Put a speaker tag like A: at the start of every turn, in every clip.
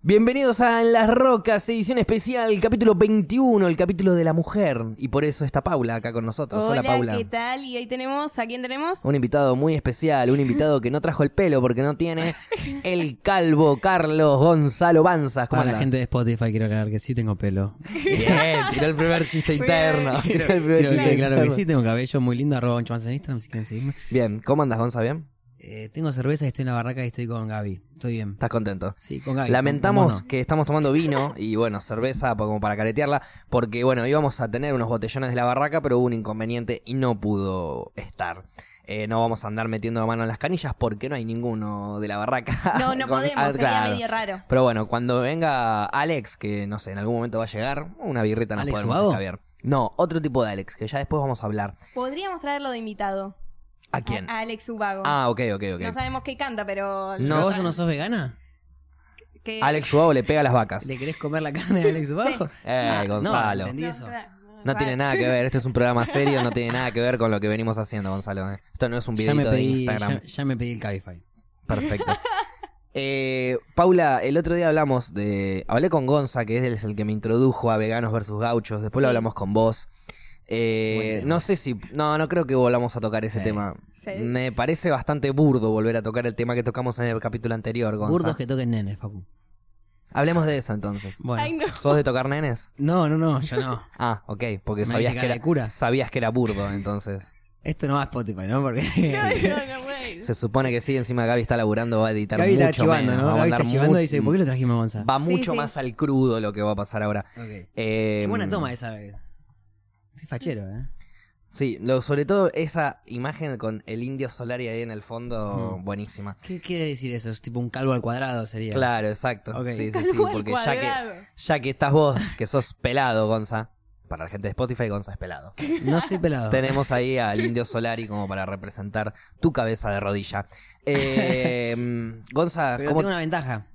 A: Bienvenidos a En las Rocas, edición especial, capítulo 21, el capítulo de la mujer. Y por eso está Paula acá con nosotros. Hola, Paula.
B: ¿qué tal? Y hoy tenemos, ¿a quién tenemos?
A: Un invitado muy especial, un invitado que no trajo el pelo porque no tiene el calvo Carlos Gonzalo Banzas. ¿Cómo
C: Para la
A: andás?
C: gente de Spotify quiero aclarar que sí tengo pelo.
A: Bien, tiró el primer chiste interno. Tiró el primer
C: Quiero
A: chiste
C: que claro que
A: interno.
C: sí tengo cabello muy lindo, arroba Goncho Banza en Instagram si quieren seguirme.
A: Bien, ¿cómo andas, Gonza? ¿Bien?
C: Eh, tengo cerveza y estoy en la barraca y estoy con Gaby. Estoy bien.
A: ¿Estás contento?
C: Sí, con Gaby.
A: Lamentamos
C: con- con
A: que estamos tomando vino y bueno, cerveza pa- como para caretearla, porque bueno, íbamos a tener unos botellones de la barraca, pero hubo un inconveniente y no pudo estar. Eh, no vamos a andar metiendo la mano en las canillas porque no hay ninguno de la barraca.
B: No, no
A: Con-
B: podemos,
A: ah,
B: sería
A: claro.
B: medio raro.
A: Pero bueno, cuando venga Alex, que no sé, en algún momento va a llegar, una birrita nos
C: ¿Alex
A: podemos
C: Ubago?
A: escabiar. No, otro tipo de Alex, que ya después vamos a hablar.
B: Podríamos traerlo de invitado.
A: ¿A quién?
B: A, a Alex Ubago.
A: Ah, ok, ok, ok.
B: No sabemos qué canta,
A: No,
B: pero...
C: mono. ¿Pero
A: sé.
C: ¿Vos no sos vegana?
B: que-
A: Alex Subago le pega a las vacas.
C: ¿Le querés comer la carne de Alex Ubago?
A: Eh,
C: Ah,
A: Gonzalo.
C: No, entendí
B: No,
C: eso.
B: claro,
A: No tiene nada que ver, este es un programa serio, no tiene nada que ver con lo que venimos haciendo, Gonzalo. eh. Esto no es un
C: Ya me,
A: videito de
C: pedí,
A: Instagram.
C: ya, ya me pedí el Cabify.
A: Perfecto. Eh, Paula, el otro día hablamos de. Hablé con Gonza, que es el que me introdujo a Veganos versus Gauchos. Después lo
B: Sí.
A: hablamos con vos. Eh,
C: Buen tema.
A: no sé si. No, no creo que volvamos a tocar ese
C: Sí.
A: tema.
B: Sí.
A: Me parece bastante burdo volver a tocar el tema que tocamos en el capítulo anterior, Gonza.
C: Burdos que toquen nenes, Facu.
A: Hablemos de eso entonces.
C: Bueno.
B: Ay, no.
A: ¿Sos de tocar nenes?
C: No, no, no, yo no.
A: Ah, ok, porque
C: Me viste
A: sabías que,
C: cara de
A: era,
C: cura.
A: sabías que era burdo, entonces.
C: Esto no va a Spotify, ¿no? Porque...
B: No, no, no, güey.
A: Se supone que sí, encima Gaby está laburando, va a editar
C: Gaby está
A: mucho
C: chivando,
A: menos,
C: ¿no?
A: va a
C: Gaby
A: mandar
C: está chivando
A: mu-
C: y dice, ¿por qué lo trajimos a Gonza?
A: va
B: Sí,
A: mucho
B: sí.
A: más al crudo lo que va a pasar ahora.
C: Ok.
A: Eh,
C: Qué buena toma esa. eh. Estoy fachero, ¿eh?
A: Sí, lo, sobre todo esa imagen con el indio Solari ahí en el fondo,
C: Mm.
A: buenísima.
C: ¿Qué quiere decir eso? Es tipo un calvo al cuadrado sería.
A: Claro, exacto.
C: Ok.
A: Sí, sí,
B: Tal
A: sí,
B: cual,
A: porque ya que,
B: cuadrado.
A: ya que estás vos, que sos pelado, Gonza, para la gente de Spotify, Gonza es pelado.
C: No soy pelado.
A: Tenemos ahí al indio Solari como para representar tu cabeza de rodilla. Eh, mm, Gonza,
C: Pero
A: ¿cómo
C: tengo una ventaja.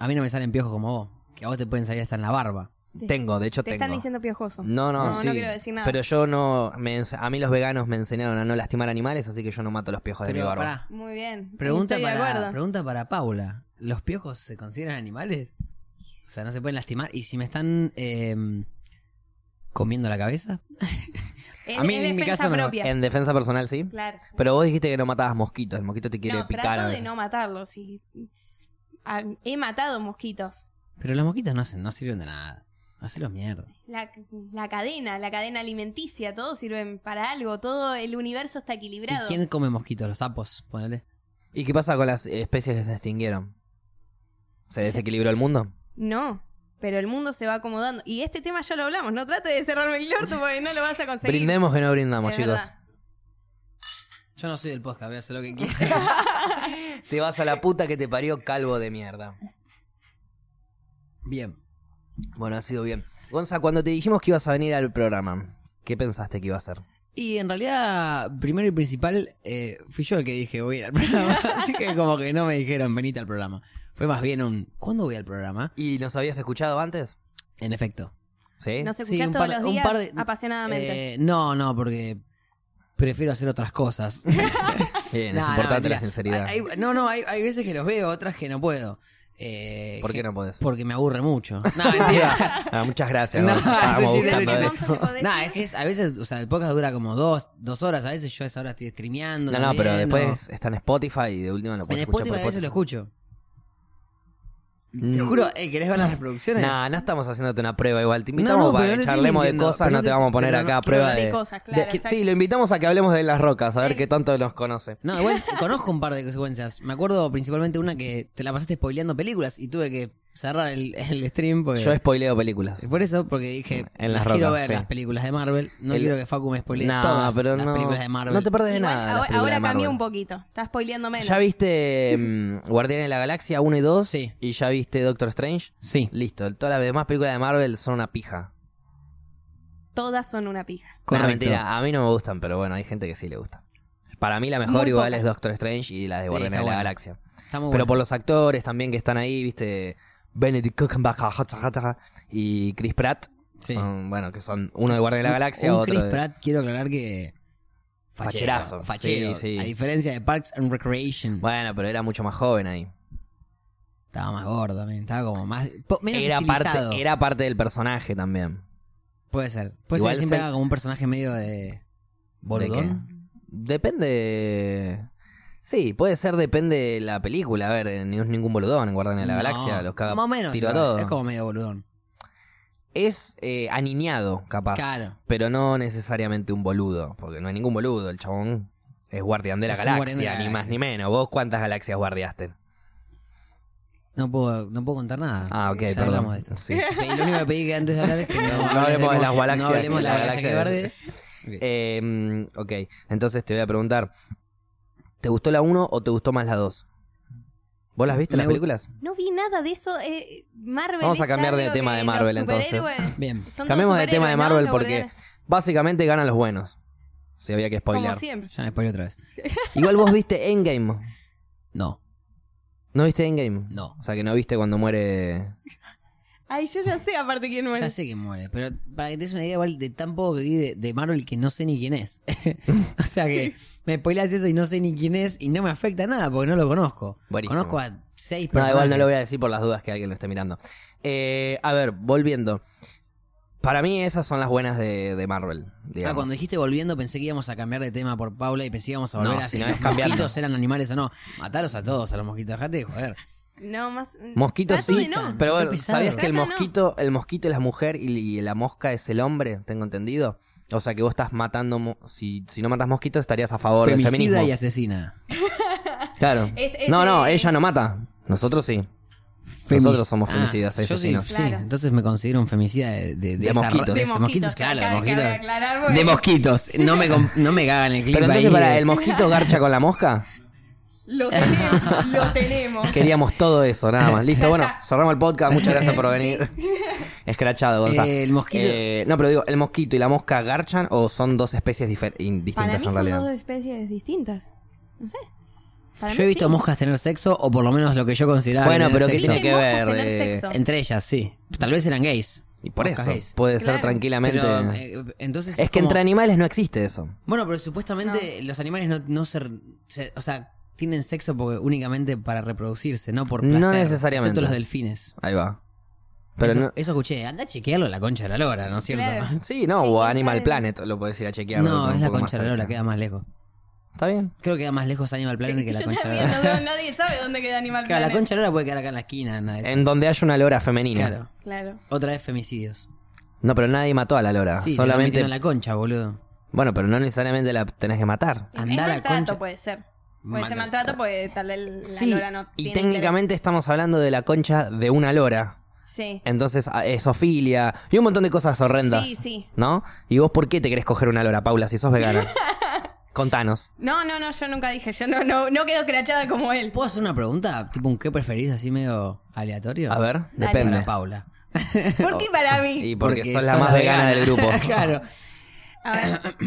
C: A mí no me salen piojos como vos. Que a vos te pueden salir hasta en la barba.
A: tengo? De hecho,
B: Te
A: tengo.
B: están diciendo piojoso.
A: No, no,
B: No,
A: sí.
B: quiero decir nada.
A: Pero yo no. me ens- a mí los veganos me enseñaron a no lastimar animales, así que yo no mato los piojos de mi
C: Pero
A: barba.
C: pará.
B: Muy bien.
C: Pregunta
B: Estoy de
C: para,
B: acuerdo.
C: pregunta para Paula. ¿Los piojos se consideran animales? O sea, no se pueden lastimar. ¿Y si me están eh, comiendo la cabeza?
B: Es,
C: a mí
B: es
C: en mi
B: defensa
C: caso no.
B: propia.
A: En defensa personal, sí.
B: Claro.
A: Pero vos dijiste que no matabas mosquitos. El mosquito te quiere
B: no,
A: picar. a
B: trato de
A: veces.
B: no matarlos. y- Ah, He matado mosquitos.
C: Pero las mosquitas no, hacen, no sirven de nada. Hacelos mierda.
B: La, la cadena, la cadena alimenticia, todo sirve para algo, todo el universo está
C: ¿Y
B: equilibrado.
C: quién come mosquitos? Los sapos, ponele.
A: ¿Y qué pasa con las especies que se extinguieron? ¿Se desequilibró el mundo?
B: No, pero el mundo se va acomodando. Y este tema ya lo hablamos, no trate de cerrarme el orto porque no lo vas a conseguir.
A: Brindemos que no brindamos,
B: Es
A: chicos.
B: verdad.
C: Yo no soy del podcast, voy a hacer lo que quiera.
A: Te vas a la puta que te parió calvo de mierda.
C: Bien.
A: Bueno, ha sido bien. Gonza, cuando te dijimos que ibas a venir al programa, ¿qué pensaste que iba a ser?
C: Y en realidad, primero y principal, eh, fui yo el que dije voy a ir al programa. Así que como que no me dijeron venite al programa. Fue más bien un ¿cuándo voy al programa?
A: ¿Y nos habías escuchado antes?
C: En efecto.
A: Eh, ¿Sí?
B: Nos escuchás
C: Sí, un
B: todos
C: par-
B: los
C: un
B: días
C: par de-
B: apasionadamente.
C: Eh, no, no, porque prefiero hacer otras cosas.
A: Bien,
C: No,
A: es
C: no,
A: importante la
C: mentira.
A: sinceridad.
C: Hay- hay- no, no, hay, hay veces que los veo, otras que no puedo. Eh,
A: ¿Por qué
C: que-
A: no podés?
C: Porque me aburre mucho. No, mentira.
A: Ah, muchas gracias.
C: No,
A: Gonza.
C: es un
A: Estábamos
C: chiste,
A: buscando
C: es un
A: eso.
C: chiste. No, es que es- a veces, o sea, el podcast dura como dos, dos horas. A veces yo a esa hora estoy streameando.
A: No, no, pero
C: también, o-
A: después está en Spotify y de última lo
C: En
A: puedes escuchar por
C: Spotify a veces lo
A: Spotify.
C: escucho.
A: Mm.
C: Te juro, eh, ¿querés ver las reproducciones?
A: No, no estamos haciéndote una prueba igual. Te invitamos
C: No, no,
A: para
C: pero
A: que
C: no te estoy
A: charlemos de
C: mintiendo,
A: cosas,
C: pero
A: no
C: no
A: te
C: te-
A: vamos a poner
C: pero no
A: acá a
C: quiero
A: prueba
B: hablar
A: de.
B: de cosas, claro,
A: de- que-
B: exacto.
A: sí, lo invitamos a que hablemos de las rocas, a ver
B: Ey.
A: qué tanto nos conoce.
C: No, igual conozco un par de consecuencias. Me acuerdo principalmente una que te la pasaste spoileando películas y tuve que cerrar el, el stream porque...
A: Yo spoileo películas.
C: Por eso, porque dije,
A: En las
C: quiero
A: rocas,
C: ver
A: sí.
C: las películas de Marvel. No
A: El-
C: quiero que Facu me spoilee
A: No,
C: todas
A: pero
C: las
A: no.
C: películas de Marvel.
A: No te perdés de
B: Igual,
A: nada. de las
B: ahora,
A: películas
B: ahora
A: de
B: cambió
A: Marvel.
B: un poquito, está spoileando menos.
A: ¿Ya viste mm, Guardianes de la Galaxia 1 y 2?
C: Sí.
A: ¿Y ya viste Doctor Strange?
C: Sí.
A: Listo. Todas las demás películas de Marvel son una pija.
B: Todas son una pija.
A: Con
C: Correcto.
A: mentira, a mí no me gustan, pero bueno, hay gente que sí le gusta. Para mí la mejor
B: Muy
A: igual
B: poca.
A: es Doctor Strange y la de
C: Sí,
A: Guardianes
C: está
A: de la
C: buena.
A: Galaxia.
C: Está
A: pero
C: muy bueno.
A: por los actores también que están ahí, viste, Benedict Cumberbatch jaja, jaja, y Chris Pratt,
C: Sí.
A: son, bueno, que son uno de Guardianes de la Galaxia,
C: Un
A: otro
C: Chris
A: de-
C: Pratt, quiero aclarar que...
A: Facherazo.
C: Fachero.
A: Sí, sí.
C: A diferencia de Parks and Recreation.
A: Bueno, pero era mucho más joven ahí.
C: Estaba más gordo también, estaba como más. po- menos
A: Era
C: estilizado.
A: parte, era parte del personaje también.
C: Puede ser. Puede
A: Igual
C: ser que siempre
A: se-
C: haga como un personaje medio de. ¿Boludón?
A: qué? Depende. Sí, puede ser, depende de la película. A ver, eh, ni es ningún boludón en Guardianes de la
C: No,
A: Galaxia. Los caga
C: Más o menos.
A: tiro a
C: igual,
A: todo.
C: Es como medio boludón.
A: Es eh, aniñado, capaz.
C: Claro.
A: Pero no necesariamente un boludo. Porque no hay ningún boludo. El chabón es guardián de la
C: Es un
A: galaxia,
C: guardián de la
A: ni más
C: galaxia.
A: ni menos. ¿Vos cuántas galaxias guardiaste?
C: No puedo, no puedo contar nada.
A: Ah, ok,
C: Ya hablamos
A: perdón.
C: de esto.
A: Sí.
C: Y lo único que pedí que antes de hablar es que no,
A: hablemos de las galaxias,
C: No hablemos de la
A: la
C: galaxia que
A: galaxia
C: verde. Ok.
A: Eh, ok, entonces te voy a preguntar: ¿te gustó la 1 o te gustó más la 2? ¿Vos las viste
C: Me
A: las
C: gu-
A: películas?
B: No vi nada de eso. eh, Marvel.
A: Vamos a
B: es
A: cambiar de
B: algo
A: tema
B: que
A: de Marvel,
B: los
A: entonces.
B: superhéroes
C: Bien.
B: son
A: Cambiemos de
B: todos
A: tema de
B: superhéroes, ¿no?
A: Marvel
B: Los
A: porque-
B: guardianes.
A: Básicamente ganan los buenos. Si había que
B: Como
A: spoilear.
B: siempre.
C: Ya me spoilé otra vez.
A: Igual vos viste Endgame.
C: No,
A: ¿No viste Endgame?
C: no.
A: O sea que no viste cuando muere.
B: Ay, yo ya sé aparte quién muere.
C: Ya sé que muere, pero para que te des una idea igual de tan poco que vi de, de Marvel que no sé ni quién es. o sea que me spoileas eso y no sé ni quién es y no me afecta nada porque no lo conozco.
A: Buenísimo.
C: Conozco a seis
A: No,
C: personas.
A: igual no lo voy a decir por las dudas que alguien lo esté mirando. Eh, a ver, volviendo. Para mí esas son las buenas de, de Marvel. Digamos.
C: Ah, cuando dijiste volviendo pensé que íbamos a cambiar de tema por Paula y pensé que íbamos a volver
A: No,
C: a
A: si no
C: los
A: es cambiar,
C: mosquitos eran animales o no. Mataros a todos, a los mosquitos, dejate de joder.
B: No, más. mm,
A: Mosquito
B: Trato
A: sí,
B: de no.
A: pero
C: qué
A: bueno,
C: pesado.
A: ¿sabías que el
B: Trata no.
A: mosquito, el mosquito es la mujer y, y la mosca es el hombre? ¿Tengo entendido? O sea que vos estás matando, mo- si, si no matas mosquitos estarías a favor del
C: Femicida
A: feminismo.
C: y asesina.
A: Claro.
B: Es- es,
A: no, no,
B: eh,
A: ella no mata. Nosotros sí. Nosotros somos femicidas,
C: Ah, yo sí,
A: asesinos.
C: sí,
B: Claro.
C: entonces me considero un femicida de, de,
A: De
C: esa-
A: mosquitos.
C: De,
A: De
C: mosquitos, claro, de
B: acá cabe
C: mosquitos.
B: aclarar, porque-
C: De mosquitos. No me, com- no me cagan el clip
A: Pero entonces
C: ahí
A: para
C: de-
A: el mosquito garcha con la mosca.
B: Lo tenemos. lo tenemos.
A: Queríamos todo eso, nada más. Listo, bueno, cerramos el podcast. Muchas gracias por venir. Escrachado, Gonzalo.
C: Eh, el mosquito-
A: no, pero digo, ¿el mosquito y la mosca garchan o son dos especies difer- in- distintas
B: Para mí
A: en
B: son
A: realidad?
B: dos especies distintas. No sé. Para
C: Yo he
B: mí
C: visto
B: sí.
C: moscas tener sexo, o por lo menos lo que yo consideraba.
A: Bueno,
C: tener
A: pero ¿qué
C: sexo.
A: tiene que
B: Viste, moscas
A: ver?
B: tener
A: eh,
B: sexo.
C: Entre ellas, sí. Tal vez eran gays.
A: y por
C: Moscas
A: eso,
C: gays.
A: puede
B: Claro.
A: ser tranquilamente.
C: Pero, eh, entonces.
A: es que
C: como-
A: entre animales no existe eso.
C: Bueno, pero supuestamente los animales no, no se, se- O sea, tienen sexo porque únicamente para reproducirse, no por
A: No
C: placer.
A: necesariamente.
C: Excepto los delfines.
A: Ahí va. Pero
C: eso,
A: no-
C: eso escuché. Anda a chequearlo la concha de la lora, ¿no es cierto?
B: Claro.
A: Sí, no,
B: Hay
A: o
B: que
A: Animal
B: saber.
A: Planet, lo podés ir a chequear.
C: No,
A: un
C: es la
A: poco más
C: concha de la lora,
A: cerca.
C: queda más lejos.
A: Está bien.
C: Creo que queda más lejos Animal Planet que la
B: Yo
C: concha de la
B: también,
C: lora.
B: no veo- nadie sabe dónde queda Animal
C: Claro, la
B: Planet.
C: concha de la lora puede quedar acá en la esquina, nada de eso.
A: En donde hay una lora femenina.
C: Claro.
B: Claro.
C: Otra vez femicidios.
A: No, pero nadie mató a la lora.
C: Sí, solamente
A: Ah, solamente.
C: en la concha, boludo.
A: Bueno, pero no necesariamente la tenés que matar.
B: Es-
C: Andar a
B: es maltrato,
C: concha.
B: puede ser. Puede
C: Maltrato.
B: ser maltrato, porque tal vez la
A: sí,
B: lora no
A: y
B: tiene
A: técnicamente estamos hablando de la concha de una lora.
B: interés. Sí.
A: Entonces, a- esofilia y un montón de cosas horrendas.
B: Sí, sí.
A: ¿No? ¿Y vos por qué te querés coger una lora, Paula, si sos vegana? Contanos.
B: No, no, no, yo nunca dije, yo no, no, no quedo crachada como él.
C: ¿Puedo hacer una pregunta? Tipo un qué preferís así medio aleatorio.
A: A ver,
B: Dale.
A: depende.
C: Para Paula.
B: ¿Por qué para mí?
A: Y porque, sos la más vegana, del grupo.
C: claro.
B: A ver,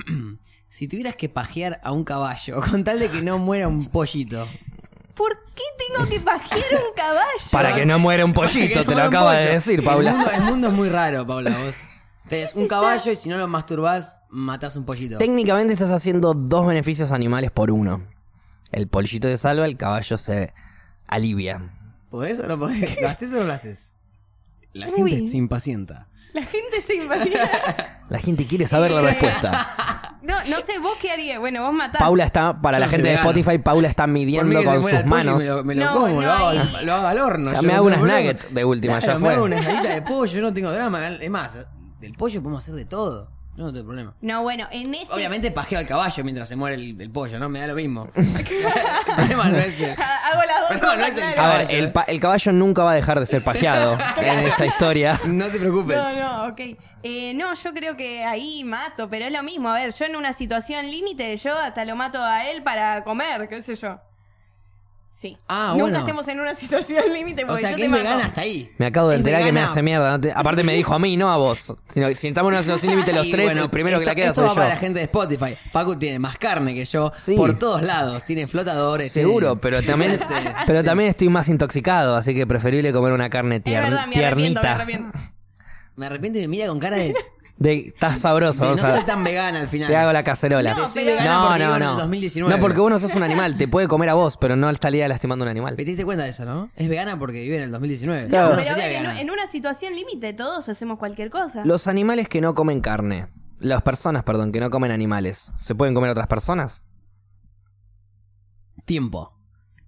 C: Si tuvieras que pajear a un caballo con tal de que no muera un pollito.
B: ¿por qué tengo que pajear un caballo?
A: Para que no muera un pollito, te lo acaba de decir,
C: El
A: Paula.
C: mundo, el mundo es muy raro, Paula, vos. Tenés un caballo y si no lo masturbás, matás un pollito.
A: Técnicamente estás haciendo dos beneficios animales por uno. El pollito se salva, el caballo se alivia.
C: ¿Podés o no podés? ¿Lo haces o no lo haces? La
B: Uy.
C: gente se impacienta.
B: La gente se imagina.
A: La gente quiere saber la respuesta.
B: No, no sé, vos qué harías. Bueno, vos matás.
A: Paula está, para
C: Yo
A: la
C: soy
A: gente de
C: vegano.
A: Spotify, Paula está
C: Por mí
A: midiendo
C: que se
A: con
C: muera
A: sus
C: el pollo y
A: manos.
C: Me lo, me lo
B: No,
C: como,
B: no
C: lo, hago,
B: hay.
C: al- lo hago al horno.
A: Ya
C: yo
A: me
C: no
A: hago
C: tengo
A: unas
C: problema.
A: nuggets de última,
C: Claro,
A: ya
C: me
A: fue.
C: hago una salita de pollo, yo no tengo drama. Es más, del pollo podemos hacer de todo. Yo no tengo problema.
B: No, bueno, en ese.
C: Obviamente pajeo al caballo mientras se muere el, el pollo, ¿no? Me da lo mismo. el problema no es el-
B: Hago las dos
C: Pero no
B: cosas,
C: es el
B: claro.
A: A
C: caballo,
A: ver, el,
C: eh.
A: pa- el caballo nunca va a dejar de ser pajeado en esta historia.
C: No te preocupes.
B: No, no, ok. Eh, no, yo creo que ahí mato, pero es lo mismo. A ver, yo en una situación límite, yo hasta lo mato a él para comer, qué sé yo. Sí.
C: Ah,
B: Nunca
C: bueno.
B: estemos en una situación límite
C: o
B: porque
C: sea,
B: yo
C: que
B: te
C: es
B: mato.
C: vegana hasta ahí.
A: Me acabo de
C: Es
A: enterar que me
C: vegana.
A: hace mierda. no te- Aparte me dijo a mí, no a vos. Si, no- si estamos en una situación límite los
C: Y
A: tres,
C: bueno,
A: el primero
C: esto-
A: que la queda
C: esto
A: soy
C: va
A: yo.
C: para la gente de Spotify. Facu tiene más carne que yo
A: Sí.
C: por todos lados. Tiene flotadores. tiene-
A: Seguro, pero también,
C: este,
A: pero también estoy más intoxicado, así que preferible comer una carne
B: Es
A: tier-
B: verdad, me arrepiento, me
A: tiernita.
B: arrepiento.
C: Me arrepiento y me mira con cara de.
A: De, estás sabroso.
C: De
A: o
C: no
A: sea,
C: soy tan vegana al final.
A: te hago la cacerola.
B: No,
C: Soy
B: pero-
C: vegana
A: no,
C: porque vivo
A: no,
C: en el
A: no.
C: 2019.
A: No, porque uno sos un animal, te puede comer a vos, pero no estaría lastimando a un animal.
C: Te diste cuenta de eso, ¿no? Es vegana porque vive en el 2019.
A: Claro.
C: No,
B: Pero a
C: sería
B: ver, en,
C: vegana.
B: en una situación límite todos hacemos cualquier cosa.
A: Los animales que no comen carne, las personas, perdón, que no comen animales, ¿se pueden comer otras personas?
C: Tiempo.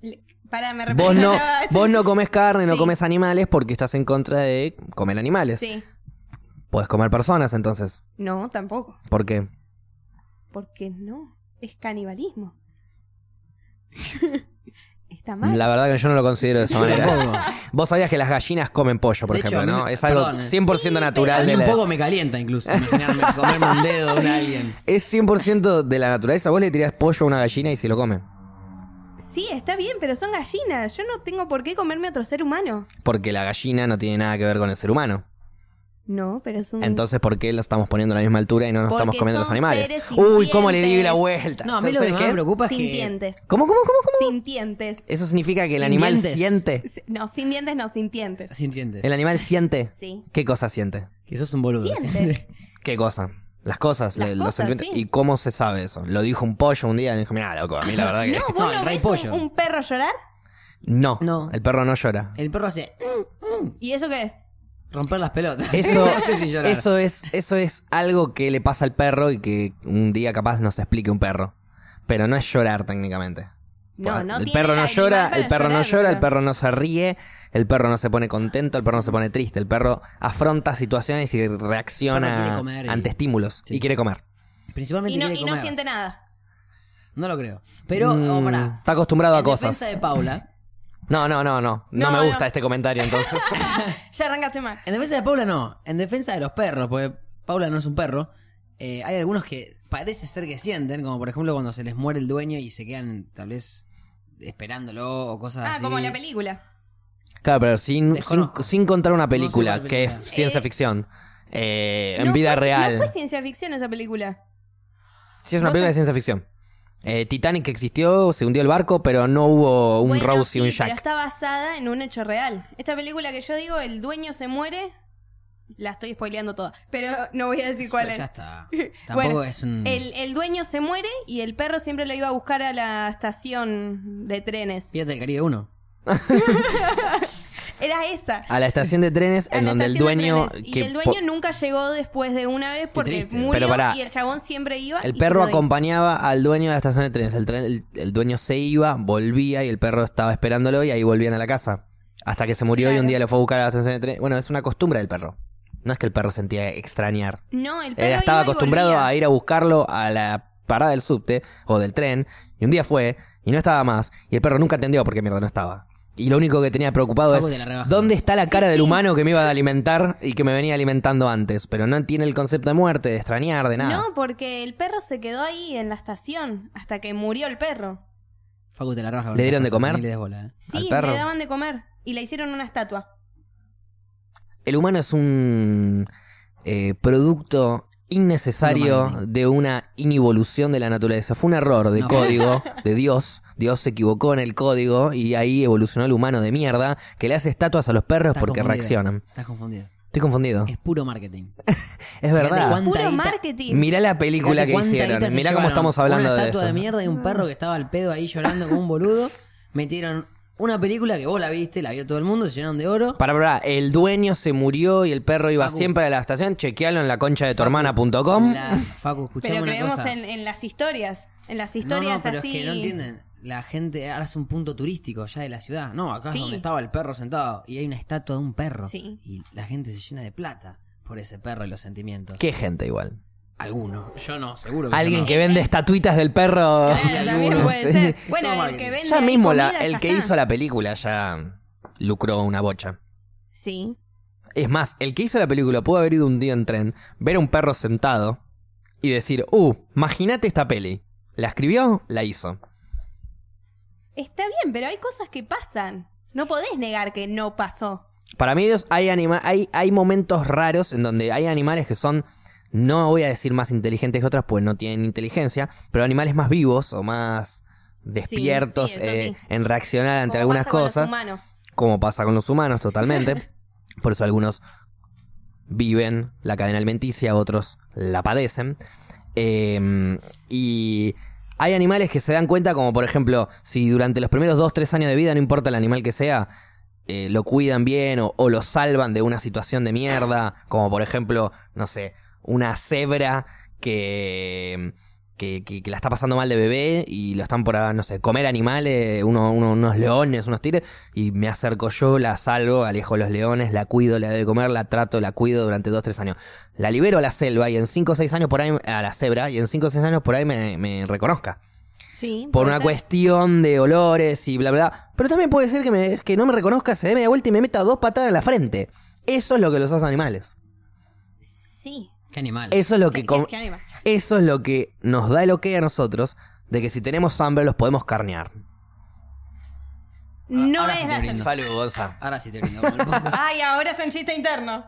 B: Le- Para, me este
A: Vos no,
B: representaba-
A: vos no comes carne, no
B: Sí.
A: comes animales porque estás en contra de comer animales.
B: Sí.
A: Puedes comer personas entonces.
B: No, tampoco.
A: ¿Por qué?
B: Porque no. Es canibalismo. Está mal.
A: La verdad que yo no lo considero de esa manera.
C: Tampoco.
A: Vos sabías que las gallinas comen pollo, por
C: De hecho,
A: ejemplo,
C: a mí
A: ¿no?
C: me-
A: Es algo
C: perdón, eh.
A: 100%
C: A
A: natural
C: mí
A: de
C: un
A: la...
C: poco me calienta incluso imaginarme comerme un dedo de un alien.
A: Es 100% de la naturaleza. Vos le tirás pollo a una gallina y se lo come.
B: Sí, está bien, pero son gallinas. Yo no tengo por qué comerme a otro ser humano.
A: Porque la gallina no tiene nada que ver con el ser humano.
B: No, pero es un.
A: Entonces, ¿por qué lo estamos poniendo a la misma altura y no nos
B: Porque
A: estamos comiendo
B: son
A: los animales?
B: seres
A: Uy, ¿cómo le di
B: sintientes.
A: la vuelta?
C: No, a mí
A: ¿Sabes
C: lo que más
A: qué?
C: me preocupa es
B: sin
C: que...
B: dientes.
A: ¿Cómo, cómo, cómo, cómo? Eh.
B: Sin dientes.
A: Eso significa que el
C: Sin
A: animal
C: dientes.
A: siente.
B: No, sin dientes no, sin dientes.
C: Sin dientes.
A: El animal siente.
B: Sí.
A: ¿Qué cosa siente?
C: Que sos un boludo.
B: Siente.
A: ¿Qué cosa? Las cosas,
B: Las
A: le- los
B: cosas,
A: sentimientos.
B: sí.
A: ¿Y cómo se sabe eso? Lo dijo un pollo un día y dijo, mira, loco, a mí la verdad que...
B: No, vos
C: No,
B: no,
C: el rey
B: ves un,
C: pollo.
B: un perro llorar.
A: No,
C: No.
A: el perro no llora.
C: El perro hace
B: ¿Y eso qué es?
C: romper las pelotas.
A: Eso,
C: no sé si llorar.
A: eso, es, eso es algo que le pasa al perro y que un día capaz nos explique un perro. Pero no es llorar técnicamente.
B: No, no
A: el
B: tiene
A: perro no
B: animal
A: llora,
B: para
A: el perro no
B: llorar,
A: llora, el
B: boludo.
A: perro no se ríe, el perro no se pone contento, el perro no se pone triste, el perro afronta situaciones y
C: El perro quiere
A: reacciona
C: comer y-
A: ante estímulos
C: Sí.
A: y quiere comer.
C: Principalmente
B: Y no,
C: quiere
B: y no
C: comer.
B: siente nada.
C: No lo creo. Pero,
A: Mm,
C: oh, pará.
A: está acostumbrado a
C: En
A: cosas.
C: defensa de Paula.
A: No, no, no, no, no.
B: No,
A: me
B: no.
A: gusta este comentario entonces.
B: Ya arrancaste mal.
C: En defensa de Paula no. En defensa de los perros, porque Paula no es un perro. eh, hay algunos que parece ser que sienten, como por ejemplo cuando se les muere el dueño y se quedan tal vez esperándolo o cosas
B: Ah,
C: así.
B: como en la película.
A: claro, pero sin, sin,
C: Desconozco.
A: sin contar una
C: sé
A: película,
C: cuál
A: que es
C: película.
A: ciencia
B: Eh,
A: ficción. eh, en
B: No
A: vida
B: fue-
A: real.
B: No fue ciencia ficción esa película.
A: Sí, es una
B: No
A: película
B: sé.
A: de ciencia ficción. Eh, Titanic existió, se hundió el barco, pero no hubo un
B: Bueno,
A: Rose y un
B: sí, Pero
A: Jack.
B: está basada en un hecho real. Esta película que yo digo, el dueño se muere. La estoy spoileando toda. Pero no voy a decir cuál
C: Pero
B: es.
C: Ya está. Tampoco
B: Bueno,
C: es
A: Mm.
C: un.
B: El, el dueño se muere y el perro siempre lo iba a buscar a la estación de trenes.
C: Pirata del Caribe 1.
B: Era esa.
A: A la estación de trenes,
B: A
A: en
B: la
A: donde el
B: estación de
A: dueño.
B: trenes.
A: que
B: y el
A: po-
B: dueño nunca llegó después de una vez porque
C: triste.
B: murió
A: Pero pará.
B: y el chabón siempre iba.
A: el
B: y
A: perro
B: se quedó ahí.
A: acompañaba al dueño de la estación de trenes. El, tren- el- el dueño se iba, volvía y el perro estaba esperándolo y ahí volvían a la casa. Hasta que se murió y
B: Claro.
A: un día lo fue a buscar a la estación de trenes. Bueno, es una costumbre del perro. No es que el perro sentía extrañar.
B: No, el
A: Él
B: perro
A: estaba
B: iba y
A: acostumbrado
B: volvía.
A: a ir a buscarlo a la parada del subte o del tren y un día fue y no estaba más y el perro nunca entendió por qué mierda no estaba. Y lo único que tenía preocupado
C: Paco, te la
A: es
C: rebajo.
A: dónde está la
B: Sí,
A: cara del
B: sí.
A: humano que me iba a alimentar y que me venía alimentando antes, pero no tiene el concepto de muerte, de extrañar, de nada.
B: No, porque el perro se quedó ahí en la estación hasta que murió el perro.
C: Facu te la raja.
A: ¿Le dieron de comer?
C: Ni le des bola, eh.
A: ¿Al
B: Sí,
A: perro?
B: le daban de comer y le hicieron una estatua.
A: El humano es un eh, producto
C: Lo
A: innecesario
C: marketing.
A: de una inevolución de la naturaleza. Fue un error de
C: No.
A: código de Dios. Dios se equivocó en el código y ahí evolucionó el humano de mierda que le hace estatuas a los perros
C: Estás
A: porque
C: confundido. Eh,
A: reaccionan.
C: Estás confundido.
A: Estoy confundido.
C: Es puro marketing.
A: Es verdad.
C: cuánta
B: Puro
C: guita-
B: marketing.
A: Mirá la película
C: Fíjate
A: que
C: cuánta guita
A: hicieron.
C: se
A: Mirá cómo
C: llevaron.
A: estamos hablando
C: una
A: de
C: estatua
A: eso.
C: de mierda y un perro que estaba al pedo ahí llorando como un boludo. Metieron una película que vos la viste, la vio todo el mundo, se llenaron de oro.
A: Para, para, el dueño se murió y el perro iba
C: Facu.
A: siempre a la estación. Chequealo en la concha de tu
C: Facu,
A: hermana.com.
C: La- Facu, escuchame
B: Pero
C: una
B: creemos
C: cosa.
B: en, en las historias. En las
C: No, no,
B: historias
C: pero
B: así.
C: es que no entienden. La gente ahora es un punto turístico ya de la ciudad. No, acá
B: Sí.
C: es donde estaba el perro sentado y hay una estatua de un perro.
B: Sí.
C: Y la gente se llena de plata por ese perro y los sentimientos.
A: Qué gente igual.
C: Alguno. Yo no, seguro. yo
A: Alguien
C: no.
A: que vende estatuitas del perro.
B: Claro, también puede
A: Sí.
B: ser. Bueno,
C: Toma,
B: el que vende.
A: Ya
B: ahí
A: mismo la-
B: comida,
A: el
B: ya
A: que
B: está.
A: hizo la película ya lucró una bocha.
B: Sí.
A: Es más, el que hizo la película pudo haber ido un día en tren, ver a un perro sentado y decir, uh, imagínate esta peli. La escribió, la hizo.
B: Está bien, pero hay cosas que pasan. No podés negar que no pasó.
A: Para mí ellos- hay, anima- hay, hay momentos raros en donde hay animales que son, no voy a decir más inteligentes que otras, pues no tienen inteligencia, pero animales más vivos o más despiertos
B: sí, eso
A: eh,
B: sí.
A: en reaccionar ante
B: Como
A: algunas
B: pasa con los
A: cosas.
B: humanos.
A: como pasa con los humanos totalmente. Por eso algunos viven la cadena alimenticia, otros la padecen. Eh, y hay animales que se dan cuenta, como por ejemplo, si durante los primeros 2-3 años de vida, no importa el animal que sea, eh, lo cuidan bien o, o lo salvan de una situación de mierda, como por ejemplo, no sé, una cebra que, que, que- que la está pasando mal de bebé y lo están por, ah, no sé, comer animales, uno- uno- unos leones, unos tigres, y me acerco yo, la salvo, alejo los leones, la cuido, la doy de comer, la trato, la cuido durante 2, 3 años. La libero a la selva y en 5 o 6 años por ahí, a la cebra, y en 5 o 6 años por ahí me, me reconozca.
B: Sí.
A: Por
B: puede
A: una
B: ser.
A: cuestión de olores y bla, bla. Pero también puede ser que, me- que no me reconozca, se dé media vuelta y me meta dos patadas en la frente. Eso es lo que los hace animales.
B: Sí.
C: Qué animal.
A: Eso es lo
B: ¿Qué,
A: que... con-
B: qué- qué animal?
A: eso es lo que nos da el ok a nosotros de que si tenemos hambre los podemos carnear.
B: No
C: Ah, ahora
B: es
C: sí te
B: la
C: brindo.
B: solución.
A: Salud, Gonza.
C: Ahora sí te brindo. Pulpo.
B: Ay, ahora es un chiste interno.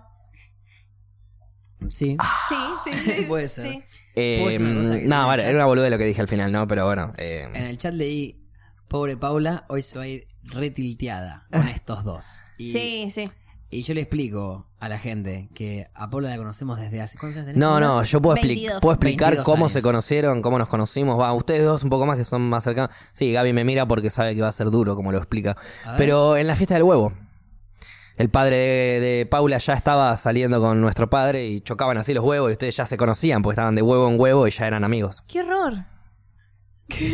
C: sí.
B: Sí, sí. sí,
C: Puede ser.
B: Sí.
A: Eh,
C: ¿Puedo decir una cosa que tiene
A: no,
C: el
A: vale,
C: chat?
A: era una boludez lo que dije al final, ¿no? Pero bueno. eh,
C: En el chat leí, pobre Paula, hoy se va a ir retilteada con estos dos. Y,
B: sí, sí.
C: y yo le explico a la gente que a Paula la conocemos desde hace... ¿Cuántos años tenés,
A: no,
C: Paula?
A: no, yo puedo, expli-
B: 22.
A: puedo explicar
C: 22
A: cómo
C: años.
A: se conocieron, cómo nos conocimos. Va, ustedes dos un poco más que son más cercanos. Sí, Gaby me mira porque sabe que va a ser duro, como lo explica.
C: A ver.
A: Pero en la fiesta del huevo. El padre de, de Paula ya estaba saliendo con nuestro padre y chocaban así los huevos y ustedes ya se conocían porque estaban de huevo en huevo y ya eran amigos.
B: Qué horror.
C: Si-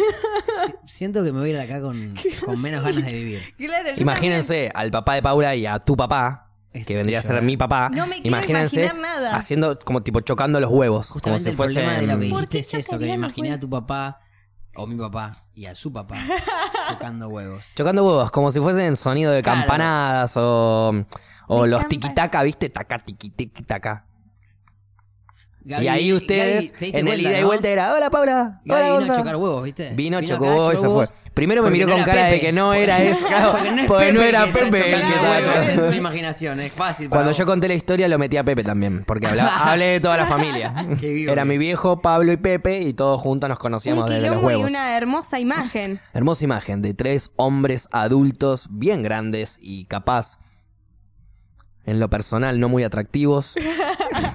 C: Siento que me voy a ir de acá con, con menos ganas de vivir.
B: Claro, yo
A: Imagínense al papá de Paula y a tu papá,
C: Es
A: que vendría a ser
C: llorar.
A: mi papá.
B: No me quiero
A: imagínense
B: imaginar nada.
A: haciendo como tipo chocando los huevos,
C: Justamente el
A: como si
C: problema de lo que
A: fuesen
B: ¿Por
C: dijiste
B: qué
C: es eso, que me
B: chocarían los
C: imaginé a
B: huevos?
C: tu papá, o mi papá, y a su papá, tocando huevos.
A: chocando huevos, como si fuesen sonido de
C: Claro.
A: campanadas o o
B: De
A: los
B: campan-
A: tiquitaca, ¿viste? Taca tiqui tiqui, taca.
C: Gaby-
A: y ahí ustedes
C: Gaby, ¿te diste
A: en el
C: cuenta,
A: ida y
C: no?
A: vuelta era, "Hola Paula,
C: Gaby
A: hola
C: vino a
A: Gonza".
C: chocar huevos, ¿viste?
A: Vino,
C: acá,
A: chocó huevos y se fue.
C: huevos,
A: Primero me
C: porque
A: miró
C: no
A: con
C: era
A: cara de
C: Pepe.
A: que no era eso,
C: Porque no es
A: porque no
C: Pepe
A: era
C: que está
A: Pepe el que
C: chocando
A: estaba
C: huevos, es en su
A: chocando.
C: imaginación, es fácil. para
A: Cuando
C: vos.
A: yo conté la historia lo metí a Pepe también, porque hablaba, hablé de toda la familia.
C: Qué vivo
A: Era
C: que
A: mi
C: es.
A: viejo, Pablo y Pepe, y todos juntos nos
B: Un
A: conocíamos desde los
B: quilombo y
A: huevos.
B: una hermosa imagen.
A: Hermosa imagen de tres hombres adultos, bien grandes y capaz, en lo personal, no muy atractivos,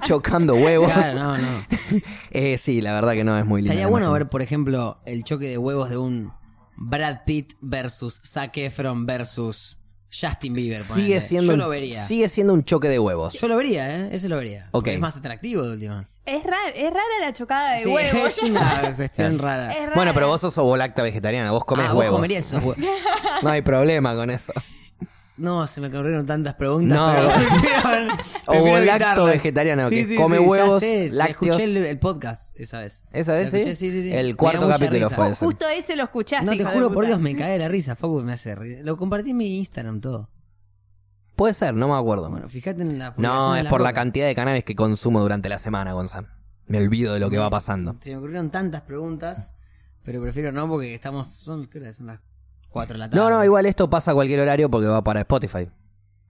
A: chocando huevos.
C: Claro, no, no.
A: Eh, sí, la verdad que no es muy lindo.
C: Estaría bueno ver, por ejemplo, el choque de huevos de un Brad Pitt versus Zac Efron versus Justin Bieber.
A: Sigue
C: ponele.
A: siendo,
C: Yo
A: un-
C: lo vería.
A: sigue siendo un choque de huevos.
C: Yo lo vería, ¿eh? Ese lo vería. Porque
A: Ok.
C: Es más atractivo de última.
B: Es rara, es rara la chocada de
C: Sí,
B: huevos.
C: Es una cuestión rara.
B: Es rara.
A: Bueno, pero vos sos ovolacta vegetariana, vos comés
C: Ah, vos
A: huevos.
C: comerías esos huevos.
A: No hay problema con eso.
C: No, se me ocurrieron tantas preguntas.
A: No.
C: pero
A: Ovo lacto
C: evitarlas.
A: vegetariana, que come
C: ya
A: huevos,
C: sé, se-
A: lácteos.
C: Escuché el, el podcast esa vez.
A: ¿Esa es,
C: Lo escuché,
A: sí?
C: sí, sí, sí. Me
A: El
C: dio
A: cuarto
C: mucha
A: capítulo
C: risa.
A: fue
B: Oh,
A: ese.
B: Justo ese lo escuchaste.
C: No te
B: hijo de
C: juro por
B: puta.
C: Dios, me cae de la risa, Facu, me hace reír. Lo compartí en mi Instagram todo.
A: Puede ser, no me acuerdo.
C: Bueno, fíjate en la publicación
A: no,
C: de
A: es por la
C: Roca.
A: cantidad de cannabis que consumo durante la semana, Gonzalo. Me olvido de lo que va pasando.
C: Se me ocurrieron tantas preguntas, pero prefiero no porque estamos. Son, ¿qué hora es? Son las 4 de la tarde.
A: No, no, igual esto pasa a cualquier horario porque va para Spotify.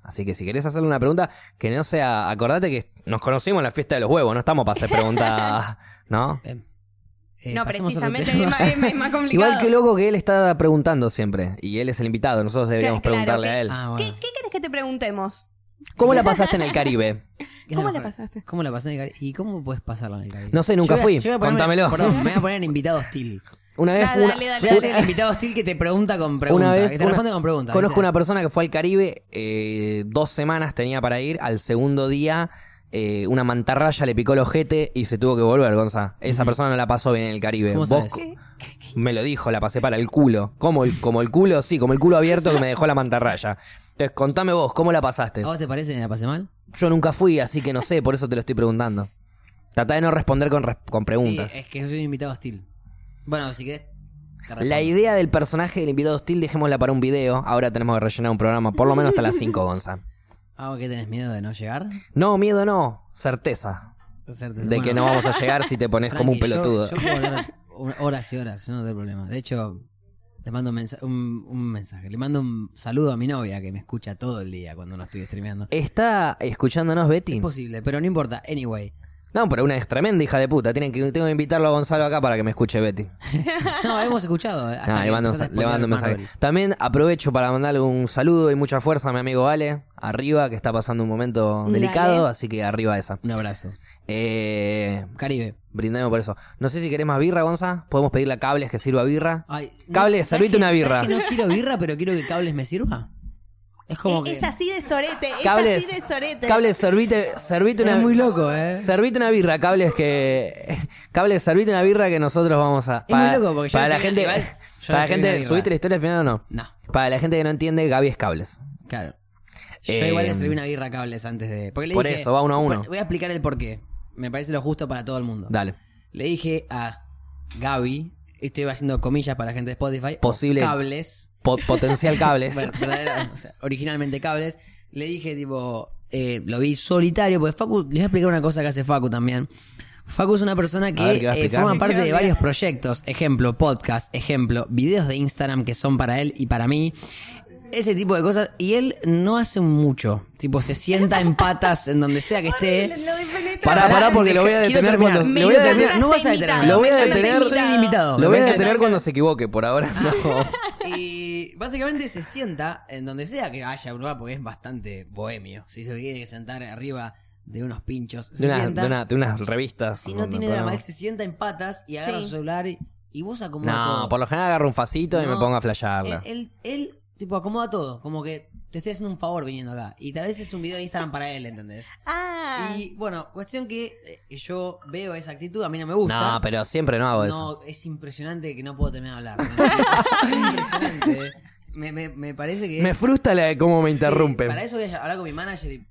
A: Así que si querés hacerle una pregunta, que no sea. Acordate que nos conocimos en la fiesta de los huevos, no estamos para hacer preguntas. ¿No?
C: Eh, eh,
B: No,
C: pasemos a otro
B: precisamente
C: tema.
B: es más, es más- es más complicado.
A: Igual que loco que él está preguntando siempre. Y él es el invitado, nosotros deberíamos
B: Claro,
A: preguntarle
B: que-
A: a él.
C: Ah, bueno.
B: ¿Qué, ¿Qué querés que te preguntemos?
A: ¿Cómo la pasaste en el Caribe?
C: ¿Qué
B: ¿Cómo
C: es lo
B: la
C: mejor?
B: pasaste?
C: ¿Cómo la pasé en el Caribe? ¿Y cómo puedes pasarla en el Caribe?
A: No sé, nunca
C: Yo
A: fui.
C: voy a- yo voy a ponerme-
A: Contámelo.
C: Perdón, me voy a poner en invitado hostil.
A: Una vez
B: Dale,
A: fue una,
B: dale, dale,
C: Voy a
B: dale.
C: ser el invitado hostil que te pregunta con preguntas.
A: una vez
C: que te
A: una-
C: responde con preguntas.
A: conozco
C: ¿viste?
A: una persona que fue al Caribe, eh, dos semanas tenía para ir, al segundo día eh, una mantarraya le picó el ojete y se tuvo que volver, Gonza. Esa persona no la pasó bien en el Caribe.
C: ¿Cómo
A: Vos
C: sabes?
A: co- me lo dijo, la pasé para el culo. Como el, como el culo, sí, como el culo abierto que me dejó la mantarraya. Entonces, contame vos, ¿cómo la pasaste?
C: ¿A vos te parece que me la pasé mal?
A: Yo nunca fui, así que no sé, por eso te lo estoy preguntando. Tratá de no responder con, res- con preguntas.
C: Sí, es que yo soy un invitado hostil. Bueno, si querés. te respondo.
A: La idea del personaje del invitado hostil dejémosla para un video. Ahora tenemos que rellenar un programa, por lo menos hasta las 5, Gonza.
C: Ah, ¿qué tenés miedo de no llegar?
A: No, miedo no, certeza
C: De
A: de que no vamos a llegar si te pones como un
C: Tranqui, yo-
A: pelotudo.
C: Yo, puedo hablar hor- horas y horas, yo no tengo problema. De hecho, le mando un, mensa- un, un mensaje, le mando un saludo a mi novia que me escucha todo el día cuando no estoy streameando.
A: ¿Está escuchándonos Betty?
C: Imposible, pero no importa. Anyway,
A: No, pero una es tremenda hija de puta. Tienen que, tengo que invitarlo a Gonzalo acá para que me escuche
C: Ah,
A: Betty.
C: No, hemos escuchado. eh, hasta
A: Ah,
C: que
A: le mando,
C: empezaste a
A: le mando un
C: exponer
A: mensaje.
C: Marvel.
A: También aprovecho para mandarle un saludo y mucha fuerza a mi amigo Ale, arriba, que está pasando un momento
B: Dale.
A: delicado, así que arriba esa.
C: Un abrazo.
A: Eh,
C: Caribe.
A: brindemos por eso. No sé si querés más birra, Gonza. Podemos pedirle a Cables que sirva birra.
C: Ay,
A: Cable,
C: ¿sabes
A: servite
C: que-
A: una
C: ¿sabes
A: birra.
C: que no quiero birra, pero quiero que cables me sirva. Es como
A: E-,
B: Es,
C: que.
B: es así de sorete, es
A: Cables,
B: así de sorete.
A: Cables, servite, servite
C: Es
A: una...
C: muy loco, ¿eh?
A: Servite una birra, cables que. Cables, servite una birra que nosotros vamos a.
C: Es muy loco, porque yo
A: para
C: no
A: la
C: soy-
A: gente.
C: igual, yo
A: para
C: no
A: la
C: soy una
A: gente.
C: birra.
A: ¿Subiste la historia al final o no?
C: No,
A: Para la gente que no entiende, Gaby es cables.
C: claro. Yo
A: Eh,
C: igual le serví una birra a cables antes de. Porque le
A: por
C: dije-
A: eso, va uno a uno.
C: Voy a explicar el porqué. Me parece lo justo para todo el mundo.
A: Dale.
C: Le dije a Gaby, estoy haciendo comillas para la gente de Spotify. o
A: Posible-
C: Cables.
A: Po- potencial cables.
C: ver- verdadera- o sea, originalmente cables. Le dije, tipo, eh, lo vi solitario, porque Facu, les voy a explicar una cosa que hace Facu también. Facu es una persona que
A: ver, ¿qué va a
C: eh,
A: explicar?
C: forma parte de varios proyectos. Ejemplo, podcast, ejemplo, videos de Instagram que son para él y para mí. Ese tipo de cosas. Y él no hace mucho. Tipo, se sienta en patas en donde sea que esté.
B: Horrible, lo de penetrar.
A: Pará, pará, porque lo voy a
C: Quiero
A: detener
C: terminar.
A: cuando.
B: Me
A: Lo voy a
B: encanta.
A: detener,
C: No vas a detener.
A: Lo voy a
C: Me encanta.
A: detener-
C: Soy un invitado.
A: lo voy a
C: Me encanta.
A: detener cuando se equivoque, por ahora.
C: Ah,
A: No.
C: Y básicamente se sienta en donde sea que haya un lugar, porque es bastante bohemio. Si se tiene que sentar arriba de unos pinchos, se
A: De, una-
C: sienta.
A: de una- de unas revistas.
C: si no
A: donde
C: tiene
A: podamos-
C: drama, él se sienta en patas y agarra
B: Sí.
C: su celular y, y vos acomodás
A: No,
C: todo.
A: por lo general agarro un facito y
C: No. eh,
A: me pongo a flashearla.
C: él, él, él, tipo, acomoda todo. Como que te estoy haciendo un favor viniendo acá. Y tal vez es un video de Instagram para él, ¿entendés?
B: Ah,
C: Y bueno, cuestión que eh, que yo veo esa actitud, a mí no me gusta.
A: No, pero siempre no hago eso.
C: No, es impresionante que no puedo terminar de hablar. ¿no? Es impresionante. Me, me, me parece que es...
A: Me frustra la de cómo me
C: Sí,
A: interrumpen.
C: para eso voy a hablar con mi manager y.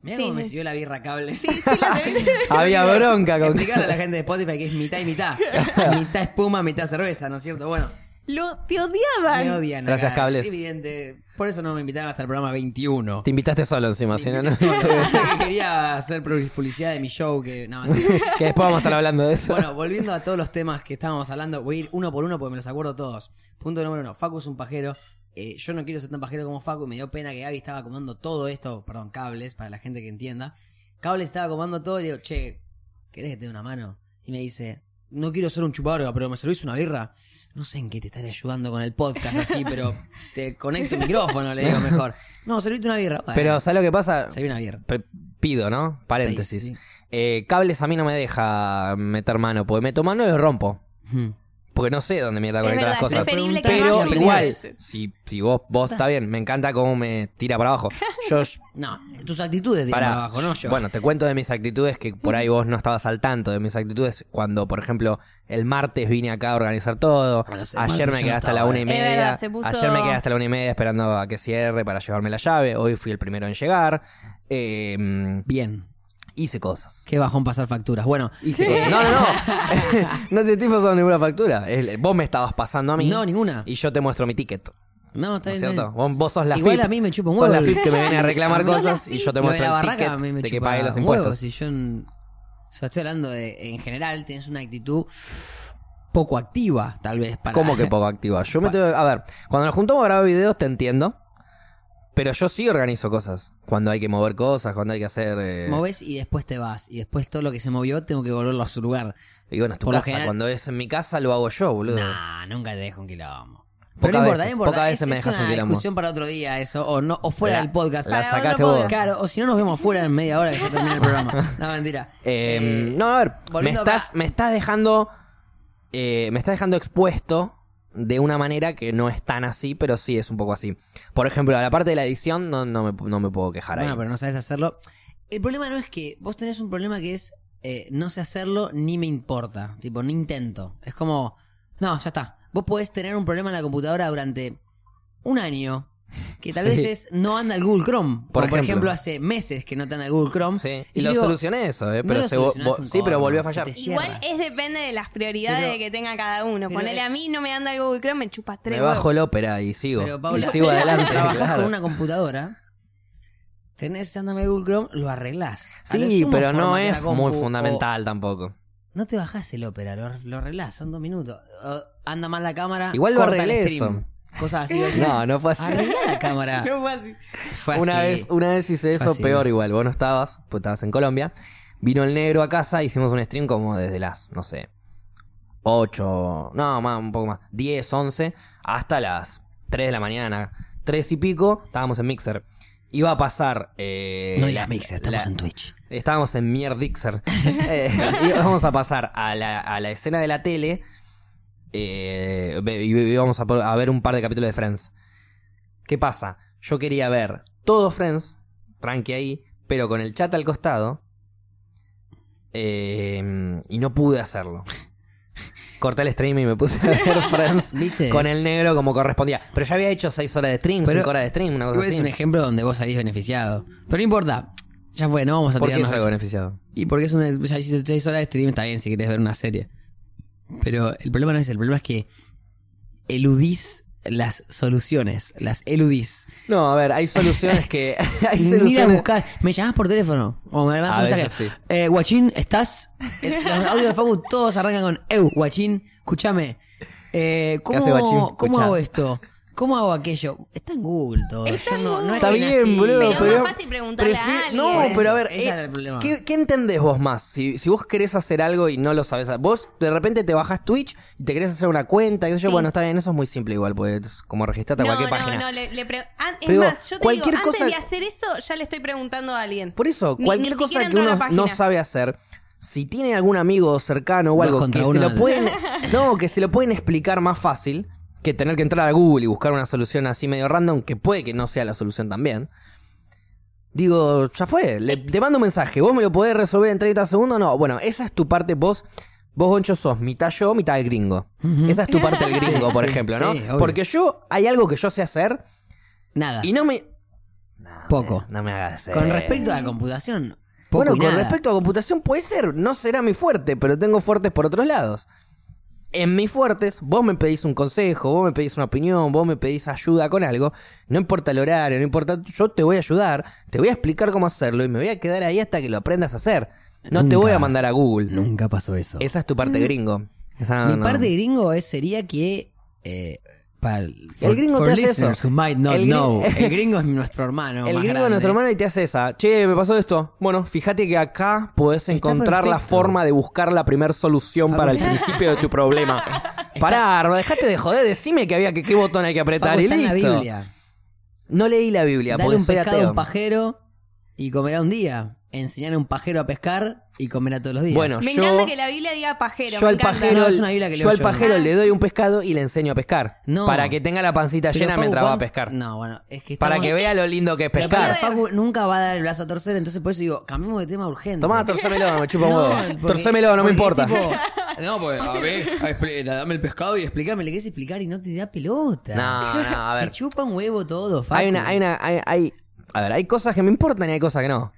C: Mirá
B: Sí,
C: cómo me
B: sí.
C: sirvió la birra cable.
B: sí, sí, la tenés.
A: Había bronca con.
C: Explicarle a la gente de Spotify que es mitad y mitad. mitad espuma, mitad cerveza, ¿no es cierto? Bueno,
B: Lo, te
C: me
B: odiaban.
C: odian.
A: Gracias,
C: acá,
A: cables.
C: Es evidente. Por eso no me invitaron hasta el programa 21.
A: Te invitaste solo encima, si no, no.
C: Quería hacer publicidad de mi show que. No, mentira.
A: que después vamos a estar hablando de eso.
C: Bueno, volviendo a todos los temas que estábamos hablando, voy a ir uno por uno porque me los acuerdo todos. Punto número uno, Facu es un pajero. Eh, yo no quiero ser tan pajero como Facu y me dio pena que Gaby estaba acomodando todo esto, perdón, cables, para la gente que entienda. Cables estaba acomodando todo y le digo, che, ¿querés que te dé una mano? Y me dice, no quiero ser un chupadorga, pero me servís una birra. No sé en qué te estaré ayudando con el podcast así, pero te conecto el micrófono, le digo mejor. No, serviste una birra. Bueno,
A: Pero, ¿sabes lo que pasa?
C: serví una birra.
A: P- Pido, ¿no? Paréntesis.
C: Sí, sí.
A: Eh, cables a mí no me deja meter mano, porque meto mano y los rompo.
C: Ujú.
A: Porque no sé dónde mierda
B: Es
A: conectar
B: verdad,
A: las cosas.
B: preferible que
A: Pero
B: vayas y
A: igual,
B: veas.
A: si, si vos, vos está bien, me encanta cómo me tira para abajo. Yo,
C: No, tus actitudes de
A: para,
C: trabajo, no Mm. yo.
A: bueno, te cuento de mis actitudes que por ahí vos no estabas al tanto de mis actitudes. Cuando, por ejemplo, el martes vine acá a organizar todo.
C: Bueno, sí, martes
A: Ayer
C: yo
A: me
C: no
A: quedé hasta la
C: estaba,
A: una y
C: eh.
B: Es verdad,
A: media.
B: se puso-
A: Ayer me quedé hasta la una y media esperando a que cierre para llevarme la llave. Hoy fui el primero en llegar. Eh,
C: bien.
A: hice cosas.
C: Qué bajón pasar facturas. Bueno, eh,
A: No, no, no. no te estoy pasando ninguna factura. Es- vos me estabas pasando a mí.
C: No, ninguna.
A: Y yo te muestro mi ticket.
C: No, está
A: ¿No es
C: bien.
A: cierto?
C: está bien.
A: Vos, vos sos la
C: Igual
A: FIP.
C: a mí me chupa un
A: Sos
C: huevo
A: la
C: el-
A: FIP que me viene a reclamar
B: Sos la
A: cosas y
B: FIP.
A: yo te
C: Lo de
A: muestro
C: la
A: el
C: barraca
A: ticket
C: a mí me
A: de que
C: chupa
A: pague los
C: huevos,
A: impuestos.
C: y yo en- o sea, estoy hablando de, en general, tienes una actitud poco activa, tal vez. Para...
A: ¿Cómo que poco activa? Yo me tengo- A ver, cuando nos juntamos a grabar videos te entiendo. Pero yo sí organizo cosas. Cuando hay que mover cosas, cuando hay que hacer... eh,
C: Moves y después te vas. Y después todo lo que se movió tengo que volverlo a su lugar.
A: Y bueno, es tu
C: Por lo
A: casa.
C: general-
A: Cuando es en mi casa lo hago yo, boludo.
C: Nah, nunca te dejo un quilombo.
A: Pocas
C: Pero no importa,
A: veces,
C: no importa.
A: pocas
C: Es-
A: veces me
C: es
A: dejas un
C: una
A: quilombo.
C: discusión para otro día eso, o, no, o fuera
A: La-
C: del podcast.
A: La
B: Para
A: sacaste
B: otro
A: vos.
B: podcast.
C: Claro, o si no nos vemos fuera en media hora que ya termina el programa. No, mentira.
A: Eh,
C: Eh,
A: no, a ver, me
C: volviendo
A: estás,
C: acá.
A: me estás dejando. eh, me estás dejando expuesto de una manera que no es tan así, pero sí es un poco así. Por ejemplo, a la parte de la edición no, no, me, no me puedo quejar
C: Bueno,
A: ahí.
C: pero no sabes hacerlo. El problema no es que vos tenés un problema que es eh, no sé hacerlo ni me importa. Tipo, no intento. Es como, no, ya está. Vos podés tener un problema en la computadora durante un año. Que tal
A: Sí.
C: vez es no anda el Google Chrome.
A: Por
C: Por, por
A: ejemplo.
C: ejemplo, hace meses que no te anda el Google Chrome.
A: Sí,
C: Y
A: Y lo
C: digo,
A: solucioné eso, eh,
C: no
A: pero
C: lo
A: se vo-
C: solucionaste
A: vo-
C: un
A: sí, pero
C: corno,
A: volvió a
C: se
A: fallar.
C: te cierra.
B: Igual es depende de las prioridades
C: Pero-
B: que tenga cada uno.
C: pero-
B: Ponele a mí, no me anda el Google Chrome, me chupa tres
A: Me
B: huevos.
A: bajo el ópera y sigo.
C: Pero
A: y
C: Paula,
A: sigo adelante.
C: trabajás
A: claro.
C: con una computadora. Tenés andame el Google Chrome, lo arreglás. A lo
A: Sí,
C: sumo
A: pero no
C: formateás
A: es
C: la
A: muy
C: compu o-
A: fundamental tampoco.
C: No te bajás el ópera, lo, lo arreglás, son dos minutos. O anda mal la cámara.
A: Igual lo
C: corta el
A: arreglé
C: stream. Cosas así. ¿ves?
A: No, no fue así.
C: Arreglá la cámara.
B: No fue así.
C: Fue
A: Una
C: así.
A: vez, una vez hice eso,
C: Fácil.
A: peor igual. Vos no estabas, pues estabas en Colombia. Vino el negro a casa, hicimos un stream como desde las, no sé, 8, no, más, un poco más, 10, 11, hasta las 3 de la mañana, 3 y pico, estábamos en Mixer. Iba a pasar... eh,
C: No
A: la-
C: digas Mixer, estamos
A: la-
C: en Twitch.
A: Estábamos en Mierdixer. Eh, y vamos a pasar a la, a la escena de la tele. eh, ve- y ve- vamos a, por- a ver un par de capítulos de Friends. ¿Qué pasa? Yo quería ver todo Friends, tranqui ahí, pero con el chat al costado. eh, y no pude hacerlo. Corté el stream y me puse a ver Friends
C: ¿Viste?
A: con el negro como correspondía. Pero ya había hecho 6 horas de stream,
C: Pero-
A: 5 horas de stream, una cosa
C: Igual Es
A: así.
C: un ejemplo donde vos salís beneficiado. Pero no importa. Ya fue, no vamos a
A: ¿Por qué
C: tirarnos.
A: salgo beneficiado?
C: Y porque es una, ya hiciste tres horas de stream, está bien si querés ver una serie. Pero el problema no es, el problema es que eludís las soluciones, las eludís.
A: No, a ver, hay soluciones que. hay
C: Ni las
A: soluciones-
C: buscás. Me llamás por teléfono o me mandás
A: A
C: un mensaje.
A: veces sí.
C: Eh, guachín, ¿estás? Eh, Los audios de Facu todos arrancan con Eu, Guachín, escúchame. Eh, ¿Cómo,
A: hace Guachín?
C: ¿cómo
A: Escuchá.
C: hago esto? ¿Cómo hago aquello? Está en Google todo.
B: Está
C: Yo
B: en
C: no- no
B: Google.
C: es
A: Está
C: que
A: bien,
C: nací-
A: boludo,
B: Pero
A: pero.
B: es más fácil preguntarle a
A: prefi-
B: alguien.
A: No, pero a ver,
C: Ese
A: eh,
C: era el problema.
A: ¿qué, qué entendés vos más? Si, si vos querés hacer algo y no lo sabés, vos de repente te bajás Twitch y te querés hacer una cuenta, y yo,
B: Sí.
A: bueno, está bien, eso es muy simple igual, pues es como registrate a cualquier página.
B: No, le, le pre- ah, es
A: Pero digo,
B: más, yo te digo,
A: cualquier
B: antes
A: cosa-
B: de hacer eso, ya le estoy preguntando a alguien.
A: Por eso,
B: Ni-
A: cualquier
B: ni siquiera
A: cosa que
B: entro a la
A: uno
B: página.
A: no sabe hacer, si tiene algún amigo cercano o
C: Dos
A: algo
C: contra
A: que se
C: uno
A: lo
C: al-
A: pueden, no, que se lo pueden explicar más fácil que tener que entrar a Google y buscar una solución así medio random que puede que no sea la solución también. Digo, ya fue, le- te mando un mensaje, vos me lo podés resolver en 30 segundos, no, bueno, esa es tu parte vos Vos, Goncho, sos mitad yo, mitad gringo. Esa es tu parte del gringo, por
C: Sí,
A: ejemplo,
C: sí,
A: ¿no?
C: obvio.
A: Porque yo, hay algo que yo sé hacer
C: Nada,
A: y no me... Eh,
C: poco.
A: No me hagas hacer.
C: Con respecto a la computación, poco
A: bueno,
C: y
A: con
C: nada.
A: respecto a computación puede ser, no será mi fuerte, pero tengo fuertes por otros lados. En mis fuertes, vos me pedís un consejo, vos me pedís una opinión, vos me pedís ayuda con algo, no importa el horario, no importa, yo te voy a ayudar, te voy a explicar cómo hacerlo y me voy a quedar ahí hasta que lo aprendas a hacer. No te
C: Nunca
A: voy a
C: vas-
A: mandar a Google.
C: Nunca pasó eso.
A: Esa es tu parte gringo. Esa no-
C: Mi
A: no.
C: parte gringo es, sería que. eh, para el,
A: gringo te hace
C: listeners
A: eso.
C: who might not
A: El gri-
C: know, el gringo es nuestro hermano.
A: El
C: más
A: gringo
C: grande.
A: es nuestro hermano y te hace esa. Che, me pasó esto. Bueno, fíjate que acá podés
C: Está
A: encontrar la
C: perfecto.
A: forma de buscar la primer solución
C: Facu,
A: para el
C: está-
A: principio de tu problema. Pará, Arba, dejate de joder, decime que había que qué botón hay que
C: Facu,
A: apretar y
C: está en
A: listo.
C: la Biblia.
A: No leí la Biblia,
C: Dale
A: porque
C: un
A: soy
C: pescado a
A: ateo.
C: un pajero y comerá un día. Enseñale a un pajero a pescar y comerá todos los días.
A: Bueno,
B: Me
A: yo,
B: encanta que la Biblia diga pajero.
A: yo
B: me
A: al
B: encanta.
A: pajero,
C: No, es una Biblia que
A: yo
C: leo
A: al
C: yo.
A: pajero
B: Ah.
A: le doy un pescado y le enseño a pescar.
C: No.
A: Para que tenga la pancita
C: Pero
A: llena
C: Facu,
A: mientras va a
C: ¿cuán-
A: pescar.
C: No, bueno, es que.
A: Para
C: estamos-
A: que vea lo lindo que es
C: Pero aparte,
A: pescar.
B: pescar.
C: Facu nunca va a dar el brazo a torcer, entonces por eso digo, cambiemos de tema urgente.
A: Tomá, torcémelo, me chupa un
C: No,
A: huevo.
C: porque-
A: Torcémelo, no me importa.
C: porque es tipo, no, pues a ver, a expli- dame el pescado y explícame. Le querés explicar y no te da pelota.
A: No, no, a ver.
C: Te chupa un huevo todo, Facu.
A: Hay una, hay una, hay, hay- a ver, hay cosas que me importan y hay cosas que no.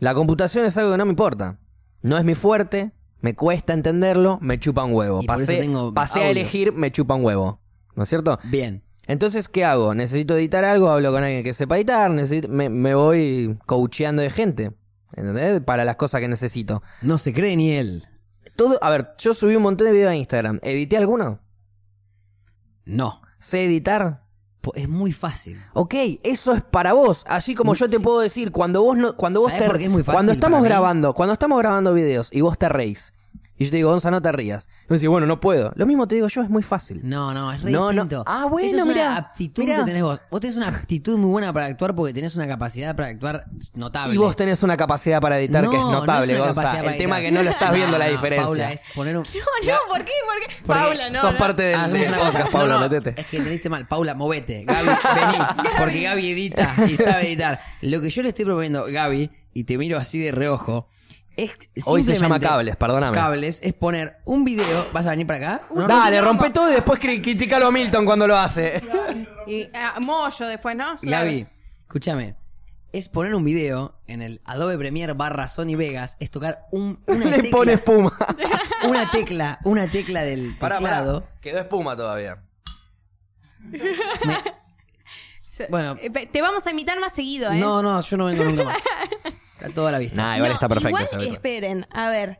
A: La computación es algo que no me importa. No es mi fuerte, me cuesta entenderlo, me chupa un huevo.
C: Y por eso
A: Pasé,
C: tengo
A: pasé a
C: audios.
A: elegir, me chupa un huevo. ¿No es cierto?
C: Bien.
A: Entonces, ¿qué hago? Necesito editar algo, hablo con alguien que sepa editar, necesito- me, me voy coacheando de gente. ¿Entendés? Para las cosas que necesito.
C: No se cree ni él.
A: Todo, a ver, yo subí un montón de videos a Instagram. ¿Edité alguno?
C: No.
A: ¿Sé editar?
C: Po- Es muy fácil.
A: Ok, eso es para vos. Así como yo te puedo decir, cuando vos no, cuando vos
C: ¿Sabés
A: te
C: por qué es muy fácil
A: cuando estamos
C: para mí?
A: grabando, cuando estamos grabando videos y vos te reís, y yo te digo, Gonza, no te rías. Y me decís, bueno, no puedo. Lo mismo te digo yo, es muy fácil.
C: No, no, es re
A: No, no.
C: distinto.
A: Ah, bueno,
C: Eso es
A: mirá,
C: una aptitud
A: mirá.
C: que tenés vos. Vos tenés una aptitud muy buena para actuar porque tenés una capacidad para actuar notable.
A: Y vos tenés una capacidad para editar que es
C: No, no
A: notable,
C: una
A: Gonza.
C: capacidad
A: El
C: para
A: tema
C: editar.
A: que no lo estás
C: No,
A: viendo la
C: no,
A: diferencia.
C: Paula, es poner un...
B: No, no, ¿por qué? ¿Por qué?
A: Porque
B: Paula, no.
A: sos
B: no.
A: parte del,
C: Ah, somos
A: del
C: una
A: podcast,
C: cosa.
A: Paula,
C: No, no,
A: metete.
C: Es que entendiste mal. Paula, movete. Gaby, vení. Porque Gaby edita y sabe editar. Lo que yo le estoy proponiendo, Gaby, y te miro así de reojo, es
A: Hoy se
C: simplemente-
A: llama cables, perdóname.
C: Cables, es poner un video. ¿Vas a venir para acá? No, no,
A: Dale, rompe todo y después cri- criticalo a Milton cuando lo hace.
B: Y, ah, mollo después, ¿no? Claro.
C: Gaby, escúchame. Es poner un video en el Adobe Premiere barra Sony Vegas, es tocar un, una
A: Le
C: tecla,
A: pone espuma.
C: una tecla, una tecla del teclado.
A: Quedó espuma todavía.
B: Se-
C: Bueno.
B: eh, pe- Te vamos a invitar más seguido, ¿eh?
C: No, no, yo no vengo nunca más. Está toda la vista.
A: Nah, igual
B: No,
A: está perfecto.
B: igual,
A: se ve todo.
B: esperen, a ver.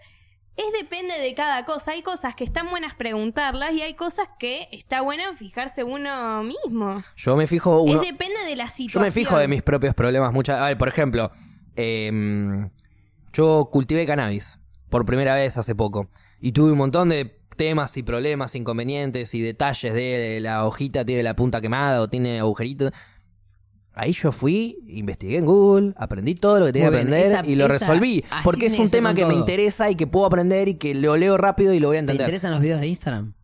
B: Es depende de cada cosa. Hay cosas que están buenas preguntarlas y hay cosas que está buena fijarse uno mismo.
A: Yo me fijo uno.
B: Es depende de la
A: Yo
B: situación.
A: me fijo de mis propios problemas muchas. A ver, por ejemplo, em, Yo cultivé cannabis por primera vez hace poco y tuve un montón de temas y problemas, inconvenientes y detalles de la hojita tiene la punta quemada o tiene agujeritos. Ahí yo fui, investigué en Google, aprendí todo lo que tenía que
C: Muy bien,
A: aprender
C: esa-
A: y lo
C: esa-
A: resolví.
C: así
A: Porque es
C: tiene
A: un
C: que ser
A: tema
C: con
A: que me
C: todo.
A: interesa y que puedo aprender y que lo leo rápido y lo voy a
C: ¿Te
A: entender.
C: interesan los videos de Instagram? Ah,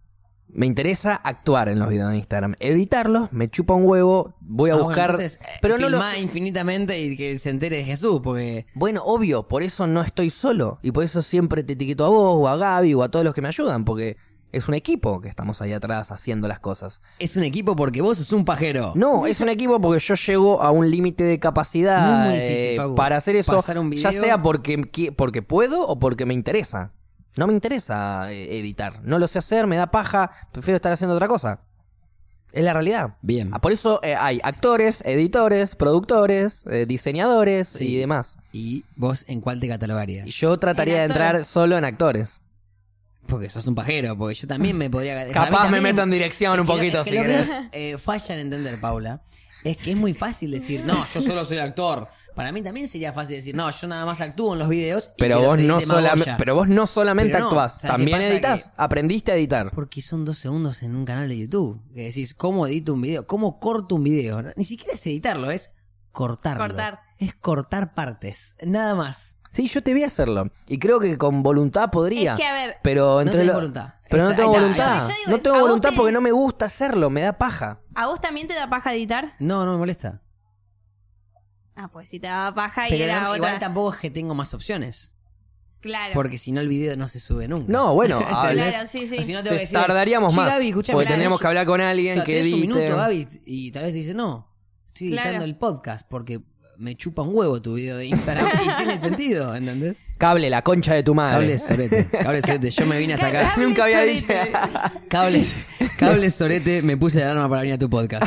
A: Me interesa actuar en los videos de Instagram. Editarlos, me chupa un huevo, voy a
C: Ah, bueno,
A: buscar.
C: entonces, eh,
A: pero no lo
C: filmá
A: sé.
C: infinitamente y que se entere de Jesús, porque.
A: Bueno, obvio, por eso no estoy solo. Y por eso siempre te etiqueto a vos, o a Gaby, o a todos los que me ayudan, porque es un equipo que estamos ahí atrás haciendo las cosas.
C: Es un equipo porque vos sos un pajero.
A: No, es un equipo porque yo llego a un límite de capacidad
C: Muy difícil,
A: eh,
C: Facu.
A: para hacer eso,
C: Pasar un
A: ya
C: video.
A: sea porque, qui- porque puedo o porque me interesa. No me interesa eh, editar, no lo sé hacer, me da paja, prefiero estar haciendo otra cosa. Es la realidad.
C: Bien.
A: Ah, Por eso eh, hay actores, editores, productores, eh, diseñadores
C: Sí.
A: y demás.
C: ¿Y vos en cuál te catalogarías?
A: Y Yo trataría de
B: En
A: entrar
B: actores.
A: solo en actores.
C: Porque sos un pajero, porque yo también me podría... para mí
A: Capaz me
C: también-
A: meto en dirección un
C: Es que lo-
A: poquito,
C: es que
A: si
C: lo que,
A: querés.
C: eh, falla en entender, Paula, es que es muy fácil decir, no, yo solo soy actor. Para mí también sería fácil decir, no, yo nada más actúo en los videos. y
A: Pero
C: que los
A: vos, no
C: edite más
A: solame-
C: Goya.
A: pero vos no solamente
C: Pero no,
A: actuás,
C: ¿sabes qué
A: también
C: pasa?
A: editas.
C: Que-
A: Aprendiste a editar.
C: Porque son dos segundos en un canal de YouTube. Que decís, ¿cómo edito un video? ¿Cómo corto un video? Ni siquiera es editarlo, es cortarlo.
B: Cortar.
C: Es cortar partes, nada más.
A: Sí, yo te vi hacerlo. Y creo que con voluntad podría.
B: Es que, a ver,
A: pero entre
C: tenés
A: lo-
C: voluntad.
A: Pero no
C: Esa-
A: tengo
C: ahí está,
A: voluntad.
B: ahí está. Lo que yo digo
A: No
B: es,
A: tengo
B: a vos
A: voluntad
B: te-
A: porque no me gusta hacerlo, me da paja.
B: ¿A vos también te da paja editar?
C: No, no me molesta.
B: Ah, pues si te daba paja y
C: Pero
B: era
C: no-
B: otra.
C: igual tampoco es que tengo más opciones.
B: Claro.
C: Porque si no, el video no se sube nunca.
A: No, bueno, a-
B: Claro, sí, sí.
C: O si Ah, no,
A: se-
C: tengo que decir,
A: tardaríamos
C: "Che,
A: más.
C: Gaby, escuchame,
A: porque
C: mirá,
A: tendríamos
C: tenés-
A: que hablar con alguien
C: o sea,
A: que
C: tenés
A: edite.
C: un minuto, Gaby, y tal vez te dice, no, estoy editando
B: Claro.
C: el podcast porque me chupa un huevo tu video de Instagram. y tiene sentido, ¿entendés?
A: Cable, la concha de tu madre.
C: Cable sorete, cable sorete. Yo me vine hasta acá.
B: Cable
A: Nunca había dicho.
B: sorete.
C: Cable, cable sorete, me puse la alarma para venir a tu podcast.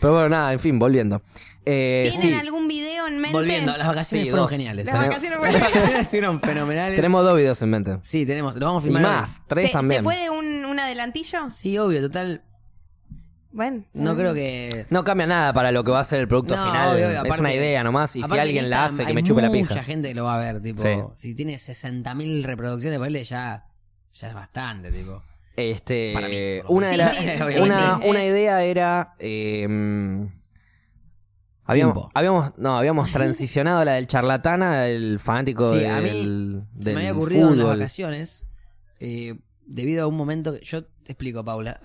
A: Pero bueno, nada, en fin, volviendo. Eh,
B: ¿Tienen
A: sí,
B: algún video en mente?
C: Volviendo, las vacaciones
A: Sí,
C: fueron
A: dos.
C: geniales.
B: Las
C: ¿eh?
A: tenemos-
B: vacaciones
C: Las vacaciones estuvieron fenomenales.
A: tenemos dos videos en mente.
C: Sí, tenemos. Lo vamos a
A: Y
C: filmar.
A: más, tres
B: ¿Se,
A: también.
B: ¿Se puede un, un adelantillo?
C: Sí, obvio, total.
B: Bueno.
C: No creo que.
A: No cambia nada para lo que va a ser el producto
C: No,
A: final.
C: obvio, obvio,
A: es
C: aparte-
A: una idea nomás. Y si
C: aparte en
A: alguien la
C: Instagram
A: hace, que
C: hay
A: me chupe la
C: Mucha
A: pija.
C: gente que lo va a ver, tipo.
A: Sí.
C: Si tiene 60.000 reproducciones, ponele ya. Ya es bastante, tipo.
A: Este,
C: Para mí, por lo
A: una, de
B: menos.
A: la-
B: Sí, sí,
A: una,
B: sí, sí.
A: una idea era. eh, habíamos,
C: Tiempo.
A: habíamos, no, habíamos transicionado a la del charlatana, el fanático
C: Sí, a mí
A: del,
C: Se
A: del
C: me había ocurrido en las
A: fútbol.
C: vacaciones, eh, debido a un momento que yo te explico, Paula.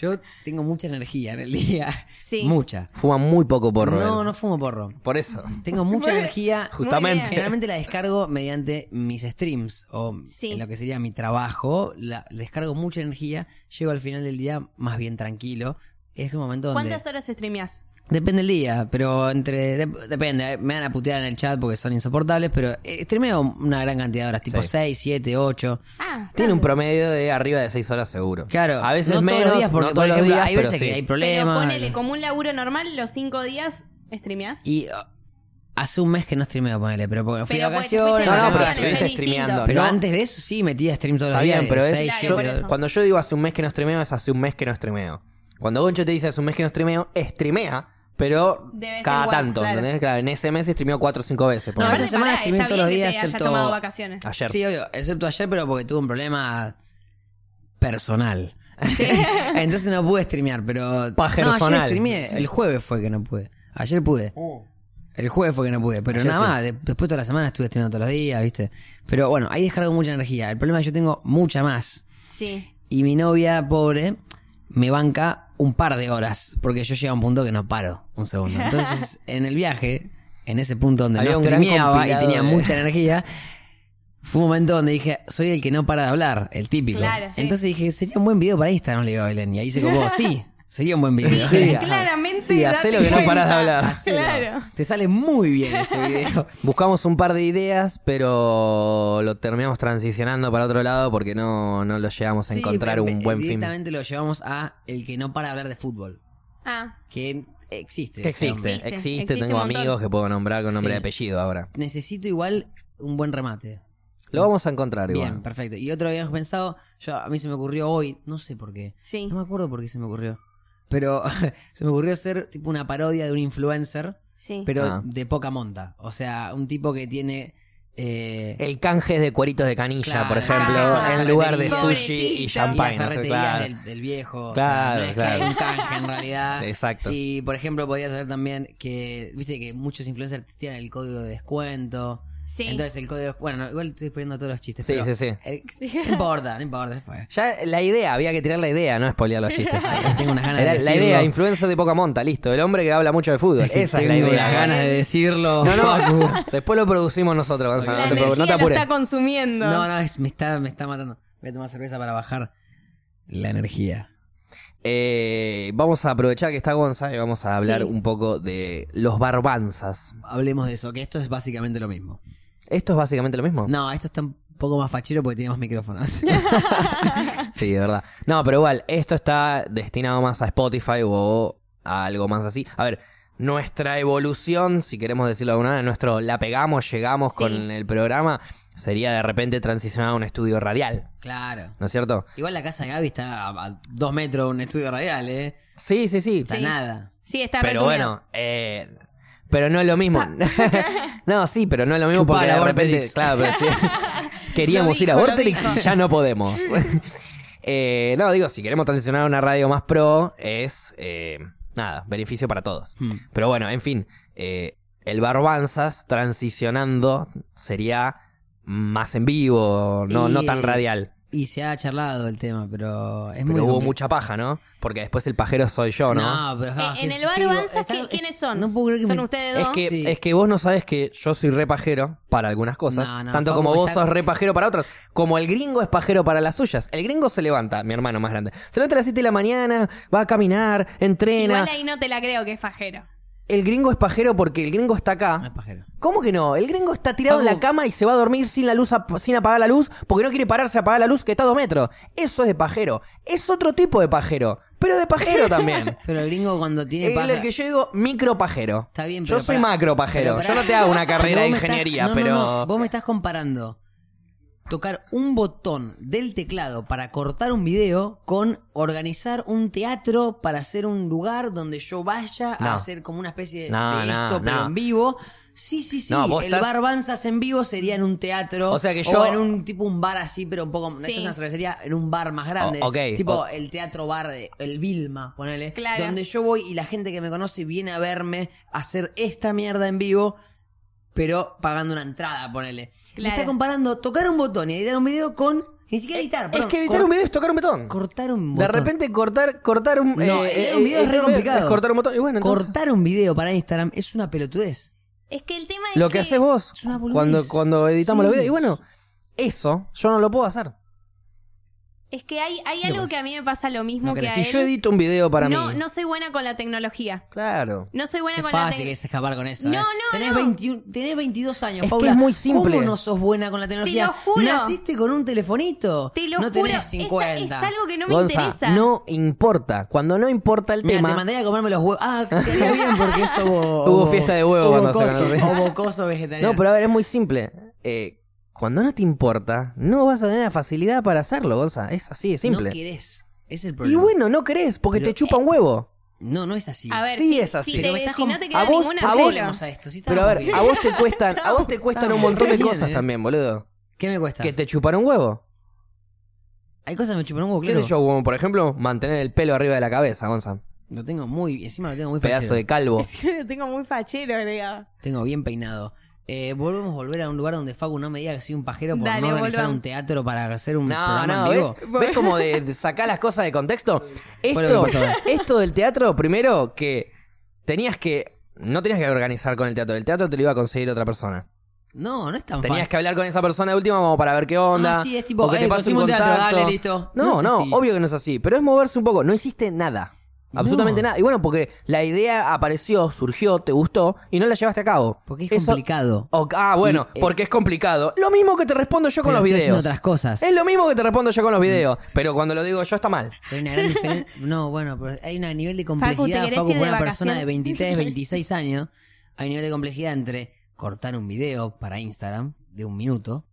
C: yo tengo mucha energía en el día.
B: Sí.
C: Mucha.
A: Fuma muy poco porro.
C: no,
A: él.
C: no fumo porro.
A: Por eso.
C: Tengo mucha energía.
A: Justamente.
B: bien.
C: Generalmente la descargo mediante mis streams o
B: Sí.
C: en lo que sería mi trabajo. La, descargo mucha energía. Llego al final del día más bien tranquilo. Es un momento donde.
B: ¿Cuántas horas streameas?
C: Depende el día, pero entre. dep- depende, eh, me van a putear en el chat porque son insoportables, pero eh, streameo una gran cantidad de horas, tipo
A: Sí.
C: 6, 7, 8.
B: Ah,
A: Tiene un promedio de arriba de 6 horas seguro.
C: Claro,
A: A veces
C: no
A: menos,
C: todos los días, porque
A: no
C: por
A: todos los
C: ejemplo,
A: días,
C: hay
A: pero
C: veces
A: sí.
C: que hay
B: Pero
C: problemas.
B: ponele, como un laburo normal, los cinco días streameas.
C: Y ah, hace un mes que no streameo, ponele, pero porque fui
B: Pero
C: de
B: pues, te
C: vacaciones.
B: fuiste
A: No,
B: de
A: no, pero
B: vacaciones,
A: estuviste
B: es distinto.
A: streameando.
C: Pero
A: No.
C: antes de eso sí metía stream todos los
A: Está
C: días.
A: bien, pero
C: de
A: es,
C: seis,
B: Claro,
A: yo-
B: por
C: siete,
B: eso.
A: cuando yo digo hace un mes que no streameo, es hace un mes que no streameo. Cuando Goncho te dice hace un mes que no streameo, streamea, pero
B: De vez en
A: cada
B: cuando,
A: tanto.
B: claro.
A: ¿entendés? Claro, en ese mes streameó 4 o 5 veces.
C: No,
A: ponele.
C: esa
B: Aparte,
C: semana
B: pará,
C: streameé
B: está
C: todos los
B: bien que
C: días,
B: te haya
C: excepto-
B: tomado vacaciones.
A: Ayer.
C: Sí, obvio, excepto ayer, pero porque tuve un problema personal. Entonces no pude streamear, pero.
A: Pajersonal.
C: No, ayer streameé. El jueves fue que no pude. Ayer pude. El jueves fue que no pude, pero
A: Ayer
C: nada
A: sí.
C: más. de- después toda la semana estuve streameando todos los días, ¿viste? Pero bueno, ahí descargo mucha energía. El problema es que yo tengo mucha más.
B: Sí.
C: Y mi novia, pobre, me banca un par de horas. Porque yo llego a un punto que no paro un segundo. Entonces, en el viaje, en ese punto donde
A: Había
C: no
A: un gran
C: streameaba y
A: compilado
C: tenía
A: de-
C: mucha energía, fue un momento donde dije, soy el que no para de hablar, el típico.
B: Claro, sí.
C: Entonces dije, sería un buen video para Instagram, le digo a Belén. Y ahí se copó, sí, sería un buen video.
A: Sí,
B: Claramente.
A: sí, hacé
B: date
A: lo que no
B: cuenta. Ah,
A: parás de hablar.
C: Hacelo.
B: Claro.
C: Te sale muy bien ese video.
A: Buscamos un par de ideas, pero lo terminamos transicionando para otro lado porque no, no lo llegamos a
C: Sí,
A: encontrar
C: me-
A: un buen film.
C: Directamente lo llevamos a el que no para de hablar de fútbol.
B: Ah,
C: Que existe.
A: Que existe,
C: ese hombre.
A: existe,
B: Existe, existe
A: tengo
B: un montón.
A: amigos que puedo nombrar con nombre
C: Sí.
A: y apellido ahora.
C: Necesito igual un buen remate.
A: Lo vamos a encontrar igual.
C: Bien, perfecto. Y otro habíamos pensado, yo a mí se me ocurrió hoy, no sé por qué.
B: sí.
C: No me acuerdo por qué se me ocurrió. Pero se me ocurrió hacer tipo una parodia de un influencer
B: Sí.
C: pero
A: Ah.
C: de poca monta. O sea, un tipo que tiene. eh,
A: El canje es de cueritos de canilla,
C: Claro, Ah,
A: por ejemplo,
B: claro,
A: en lugar de
B: pobrecito.
A: sushi y
B: Pobrecito.
A: champagne.
C: y
A: no
C: las
A: sé,
C: ferreterías
A: claro.
C: del, del viejo.
A: Claro,
C: o sea, no es que
A: claro.
C: hay un canje en realidad.
A: Exacto.
C: Y por ejemplo, podrías saber también que, viste que muchos influencers tienen el código de descuento.
B: Sí.
C: Entonces el código, bueno, no, igual estoy poniendo todos los chistes.
A: Sí,
C: pero
A: sí, sí.
C: el- Eh, no importa, no importa, se fue.
A: Ya la idea, había que tirar la idea, no spoilear los chistes.
C: Tengo unas ganas de
A: Era la
C: decirlo.
A: idea, influencer de poca monta, listo. El hombre que habla mucho de fútbol. Esa es la
C: Tengo unas
A: idea.
C: ganas de decirlo.
A: No, no, después lo producimos nosotros, Gonzalo.
B: la
A: no te preocupes, no
B: energía
A: te
B: lo
A: apures.
B: está consumiendo.
C: No, no, es- me, está, me está matando. Voy a tomar cerveza para bajar la energía.
A: Eh, vamos a aprovechar que está Gonza y vamos a hablar
B: Sí.
A: un poco de los barbanzas.
C: Hablemos de eso, que esto es básicamente lo mismo.
A: ¿Esto es básicamente lo mismo?
C: No, esto está un poco más fachero porque tiene más micrófonos.
A: Sí, de verdad. No, pero igual, esto está destinado más a Spotify o a algo más así. A ver, nuestra evolución, si queremos decirlo de alguna manera, nuestro la pegamos, llegamos
B: Sí.
A: con el programa, sería de repente transicionar a un estudio radial,
C: claro.
A: ¿no es cierto?
C: Igual la casa de Gaby está a, a dos metros de un estudio radial, ¿eh?
A: Sí, sí, sí.
C: Está
B: Sí.
C: nada.
B: Sí, está
A: pero
B: retuneado.
A: bueno, eh, pero no es lo mismo. no, sí, pero no es lo mismo
C: Chupala,
A: porque de repente,
C: Vorterix.
A: claro, pero sí. queríamos
B: Lo
A: ir a
B: dijo, lo
A: Vorterix y
B: dijo.
A: ya no podemos. Eh, no, digo, si queremos transicionar a una radio más pro, es eh, nada, beneficio para todos.
C: Hmm.
A: Pero bueno, en fin, eh, el Barbanzas transicionando sería más en vivo, no, no tan
C: Y-
A: radial.
C: Y se ha charlado el tema, pero es muy
A: Pero hubo
C: compli-
A: mucha paja, ¿no? Porque después el pajero soy yo, ¿no?
C: No, pero ah,
B: Eh, en el bar Banzas, ¿qui- ¿quiénes son?
C: No puedo creer que
B: ¿Son
C: me-
B: ustedes
A: Es
B: dos?
A: que,
C: Sí.
A: es que vos no sabes que yo soy re pajero para algunas cosas,
C: No, no,
A: tanto
C: Facu
A: como vos
C: está-
A: sos re pajero para otras, como el gringo es pajero para las suyas. El gringo se levanta, mi hermano más grande, se levanta a las 7 de la mañana, va a caminar, entrena.
B: Igual ahí no te la creo que es fajero.
A: El gringo es pajero porque el gringo está
C: No Ah, es
A: acá.
C: pajero.
A: ¿Cómo que no? El gringo está tirado en la
C: Facu-
A: cama y se va a dormir sin la luz, ap- sin apagar la luz, porque no quiere pararse a apagar la luz que está a dos metros. Eso es de pajero. Es otro tipo de pajero, pero de pajero también.
C: Pero el gringo cuando tiene
A: El,
C: paja-
A: el que yo digo micro pajero.
C: Está bien,
A: Yo
C: pero
A: soy
C: pará.
A: macro pajero.
C: Pero pará.
A: Yo no te hago una carrera de
C: Vos me estás-
A: ingeniería,
C: no, no,
A: pero.
C: no. Vos me estás comparando tocar un botón del teclado para cortar un video con organizar un teatro para hacer un lugar donde yo vaya
A: No.
C: a hacer como una especie de,
A: No,
C: de
A: no,
C: esto, pero
A: no.
C: en vivo. Sí, sí, sí.
A: No, vos
C: el
A: estás-
C: bar Banzas en vivo sería en un teatro.
A: O sea que yo-
C: en un tipo un bar así, pero un poco. No,
B: Sí.
C: esto es una cervecería en un bar más grande.
A: O- ok,
C: Tipo
A: o-
C: el teatro bar, de- el Vilma, ponele.
B: Claro.
C: Donde yo voy y la gente que me conoce viene a verme a hacer esta mierda en vivo, pero pagando una entrada, ponele. Me
B: Claro.
C: está comparando tocar un botón y editar un video con. Ni siquiera editar,
A: es
C: perdón,
A: que editar
C: cor-
A: un video es tocar un botón.
C: Cortar un
A: de
C: botón.
A: repente cortar, cortar un.
C: No,
A: eh,
C: editar un video
A: editar
C: es re
A: un video
C: complicado.
A: es cortar un botón. Y bueno, entonces,
C: Cortar un video para Instagram es una pelotudez.
B: Es que el tema es
A: Lo que haces vos
C: es una boludez.
A: cuando, cuando editamos
C: Sí.
A: los videos. Y bueno, eso yo no lo puedo hacer.
B: Es que hay, hay
C: Sí,
B: algo
C: vos.
B: que a mí me pasa lo mismo
C: No
B: que
C: querés.
B: a
A: Si
B: él.
A: yo edito un video para
B: no,
A: mí.
B: no soy buena con la tecnología.
A: Claro.
B: No soy buena
C: Qué
B: con
C: fácil
B: la
C: que es
B: tecnología.
C: escapar con eso.
B: No,
C: ¿eh?
B: no,
C: tenés,
B: no.
C: 21 tenés 22 años,
A: Es que
C: Paula.
A: es muy simple.
C: ¿Cómo no sos buena con la tecnología?
B: lo juro.
C: Naciste con un telefonito.
B: Te lo
C: no
B: juro,
C: tenés
B: esa-
C: 50.
B: es algo que no me
A: Gonza,
B: interesa.
A: no importa. Cuando no importa el
C: Mira, te
A: tema.
C: mandé a comerme los huevos. Ah, te haría bien porque eso hubo,
A: Hubo fiesta de huevo
C: hubo
A: cuando se ganó.
C: coso, Hubo coso vegetariano.
A: No, pero a ver, es muy simple. Eh, cuando no te importa, no vas a tener la facilidad para hacerlo, Gonza. Es así, es simple.
C: No querés. Es el
A: y
C: problema.
A: bueno, no eh, querés, porque
C: Pero-
A: te chupa un huevo.
C: No, no es así.
B: A ver,
A: Sí
B: si,
A: es así.
B: si te-
A: Pero
C: estás
B: si
C: con-
B: no te
A: a
B: queda
A: vos-
B: ninguna,
A: a
C: a
A: vos-
B: hacelo.
C: a esto. Sí,
A: Pero a
C: estamos
A: ver,
C: bien.
A: a vos te cuestan, a vos te cuestan un montón de
C: Estamos
A: cosas
C: bien, eh.
A: también, boludo.
C: ¿Qué me cuesta?
A: Que te chupan un huevo.
C: Hay cosas que me chupan un huevo,
A: ¿Qué
C: claro.
A: sé yo, como, por ejemplo, mantener el pelo arriba de la cabeza, Gonza.
C: Lo tengo muy... Encima lo tengo muy
A: Pedazo
C: fachero.
A: de calvo.
B: Es que lo tengo muy fachero, agregado.
C: Tengo bien peinado. Eh, volvemos a volver a un lugar donde Facu no me diga que soy un pajero por
B: Dale,
C: no organizar
B: volvamos.
C: un teatro para hacer un
A: No,
C: programa
A: no,
C: en
A: ¿ves?
C: vivo.
A: ¿Ves como de, de sacar las cosas de contexto?
C: Bueno,
A: Esto,
C: ¿qué pasó ahora?
A: esto del teatro, primero, que tenías que. No tenías que organizar con el teatro, el teatro te lo iba a conseguir otra persona.
C: No, no es tan
A: Tenías
C: fácil.
A: que hablar con esa persona de última como para ver qué onda.
C: Ah, sí, es tipo,
A: o que te
C: "Eh,
A: pase un
C: conseguimos teatro,
A: contacto".
C: dale, listo.
A: No,
C: No
A: no,
C: es así.
A: obvio que no es así. Pero es moverse un poco. No hiciste nada.
C: No.
A: Absolutamente nada. Y bueno, porque la idea apareció, surgió, te gustó y no la llevaste a cabo.
C: Porque es
A: Eso-
C: complicado.
A: O- ah, bueno,
C: Y, eh,
A: porque es complicado. Lo mismo que te respondo yo con
C: Pero
A: los
C: estoy haciendo
A: videos.
C: otras Mm. cosas.
A: Es lo mismo que te respondo yo con los videos. Pero cuando lo digo yo está mal.
C: Hay una gran diferencia. No, bueno, pero hay un nivel de
B: ¿te
C: complejidad,
B: querés
C: Facu,
B: ir de
C: por una persona de
B: vacaciones?
C: 23, 26 años. Hay un nivel de complejidad entre cortar un video para Instagram de un minuto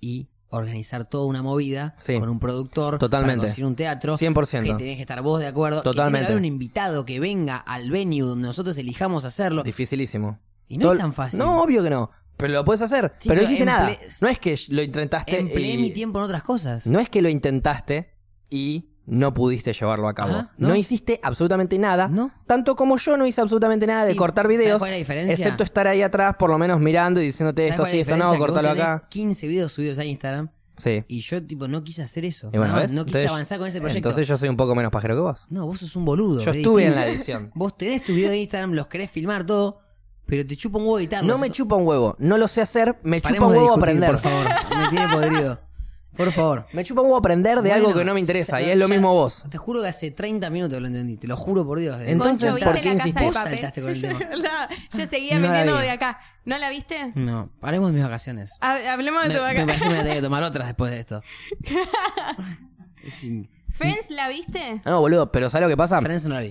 C: y organizar toda una movida
A: Sí.
C: con un productor,
A: Totalmente.
C: para producir un teatro,
A: 100%.
C: que tenés que estar vos de acuerdo, que
A: Totalmente.
C: tiene que haber un invitado que venga al venue donde nosotros elijamos hacerlo.
A: Dificilísimo.
C: Y no es
A: Tol-
C: tan fácil.
A: No, obvio que no. Pero lo puedes hacer.
C: Sí,
A: pero no
C: pero
A: hiciste nada.
C: emple-
A: No es que lo intentaste.
C: Empleé
A: este, y-
C: mi tiempo en otras cosas.
A: No es que lo intentaste y no pudiste llevarlo a cabo.
C: Ajá,
A: ¿no?
C: ¿no?
A: hiciste absolutamente nada.
C: No.
A: Tanto como yo no hice absolutamente nada de
C: Sí,
A: cortar
C: ¿sabes
A: videos.
C: cuál es la diferencia?
A: Excepto estar ahí atrás, por lo menos mirando y diciéndote
C: ¿Sabés
A: esto
C: cuál es
A: sí,
C: la
A: esto no,
C: diferencia? Que vos
A: cortalo
C: tenés
A: acá.
C: 15 videos subidos a Instagram
A: Sí.
C: y yo tipo no quise hacer eso.
A: Y bueno,
C: no,
A: ¿ves?
C: no quise
A: Entonces-
C: avanzar con ese proyecto.
A: Entonces yo soy un poco menos pajero que vos.
C: No, vos sos un boludo.
A: Yo
C: es
A: estuve en
C: distinto.
A: la edición.
C: Vos tenés tu video de Instagram, los querés filmar todo, pero te chupa un huevo editarlo.
A: No me chupa un huevo. No lo sé hacer. Me chupa
C: Paremos
A: un
C: de
A: huevo
C: discutir,
A: aprender.
C: Por favor, me tiene podrido. Por favor.
A: Me chupa un huevo aprender de algo
C: Bueno,
A: que no me interesa.
C: ya-
A: Y es lo
C: ya-
A: mismo vos.
C: Te juro que hace 30 minutos lo entendí, te lo juro por Dios. ¿eh?
A: Entonces,
B: Concho,
A: ¿por
B: ¿viste
A: qué
B: la casa de
A: insistís?
B: papel?
C: Saltaste con el tema.
B: La- yo seguía
C: No la
B: metiendo
C: vi.
B: de acá. ¿No la viste?
C: No, paremos de mis vacaciones.
B: Ha- hablemos de
C: me,
B: tu
C: me
B: vaca.
C: parece que me voy a tener que tomar otras después de esto. Sin...
B: ¿Friends la viste?
A: No, boludo, pero ¿sabes lo que pasa?
C: Franz no la vi.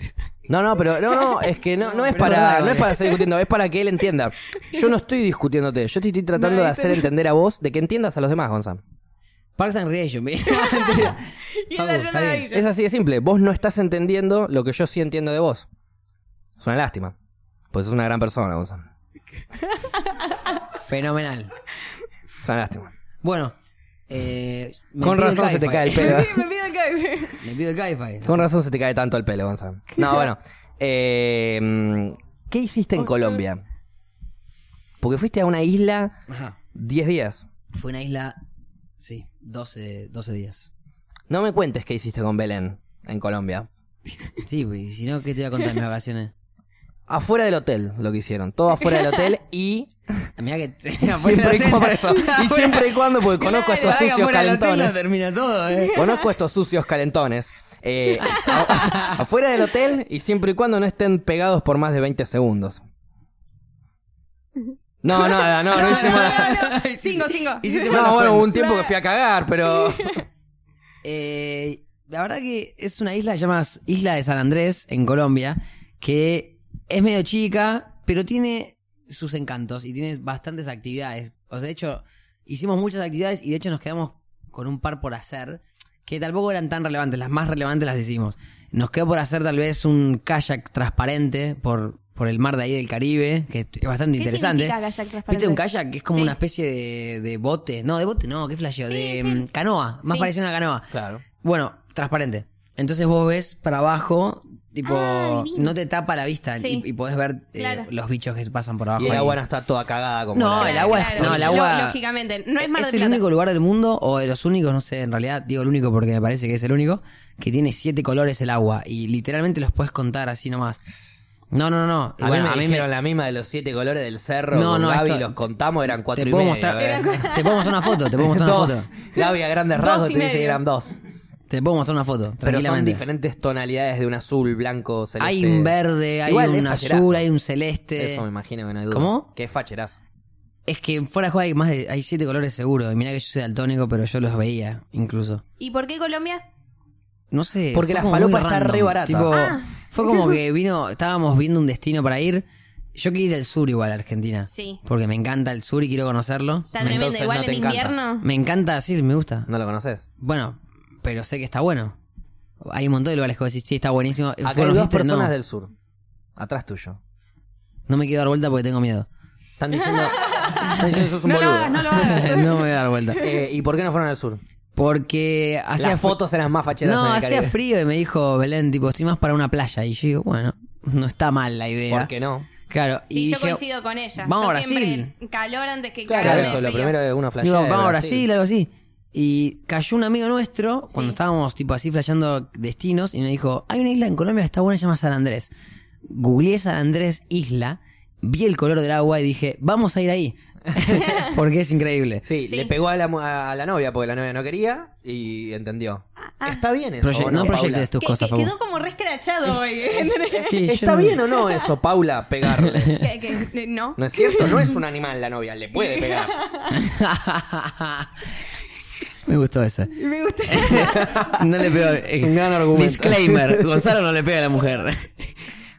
A: No, no, pero no, no, es que no, no es
C: pero
A: para,
C: dale.
A: no es para estar discutiendo, es para que él entienda. Yo no estoy discutiéndote, yo te estoy tratando
B: No,
A: de
B: viste,
A: hacer
B: no.
A: entender a vos de que entiendas a los demás, Gonzalo.
C: Parks and Recreation, me- Mentira.
B: Y
C: Facu,
B: esa yo
C: está
B: no la
C: bien.
B: vi.
A: Es así de simple, vos no estás entendiendo lo que yo sí entiendo de vos. Es una lástima. Pues sos una gran persona, Gonzalo.
C: Fenomenal.
A: Es una lástima.
C: Bueno, eh, me
A: Con
C: pido el
A: razón se te
C: Cabify.
A: cae el pelo. ¿eh?
B: Me pido el cable.
C: Me pido el Cabify.
A: Con razón se te cae tanto el pelo, Gonzalo. No, bueno. eh, mm, ¿Qué hiciste en Colombia? Porque fuiste a una isla
C: Ajá.
A: 10 días.
C: Fue una isla, sí, 12, 12 días.
A: No me cuentes qué hiciste con Belén en Colombia.
C: Sí, güey, si no, ¿qué te voy a contar en mis vacaciones?
A: Afuera del hotel lo que hicieron. Todo afuera del hotel y.
C: Ah, Mirá que...
A: siempre y cuando. por eso. Y siempre y cuando, porque conozco a estos sucios calentones.
C: termina todo, eh.
A: Conozco a estos sucios calentones. Eh, a- a- afuera del hotel y siempre y cuando no estén pegados por más de 20 segundos. No, nada, no, no hicimos nada.
B: Cinco, cinco.
A: No, bueno, hubo un tiempo que fui a cagar, pero.
C: Eh, la verdad que es una isla, se llama Isla de San Andrés, en Colombia, que es medio chica, pero tiene sus encantos y tiene bastantes actividades. O sea, de hecho, hicimos muchas actividades y de hecho nos quedamos con un par por hacer, que tampoco eran tan relevantes, las más relevantes las hicimos. Nos quedó por hacer tal vez un kayak transparente por, por el mar de ahí del Caribe, que es bastante
B: ¿Qué
C: interesante.
B: significa kayak transparente?
C: ¿Viste un kayak? Que es como
B: Sí.
C: una especie de, de bote. No, de bote no, qué flasheo.
B: Sí,
C: de
B: sí.
C: mm, canoa, más
B: Sí.
C: parecido a una canoa.
A: Claro.
C: Bueno, transparente. Entonces vos ves para abajo, tipo,
B: Ah, divino.
C: no te tapa la vista
B: Sí.
C: y, y podés ver eh,
B: Claro.
C: los bichos que pasan por abajo.
A: Y el
C: ahí.
A: agua no está toda cagada como.
C: No,
A: la-
C: el agua- no, el agua-
B: Lo- Lógicamente, no es Mar
C: es
B: del
C: el
B: Plata.
C: único lugar del mundo, o de los únicos, no sé, en realidad digo el único porque me parece que es el único, que tiene siete colores el agua y literalmente los puedes contar así nomás. No, no, no.
A: A, mí me dijeron la misma de los siete colores del cerro.
C: No,
A: No, no,
C: no,
A: Gaby,
C: esto-
A: los contamos, eran cuatro
C: te
A: y
C: puedo
A: medio.
C: mostrar,
A: ¿eh?
C: te puedo mostrar una foto, te puedo mostrar una
A: dos.
C: foto.
A: Gaby, a grandes
B: Dos
A: rasgos,
B: y
A: te dice que
B: medio.
A: eran dos.
C: Te puedo mostrar una foto,
A: Pero son
C: tranquilamente.
A: diferentes tonalidades de un azul, blanco, celeste.
C: hay un verde, hay
A: Igual es
C: un azul,
A: facherazo.
C: hay un celeste.
A: Eso me imagino que no hay duda.
C: ¿Cómo?
A: Que es facherazo.
C: Es que fuera de juego hay más de, hay siete colores seguro. Y mirá que yo soy daltónico, pero yo los veía incluso.
B: ¿Y por qué Colombia?
C: No sé.
A: Porque la
C: fue como muy
A: falopa está
C: random.
A: re barata.
C: Tipo,
B: Ah.
C: Fue como que vino, estábamos viendo un destino para ir. Yo quiero ir al sur igual, a Argentina.
B: Sí.
C: Porque me encanta el sur y quiero conocerlo.
B: Está
A: Entonces
B: tremendo.
A: no
B: Igual
A: te
B: en
A: encanta.
B: invierno.
C: Me encanta, sí, me gusta.
A: ¿No lo conoces?
C: Bueno, pero sé que está bueno. Hay un montón de lugares que Eh, vos decís, sí, está buenísimo.
A: Acá hay
C: ¿Conociste?
A: dos personas
C: no,
A: del sur. Atrás tuyo.
C: no me quiero dar vuelta porque tengo miedo.
A: Están diciendo. están diciendo que sos un
B: No lo
A: boludo.
B: hagas, no lo hagas.
C: no me voy a dar vuelta.
A: Eh, ¿Y por qué no fueron al sur?
C: Porque hacía
A: Las
C: fo-
A: fotos eran más facheras.
C: No,
A: en el
C: hacía
A: Caribe.
C: frío y me dijo Belén, tipo, estoy más para una playa. Y yo digo, bueno, no está mal la idea.
A: ¿Por qué no?
C: Claro,
B: Sí,
C: y
B: yo
C: dije,
B: coincido con ella.
C: Vamos
B: yo
C: a Brasil.
B: siempre calor antes que
A: Claro,
B: calor de
A: eso, lo
B: frío.
A: primero de una flashea.
C: digo,
A: de
C: vamos a Brasil, algo así. Y cayó un amigo nuestro, cuando
B: Sí.
C: estábamos tipo así flasheando destinos, y me dijo, hay una isla en Colombia que está buena, se llama San Andrés. Googleé San Andrés Isla, vi el color del agua y dije, vamos a ir ahí. Porque es increíble.
A: Sí,
B: Sí.
A: le pegó a la, mu- a la novia porque la novia no quería y entendió. Está bien eso.
C: Ah, Proye-
A: ¿o
C: no
A: Paula?
C: proyectes tus
B: Que-
C: cosas,
B: que
C: Facu.
B: quedó como re escrachado hoy.
C: Sí, yo
A: ¿Está
C: no-
A: bien o no eso, Paula, pegarle?
B: Que- que- no.
A: No es cierto, no es un animal la novia, le puede pegar.
C: Me gustó esa.
B: Me gusta.
C: No le pego. eh,
A: Es un gran argumento.
C: Disclaimer: Gonzalo no le pega a la mujer.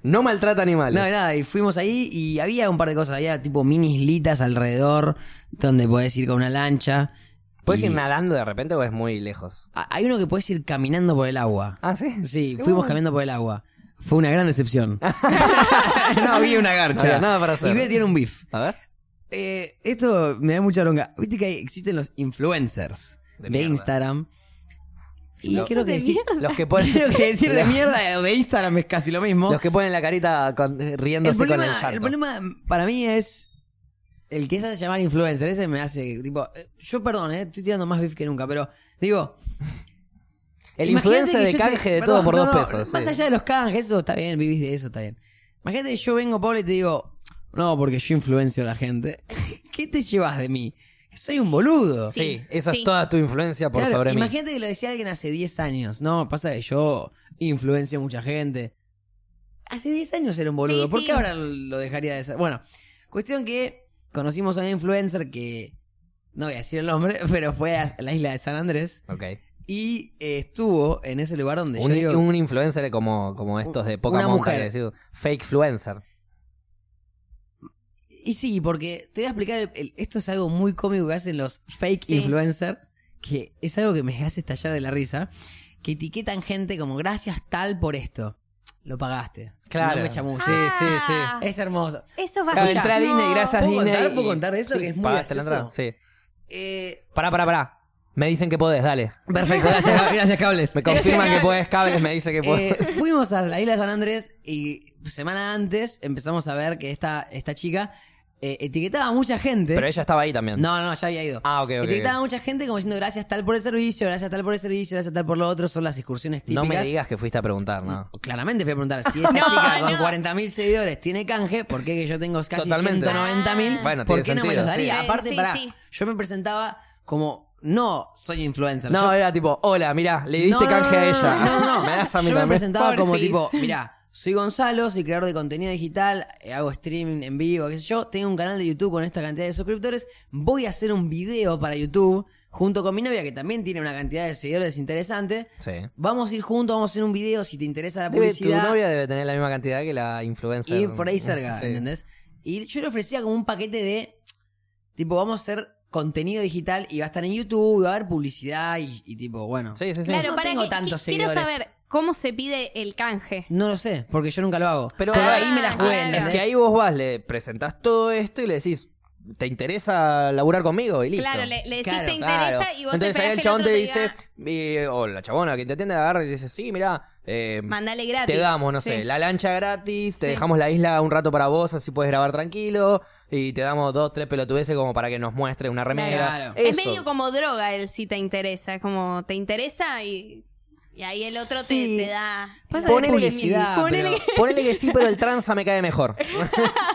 A: No maltrata animales.
C: No, nada, y fuimos ahí y había un par de cosas. Había tipo mini islitas alrededor donde podés ir con una lancha.
A: ¿Puedes
C: Y-
A: ir nadando de repente o es muy lejos?
C: Ah, Hay uno que puedes ir caminando por el agua.
A: Ah, sí.
C: Sí, fuimos
A: Uh.
C: caminando por el agua. Fue una gran decepción. no había una garcha.
A: No había nada para hacer.
C: Y ve tiene un beef.
A: A ver.
C: Eh, esto me da mucha bronca. Viste que hay- existen los influencers
A: De
C: de,
A: mierda.
C: Instagram. Y
A: Lo-
C: creo que
B: de
C: decir,
A: Los que
C: creo
A: ponen,
C: que decir de mierda o de Instagram es casi lo mismo.
A: los que ponen la carita con- eh, riéndose
C: El problema,
A: con el llanto.
C: el problema para mí es el que se hace llamar influencer. Ese me hace, tipo, eh, yo perdón, eh, estoy tirando más beef que nunca, pero digo,
A: El
C: Imagínate
A: influencer
C: que
A: de
C: yo te-
A: canje de
C: perdón,
A: todo por
C: no,
A: dos
C: no,
A: pesos.
C: Más
A: sí.
C: allá de los canjes, eso está bien, vivís de eso, está bien. Imagínate que yo vengo, Pablo, y te digo, no, porque yo influencio a la gente. ¿Qué te llevas de mí? Que Soy un boludo.
A: Sí,
B: Sí,
A: esa
B: sí.
A: es toda tu influencia por
C: Claro,
A: sobre mí.
C: imagínate que lo decía alguien hace 10 años. No, pasa que yo influencio a mucha gente. Hace 10 años era un boludo.
B: Sí,
C: ¿Por
B: sí.
C: qué ahora lo dejaría de ser? Bueno, cuestión que conocimos a una influencer que, no voy a decir el nombre, pero fue a la isla de San Andrés.
A: Ok.
C: Y eh, estuvo en ese lugar donde
A: Un,
C: yo digo,
A: un influencer como, como estos de poca
C: Una
A: monja,
C: mujer.
A: fake influencer.
C: Y sí, porque te voy a explicar, el- el- esto es algo muy cómico que hacen los fake
B: Sí.
C: influencers, que es algo que me hace estallar de la risa, que etiquetan gente como gracias tal por esto. Lo pagaste.
A: Claro.
C: No me chamuses.
A: Sí, sí, sí.
B: Ah,
C: Es hermoso.
B: Eso es
A: Claro,
B: bastante.
A: entra a Disney, gracias
C: ¿Puedo
A: Disney.
C: contar? ¿Puedo contar eso? Que es muy
A: pagaste la
C: gracioso.
A: entrada, Sí.
C: Eh,
A: Pará, pará, pará. Me dicen que podés, dale.
C: perfecto, gracias, gracias cables.
A: Me confirman que podés, cables, me dice que podés.
C: Eh, fuimos a la isla de San Andrés y semana antes empezamos a ver que esta, esta chica eh, etiquetaba a mucha gente.
A: Pero ella estaba ahí también.
C: No, no, ya había ido.
A: Ah, ok, ok,
C: Etiquetaba
A: ok.
C: a mucha gente como diciendo gracias tal por el servicio, gracias tal por el servicio, gracias tal por lo otro. Son las excursiones
A: No
C: típicas.
A: me digas que fuiste a preguntar, ¿no?
C: Claramente fui a preguntar si esa
B: No,
C: chica
B: no.
C: con 40.000 seguidores tiene canje, ¿por qué que yo tengo casi
A: Totalmente. Ah.
C: 190.000?
A: Bueno,
C: ¿Por qué
A: tiene
C: no me
A: sentido,
C: los daría?
B: sí.
C: Aparte,
B: Sí,
C: pará,
B: sí.
C: yo me presentaba como, no soy influencer. yo
A: No, era tipo, hola, mirá, le diste
C: No,
A: canje a ella.
C: No, no, no.
A: Me das a mí
C: Yo me
A: también.
C: presentaba como
B: Porfis.
C: tipo, mira, soy Gonzalo, soy creador de contenido digital, eh, hago streaming en vivo, qué sé yo, tengo un canal de YouTube con esta cantidad de suscriptores, voy a hacer un video para YouTube junto con mi novia que también tiene una cantidad de seguidores interesante.
A: Sí.
C: Vamos a ir juntos, vamos a hacer un video si te interesa
A: Debe-
C: la
A: tu
C: publicidad.
A: novia debe tener la misma cantidad que la influencer.
C: ir por ahí cerca,
A: Sí.
C: ¿entendés? Y yo le ofrecía como un paquete de, tipo, vamos a hacer contenido digital y va a estar en YouTube, y va a haber publicidad y, y tipo, bueno.
A: Sí, sí, sí.
B: Claro,
C: No
B: para
C: tengo
B: que-
C: tantos
B: quiero
C: seguidores.
B: saber cómo se pide el canje.
C: No lo sé, porque yo nunca lo hago.
A: Pero-
C: Pero,
A: Ah,
C: ahí me la jugué,
B: claro.
A: Es
C: ¿entendés?
A: que ahí vos vas, le presentás todo esto y le decís, ¿te interesa laburar conmigo? Y listo.
B: Claro, le, le decís
C: Claro,
B: te interesa
A: Claro.
B: y vos
A: Entonces ahí
B: esperás
A: el
B: que
A: chabón
B: otro
A: te
B: diga,
A: dice, eh, o la chabona que te atiende agarra y dice, sí, mirá, eh,
B: Mandale gratis.
A: te damos, no
B: Sí.
A: sé, la lancha gratis, te
B: Sí.
A: dejamos la isla un rato para vos, así puedes grabar tranquilo, y te damos dos, tres pelotudeces como para que nos muestre una remera.
C: Claro.
B: Es
A: Eso.
B: medio como droga el si te interesa. Es como te interesa y, y ahí el otro te-
A: Sí.
B: te, da.
C: Pasa
B: Pone-
C: de publicidad,
B: ponele-
C: pero,
A: Ponele que sí, pero el tranza me cae mejor.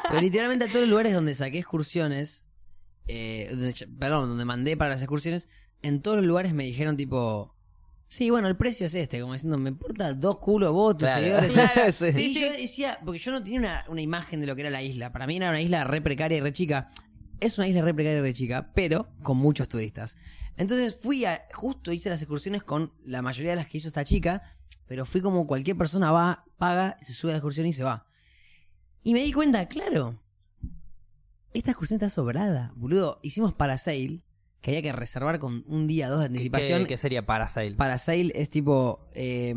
C: pero literalmente a todos los lugares donde saqué excursiones, eh, donde ch- perdón, donde mandé para las excursiones, en todos los lugares me dijeron tipo, sí, bueno, el precio es este, como diciendo, me importa dos culos vos, tus
A: Claro.
C: seguidores.
B: Claro,
A: Sí.
B: sí,
C: y
B: sí.
C: yo decía, porque yo no tenía una, una imagen de lo que era la isla. Para mí era una isla re precaria y re chica. Es una isla re precaria y re chica, pero con muchos turistas. Entonces fui a, justo hice las excursiones con la mayoría de las que hizo esta chica, pero fui como cualquier persona va, paga, se sube a la excursión y se va. Y me di cuenta, claro, esta excursión está sobrada, boludo. Hicimos parasail, que había que reservar con un día dos de anticipación.
A: ¿Qué, qué sería Parasail?
C: Parasail es tipo, eh,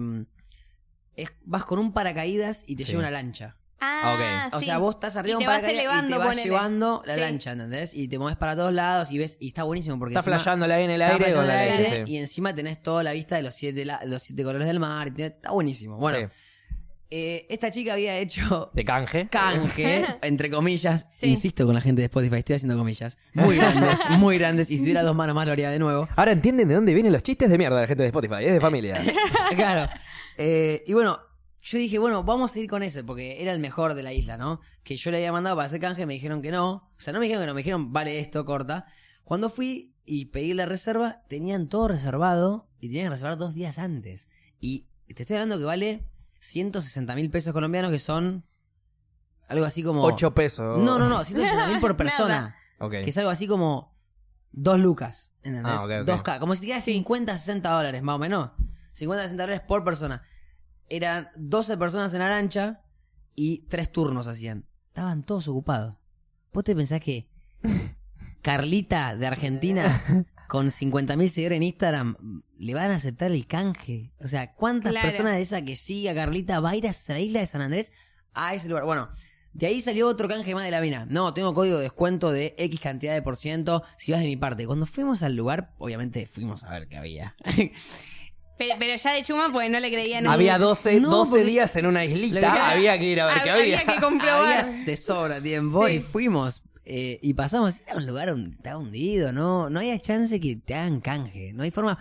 C: es- vas con un paracaídas y te
A: Sí.
C: lleva una lancha.
B: Ah,
C: O
B: sí.
C: sea, vos estás
B: Y
C: arriba de
B: te
C: un
B: vas
C: paracaídas y
B: elevando,
C: te vas
B: ponele.
C: llevando la
B: Sí.
C: lancha, ¿entendés? Y te mueves para todos lados y ves, y está buenísimo porque
A: Está
C: encima-
A: flasheándola ahí en el
C: está
A: aire con
C: flasheando
A: la
C: el
A: leche.
C: aire
A: sí.
C: y encima tenés toda la vista de los siete, la- los siete colores del mar. y tenés- está buenísimo. Bueno,
A: Sí.
C: eh, esta chica había hecho
A: de canje.
C: canje, entre comillas,
B: Sí.
C: insisto con la gente de Spotify, estoy haciendo comillas, muy grandes, muy grandes, y si hubiera dos manos más lo haría de nuevo.
A: Ahora entienden de dónde vienen los chistes de mierda de la gente de Spotify, es de familia.
C: Claro. Eh, y bueno, yo dije, bueno, vamos a ir con ese, porque era el mejor de la isla, ¿no? Que yo le había mandado para hacer canje, me dijeron que no. O sea, no me dijeron que no, me dijeron, vale esto, corta. Cuando fui y pedí la reserva, tenían todo reservado y tenían que reservar dos días antes. Y te estoy hablando que vale 160 mil pesos colombianos, que son algo así como...
A: 8 pesos.
C: No, no, no, 160 mil por persona.
A: Ok.
C: Que es algo así como dos lucas, ¿entendés?
A: Ah, ok, ok.
C: Dos K, como si te quedas
B: Sí.
C: 50, 60 dólares más o menos. 50, 60 dólares por persona. Eran 12 personas en la lancha y tres turnos hacían. Estaban todos ocupados. ¿Vos te pensás que Carlita de Argentina con 50.000 seguidores en Instagram, mm, ¿le van a aceptar el canje? O sea, ¿cuántas
B: Claro.
C: personas de esa que sigue a Carlita va a ir a la isla de San Andrés a ese lugar? Bueno, de ahí salió otro canje más de la mina. No, tengo código de descuento de X cantidad de por ciento si vas de mi parte. Cuando fuimos al lugar, obviamente fuimos a ver qué había.
B: Pero, pero ya de chuma, pues no le creían. un-
A: Había 12,
C: No,
A: 12
C: porque-
A: días en una
C: Lo que-
A: islita, había que ir a ver qué había.
B: Habría que comprobar.
C: Había de sobra tiempo
B: Sí.
C: y fuimos. eh, y pasamos, era un lugar donde estaba hundido, no, no había chance que te hagan canje, no hay forma,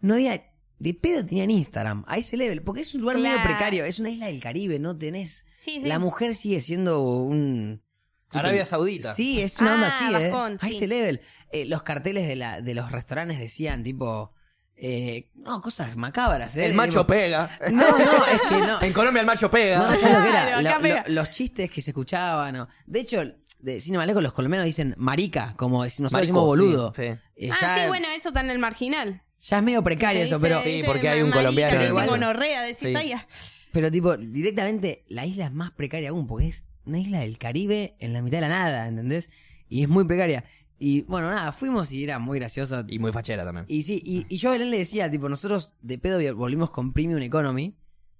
C: no había, de pedo tenían Instagram, a ese level, porque es un lugar medio
B: Claro.
C: precario, es una isla del Caribe, no tenés,
B: Sí, sí.
C: la mujer sigue siendo un...
A: Arabia Saudita.
C: Sí, es una onda
B: Ah,
C: así, ¿eh?
B: bajón,
C: A
B: sí.
C: ese level. Eh, los carteles de, la, de los restaurantes decían, tipo, eh, no, cosas macabras, ¿eh?
A: El macho
C: Tipo,
A: pega.
C: No, no, es que no,
A: En Colombia el macho
C: no,
A: pega.
C: no sabes lo que era.
B: Claro,
C: Lo-
B: acá
C: lo-
B: pega.
C: los chistes que se escuchaban. o- De hecho, de Cine Maleco los colombianos dicen marica, como dec- nosotros
A: Marico,
C: decimos boludo.
A: sí, sí.
C: Eh,
B: Ah,
C: ya,
B: sí, bueno, eso está en el marginal.
C: ya es medio precario
B: Te
C: eso,
B: dice,
C: pero,
A: Sí,
B: viste,
A: porque hay un
B: marica,
A: colombiano
B: Te dicen
C: igual.
B: gonorrea, decís,
A: Sí.
B: ay, ah.
C: pero tipo, directamente la isla es más precaria aún, porque es una isla del Caribe en la mitad de la nada, ¿entendés? Y es muy precaria. Y bueno, nada, fuimos y era muy gracioso.
A: Y muy fachera también.
C: Y sí, y, y yo a Belén le decía, tipo, nosotros de pedo vi- volvimos con Premium Economy,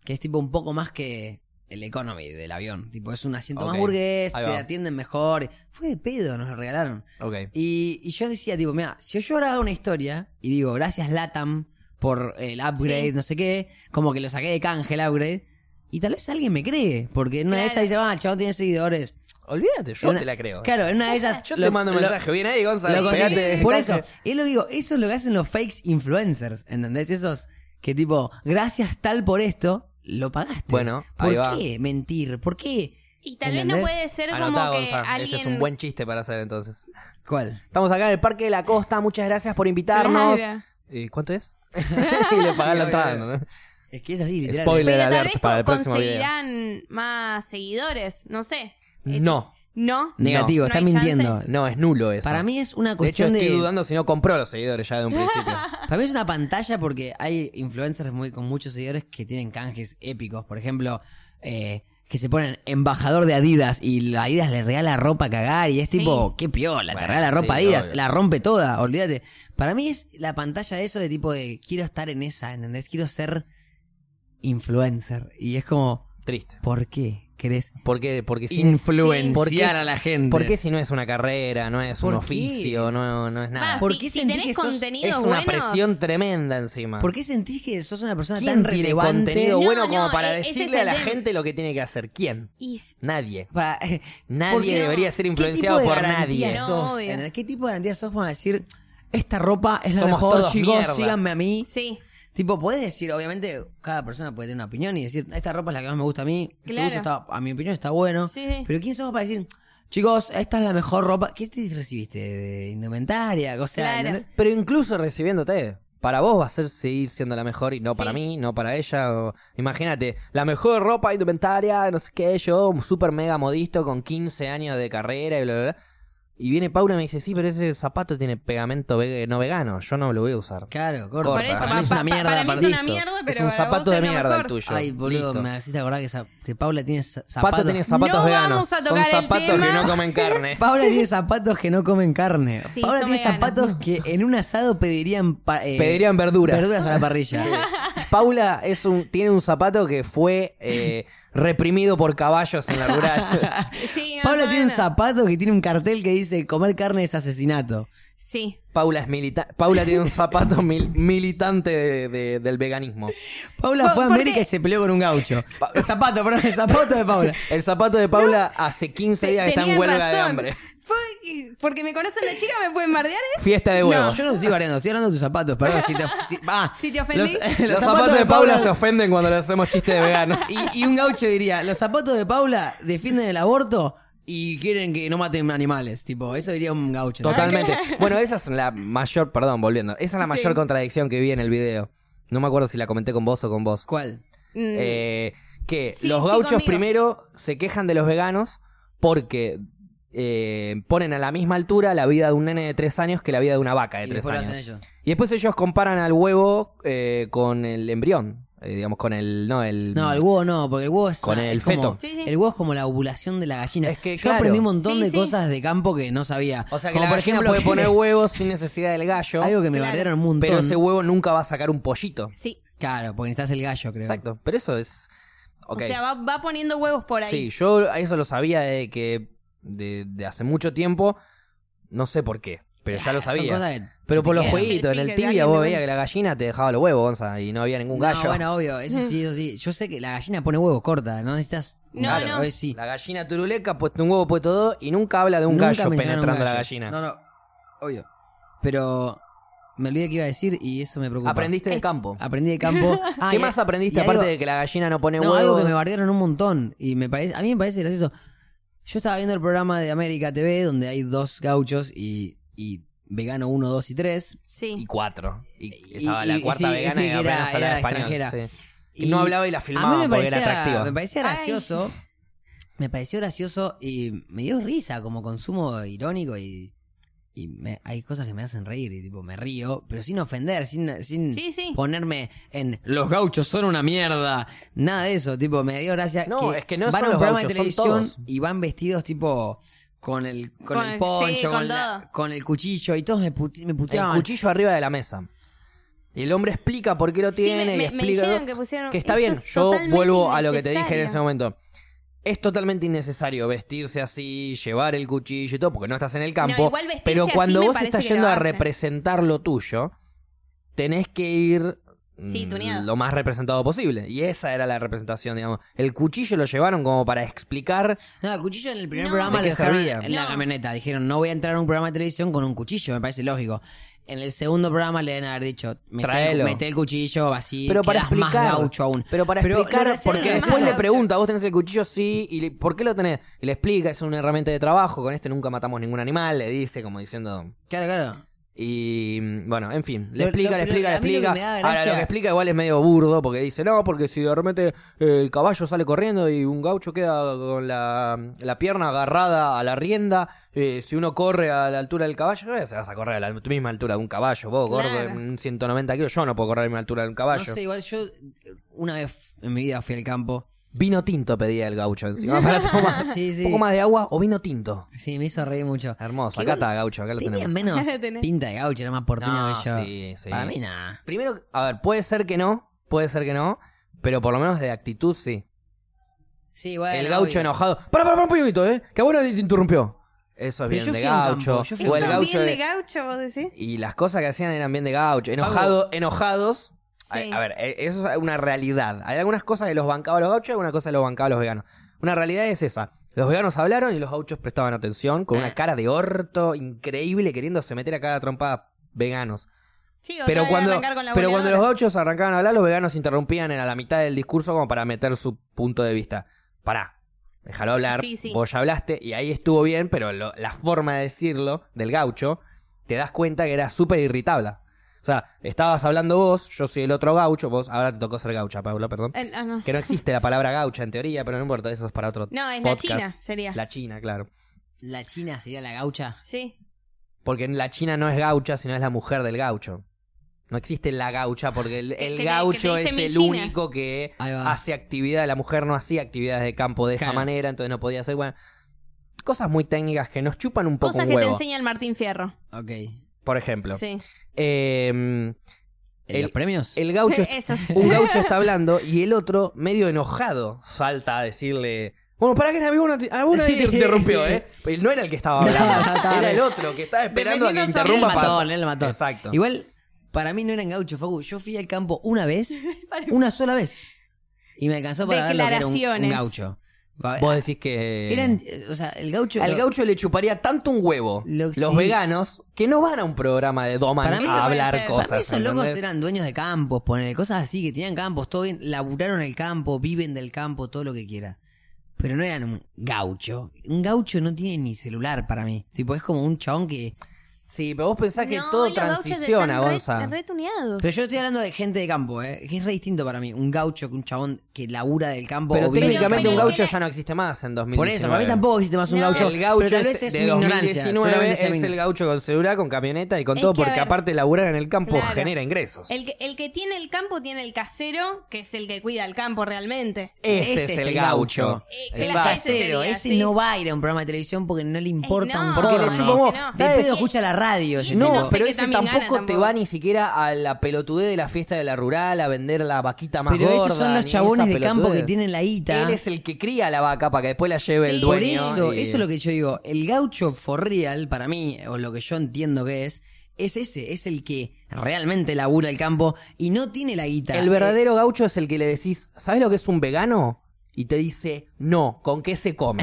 C: que es tipo un poco más que el Economy del avión. Tipo, es un asiento
A: Ok,
C: más burgués, te
A: ahí va.
C: atienden mejor. Fue de pedo, nos lo regalaron.
A: Ok.
C: Y, y yo decía, tipo, mira, si yo ahora hago una historia y digo, gracias Latam por el upgrade,
B: Sí.
C: no sé qué, como que lo saqué de canje el upgrade, y tal vez alguien me cree, porque en una de
B: Claro.
C: esas dice, ah, el chabón tiene seguidores.
A: Olvídate, yo
C: Una-
A: te la creo.
C: Claro, en una de esas.
A: Yo
C: lo-
A: te mando un
C: lo-
A: mensaje. Bien ahí,
C: lo
A: Gonzalo.
C: consigue.
A: Pegate.
C: Por
A: canje.
C: eso, es lo que digo, eso es lo que hacen los fakes influencers, ¿entendés? Esos que tipo, gracias tal por esto, lo pagaste.
A: Bueno,
C: ¿por
A: ahí
C: qué
A: va.
C: mentir? ¿Por qué?
B: Y tal vez no
C: ¿Entendés?
B: puede ser como
A: Anotá,
B: que
A: Gonzalo.
B: alguien.
A: Este es un buen chiste para hacer entonces.
C: ¿Cuál?
A: Estamos acá en el Parque de la Costa. Muchas gracias por invitarnos.
B: Claro.
A: Eh, ¿Cuánto es? y le pagan la entrada. ¿no?
C: Es que es así, literal.
A: Spoiler.
B: Pero
A: alert
B: tal vez
A: para
B: co-
A: el próximo video.
B: conseguirán más seguidores, no sé.
A: No,
B: ¿No?
C: Negativo,
B: No.
C: está
B: No hay chance.
C: mintiendo.
A: no, es nulo eso.
C: Para mí es una
A: de hecho,
C: cuestión de.
A: estoy dudando si no compró los seguidores ya de un principio.
C: Para mí es una pantalla porque hay influencers muy, con muchos seguidores que tienen canjes épicos. Por ejemplo, eh, que se ponen embajador de Adidas y la Adidas le regala ropa a cagar y es
B: Sí.
C: tipo, qué piola, te
A: Bueno,
C: regala ropa
A: sí,
C: Adidas,
A: obvio.
C: la rompe toda, olvídate. Para mí es la pantalla de eso de tipo de quiero estar en esa, ¿entendés? Quiero ser influencer. Y es como,
A: Triste.
C: ¿por qué querés
A: ¿Por qué? Porque si
C: influenciar
A: ¿Por qué-
C: a la gente?
A: ¿Por qué si no es una carrera, no es un
C: ¿Por qué?
A: oficio, no, no es nada?
B: Va,
C: ¿Por
B: si,
C: qué
B: si
C: sentí
B: tenés
C: que sos-
B: contenido
A: es una
B: buenos,
A: presión tremenda encima.
C: ¿Por qué sentís que sos una persona
A: ¿Quién
C: tan
A: tiene
C: relevante?
A: contenido
B: No,
A: bueno como
B: no,
A: para
B: e- ese es
A: decirle a
B: el
A: la
B: tema.
A: gente lo que tiene que hacer? ¿Quién?
B: y s-
A: Nadie.
C: Pa-
A: Nadie
C: Porque-
A: debería ser
C: ¿qué
A: influenciado
C: tipo de
A: por
C: garantía
A: nadie.
B: No,
C: sos?
B: obvio.
C: ¿Entendés? ¿Qué tipo de garantía sos para decir esta ropa es la
A: Somos
C: mejor,
A: todos
C: chicos,
A: mierda"?
C: síganme a mí?
B: Sí.
C: Tipo, podés decir, obviamente, cada persona puede tener una opinión y decir, esta ropa es la que más me gusta a mí, este
B: Claro.
C: uso está- a mi opinión está bueno.
B: Sí, sí.
C: Pero ¿quién sos para decir, chicos, esta es la mejor ropa? ¿Qué te recibiste? ¿De indumentaria? O sea,
B: Claro.
C: ¿entendés?
A: Pero incluso recibiéndote, para vos va a ser seguir siendo la mejor y no para mí, no para ella. o- Imagínate, la mejor ropa indumentaria, no sé qué, yo, un super mega modisto con 15 años de carrera y bla, bla, bla. Y viene Paula y me dice, sí, pero ese zapato tiene pegamento ve- no vegano, yo no lo voy a usar.
C: Claro, corta.
A: Por
B: Por
A: Corta.
B: eso,
A: Para
B: pa-
C: mí es una
B: pa-
C: mierda,
B: para mí es
C: aparte.
B: una
A: Listo.
B: mierda, pero
A: es un
B: para
A: zapato
B: vos
A: de
B: es la
A: mierda
B: mejor.
A: el tuyo.
C: Ay, boludo,
A: Listo.
C: me hiciste acordar que, esa- que Paula tiene za- zapatos.
A: Pato tiene zapatos
B: No
A: veganos.
B: vamos a
A: Son
B: tocar el
A: zapatos que
B: tema.
A: no comen carne.
C: Paula tiene zapatos que no comen carne.
B: Sí,
C: Paula
B: son
C: tiene
B: veganos.
C: zapatos que en un asado pedirían pa- eh,
A: Pedirían verduras.
C: verduras a la parrilla.
A: Paula es un, tiene un zapato que fue eh, reprimido por caballos en la rural.
B: Sí, más
C: Paula
B: o
C: tiene un
B: menos.
C: zapato que tiene un cartel que dice comer carne es asesinato.
B: Sí.
A: Paula es milita Paula tiene un zapato mil- militante de- de- del veganismo.
C: Paula
B: ¿Por-
C: fue a
B: por
C: América
B: qué?
C: y se peleó con un gaucho. El zapato, perdón, el zapato de Paula.
A: El zapato de Paula hace 15 días que está en
B: Tenías
A: huelga de
B: razón.
A: hambre.
B: Fue- porque me conocen de chica, ¿me pueden bardear? eh?
A: Fiesta de
C: No,
A: huevos.
C: yo no te estoy variando, estoy hablando de tus zapatos, perdón. Si te, si- ah,
B: Si te ofendí.
A: los, zapatos, de Paula, se ofenden cuando le hacemos chiste de veganos.
C: Y, y un gaucho diría, los zapatos de Paula defienden el aborto y quieren que no maten animales. Tipo, eso diría un gaucho.
A: Totalmente. Bueno, esa es la mayor, perdón, volviendo. Esa es la mayor
B: Sí.
A: contradicción que vi en el video. No me acuerdo si la comenté con vos o con vos.
C: ¿Cuál?
B: Mm,
A: Eh, que
B: Sí,
A: los
B: sí,
A: gauchos
B: conmigo.
A: primero se quejan de los veganos porque eh, ponen a la misma altura la vida de un nene de tres años que la vida de una vaca de
C: Y
A: tres
C: después lo
A: años.
C: hacen ellos.
A: Y después ellos comparan al huevo eh, con el embrión. eh, digamos, con el. No, el.
C: No, el huevo no, porque el huevo es.
A: Con
C: una-
A: el
C: es como-
A: feto.
B: Sí, sí.
C: El huevo es como la ovulación de la gallina.
A: Es que,
C: Yo
A: claro.
C: aprendí un montón
B: Sí,
C: de
B: sí.
C: cosas de campo que no sabía.
A: O sea que
C: Como
A: la
C: por
A: gallina
C: ejemplo,
A: puede
C: que-
A: poner huevos sin necesidad del gallo.
C: Algo que me
B: Claro.
C: bardearon un montón.
A: Pero ese huevo nunca va a sacar un pollito.
B: Sí.
C: Claro, porque necesitas el gallo, creo.
A: Exacto. Pero eso es. Ok.
B: O sea, va, va poniendo huevos por ahí.
A: Sí, yo a eso lo sabía de que. De, de hace mucho tiempo. No sé por qué. Pero ya lo
C: Son
A: sabía.
C: cosas que-
A: Pero por los
B: Sí,
A: jueguitos,
B: sí,
A: en el
B: que
A: tibia
B: alguien
A: vos
B: le-
A: veías que la gallina te dejaba los huevos, Gonza, y no había ningún gallo.
C: No, bueno, obvio, eso sí, eso sí. Yo sé que la gallina pone huevos corta, no necesitas.
B: No,
C: Claro,
B: no.
C: hoy sí.
A: La gallina turuleca, puesto un huevo, puesto todo, y nunca habla de un
C: Nunca
A: gallo
C: mencionaron un
A: penetrando
C: gallo.
A: la gallina.
C: No, no, obvio. Pero me olvidé que iba a decir y eso me preocupa.
A: Aprendiste de campo.
C: Aprendí de campo. Ah,
A: ¿Qué
C: y-
A: más aprendiste
C: y
A: aparte
C: algo-
A: de que la gallina no pone
C: No,
A: huevo?
C: algo que me bardearon un montón. Y me parece, a mí me parece gracioso. Yo estaba viendo el programa de América TV donde hay dos gauchos y, y vegano 1, 2 y 3.
B: Sí.
A: Y cuatro. Y
C: Y-
A: estaba
C: y-
A: la
C: y
A: cuarta
C: sí,
A: vegana
C: sí,
A: que
C: que
A: apenas
C: era-
A: hablaba
C: era
A: español.
C: extranjera.
A: sí. Y no hablaba y la
C: a mí
A: filmaban
C: me
A: porque
C: parecía,
A: era atractiva.
C: Me parecía
B: Ay.
C: gracioso. Me pareció gracioso y me dio risa como consumo irónico y, y me- hay cosas que me hacen reír y tipo me río, pero sin ofender, sin, sin
B: Sí, sí.
C: ponerme en los gauchos son una mierda. Nada de eso, tipo me dio gracia.
A: No, es que no
C: van
A: son
C: a un
A: los
C: programa de
A: gauchos, son
C: televisión
A: todos.
C: y van vestidos tipo con el con,
B: Con el-
C: el
B: sí,
C: poncho, con,
B: con
C: la-
B: todo.
C: con el cuchillo y todos me, puti- me
A: El
C: puteaban.
A: cuchillo arriba de la mesa. Y el hombre explica por qué lo
B: Sí, me-
A: tiene
B: me- me
A: y explica.
B: dijeron que pusieron-
A: que está
B: eso
A: bien,
B: es
A: yo
B: totalmente
A: vuelvo a lo que te dije
B: innecesario.
A: en ese momento. Es totalmente innecesario vestirse así, llevar el cuchillo y todo, porque no estás en el campo.
B: No, igual vestirse
A: pero
B: así
A: cuando
B: me
A: vos
B: parece
A: estás
B: que lo
A: yendo a
B: hacen.
A: representar lo tuyo, tenés que ir
B: Sí,
A: mm,
B: tuneado.
A: lo más representado posible. Y esa era la representación, digamos. El cuchillo lo llevaron como para explicar
C: No, el cuchillo en el primer
B: No.
C: programa
A: ¿De
C: lo
A: qué
C: dejaron
A: servía?
C: en la
B: No.
C: camioneta. Dijeron, no voy a entrar a un programa de televisión con un cuchillo, me parece lógico. En el segundo programa le deben haber dicho, mete, el,
A: Traelo.
C: mete el cuchillo, así
A: pero para
C: quedás
A: explicar
C: más gaucho aún.
A: pero para
C: lo
A: explicar
C: gracioso
A: porque
C: es-
A: después
B: más
A: le
B: gaucho.
A: pregunta vos tenés el cuchillo sí y le- por qué lo tenés y le explica es una herramienta de trabajo con este nunca matamos ningún animal le dice como diciendo
C: Claro, claro.
A: y mm, bueno, en fin, le
C: Lo-
A: explica,
C: lo-
A: le
C: pero
A: explica, le
C: a mí lo que
A: explica.
C: me da
A: Ahora
C: gracia-
A: lo que explica igual es medio burdo porque dice, no, porque si de repente eh, el caballo sale corriendo y un gaucho queda con la, la pierna agarrada a la rienda, eh, si uno corre a la altura del caballo, eh, se vas a correr a la misma altura de un caballo, vos, gordo,
B: Claro.
A: en 190 kilos, yo no puedo correr a la misma altura de un
C: No
A: caballo.
C: sé, igual yo eh, una vez en mi vida fui al campo.
A: Vino tinto pedía el gaucho encima para tomar.
C: Sí, sí.
A: Un poco más de agua o vino tinto.
C: Sí, me hizo reír mucho.
A: Hermoso,
C: Que
A: acá
C: igual
A: está gaucho, acá lo
C: Tenía
A: tenemos.
C: menos
B: Tenés.
C: pinta de gaucho, era más porteño
A: No,
C: que yo.
A: sí, sí.
C: Para mí nada.
A: Primero, a ver, puede ser que no, puede ser que no, pero por lo menos de actitud sí.
C: Sí, bueno,
A: el gaucho
C: obvio.
A: enojado. Para, para, para un poquito, ¿eh? Que bueno te interrumpió. Eso es
C: Pero
A: bien
C: yo
A: de
C: fui a un campo,
A: gaucho.
C: yo fui a
A: O
C: un
A: el
B: ¿Son
C: campo.
A: gaucho
B: bien
A: de-
B: de gaucho, vos decís?
A: Y las cosas que hacían eran bien de gaucho. Enojado, enojados. A,
B: Sí.
A: a ver, eh, eso es una realidad. Hay algunas cosas que los bancaba los gauchos y algunas cosas que los bancaba los veganos. Una realidad es esa. Los veganos hablaron y los gauchos prestaban atención con una
C: Ah.
A: cara de orto increíble queriéndose meter a cada trompa veganos.
B: Sí, otra
A: Pero
B: vez
A: cuando,
B: arrancar con la
A: pero cuando los
B: voladora.
A: gauchos arrancaban a hablar, los veganos interrumpían en- a la mitad del discurso como para meter su punto de vista. Pará, déjalo hablar,
B: Sí, sí.
A: vos ya hablaste y ahí estuvo bien, pero lo- la forma de decirlo del gaucho, te das cuenta que era súper irritable. O sea, estabas hablando vos, yo soy el otro gaucho, vos ahora te tocó ser gaucha, Paula, perdón.
B: Eh, ah, no.
A: Que no existe la palabra gaucha en teoría, pero no importa, eso es para otro
B: No, es
A: podcast.
B: la china, sería.
A: La China, claro.
C: La china sería la gaucha.
B: Sí.
A: Porque en la China no es gaucha, sino es la mujer del gaucho. No existe la gaucha, porque el, el
B: que te-
A: gaucho
B: que te
A: es
B: dice mi
A: el
B: China.
A: único que
C: Ahí va.
A: hace actividad. La mujer no hacía actividades de campo de
C: Ah. Claro.
A: esa manera, entonces no podía hacer. Bueno, cosas muy técnicas que nos chupan un poco
B: Cosas
A: un
B: que te
A: huevo.
B: enseña el Martín Fierro.
C: Ok.
A: Por ejemplo,
B: Sí.
A: Eh,
C: ¿En
A: El-
C: ¿Los premios?
A: el gaucho.
B: Eso.
A: un gaucho está hablando y el otro, medio enojado, salta a decirle. Bueno, para que alguna, alguna
C: Sí,
A: te interrumpió,
C: sí.
A: ¿eh? Él no era el que estaba
C: No,
A: hablando,
C: estaba-
A: era el otro que estaba esperando a que
B: Defendiendo a su
A: interrumpa
C: él
A: para-
C: mató, él mató.
A: Exacto.
C: Igual, para mí no eran gauchos, Facu. Yo fui al campo una vez, una sola vez. Y me alcanzó para ver lo que era un- un,
B: Declaraciones.
C: gaucho. Pa-
A: Vos decís que.
C: Eran, eh, o sea, el gaucho...
A: Al
C: lo-
A: gaucho le chuparía tanto un huevo
C: Lo-
A: los
C: sí.
A: veganos que no van a un programa de Doman
C: Para mí eso
A: a hablar
B: puede ser.
A: cosas.
C: Para mí esos
A: ¿entendés?
C: locos eran dueños de campos, poner cosas así, que tenían campos, todo bien, laburaron el campo, viven del campo, todo lo que quiera. Pero no eran un gaucho. Un gaucho no tiene ni celular para mí. Tipo, es como un chabón que
A: Sí, pero vos pensás que
B: No,
A: todo
B: y los gauchos
A: transiciona,
B: están re-
A: Gonza.
B: retuneados.
C: Pero yo estoy hablando de gente de campo, ¿eh? Que es re distinto para mí. Un gaucho que un chabón que labura del campo.
A: Pero
C: o vive del
A: técnicamente un
C: campo.
A: gaucho ya no existe más en 2019.
C: Por eso, para mí tampoco existe más un
B: No.
C: gaucho.
A: El gaucho
C: pero tal
A: es
C: vez es
A: de
C: mi ignorancia.
A: 2019
C: solamente
A: es
C: sea mi-
A: el gaucho con celular, con camioneta y con
B: Es
A: todo,
B: que, a
A: porque
B: ver,
A: aparte laburar en el campo
B: claro.
A: genera ingresos.
B: El que, el que tiene el campo tiene el casero, que es el que cuida el campo realmente.
A: Ese, es el gaucho.
B: Eh,
A: El
B: que la
A: va-
B: calle- ese
C: casero,
B: sería,
C: ese
B: sí.
C: no va a ir a un programa de televisión porque no le importa
B: no,
C: un
A: Porque le
C: porno.
A: chupa huevo.
B: no.
C: De
A: Ese-
C: pedo escucha la radio. ese
B: ese
A: no,
B: no
C: tipo.
B: sé
A: pero
B: que
A: ese tampoco,
B: también gana
A: te
B: tampoco.
A: va ni siquiera a la pelotudez de la fiesta de la rural a vender la vaquita más
C: Pero
A: gorda.
C: esos son los
A: ni
C: chabones
A: esas
C: de campo que
A: pelotudeces.
C: tienen la guita.
A: Él es el que cría la vaca para que después la lleve
B: Sí.
A: el
C: Por
A: dueño.
C: eso,
A: y-
C: eso es lo que yo digo. El gaucho for real, para mí, o lo que yo entiendo que es, es ese, es el que realmente labura el campo y no tiene la guita.
A: El verdadero gaucho es el que le decís, ¿sabes lo que es un vegano? Y te dice, no, ¿con qué se come?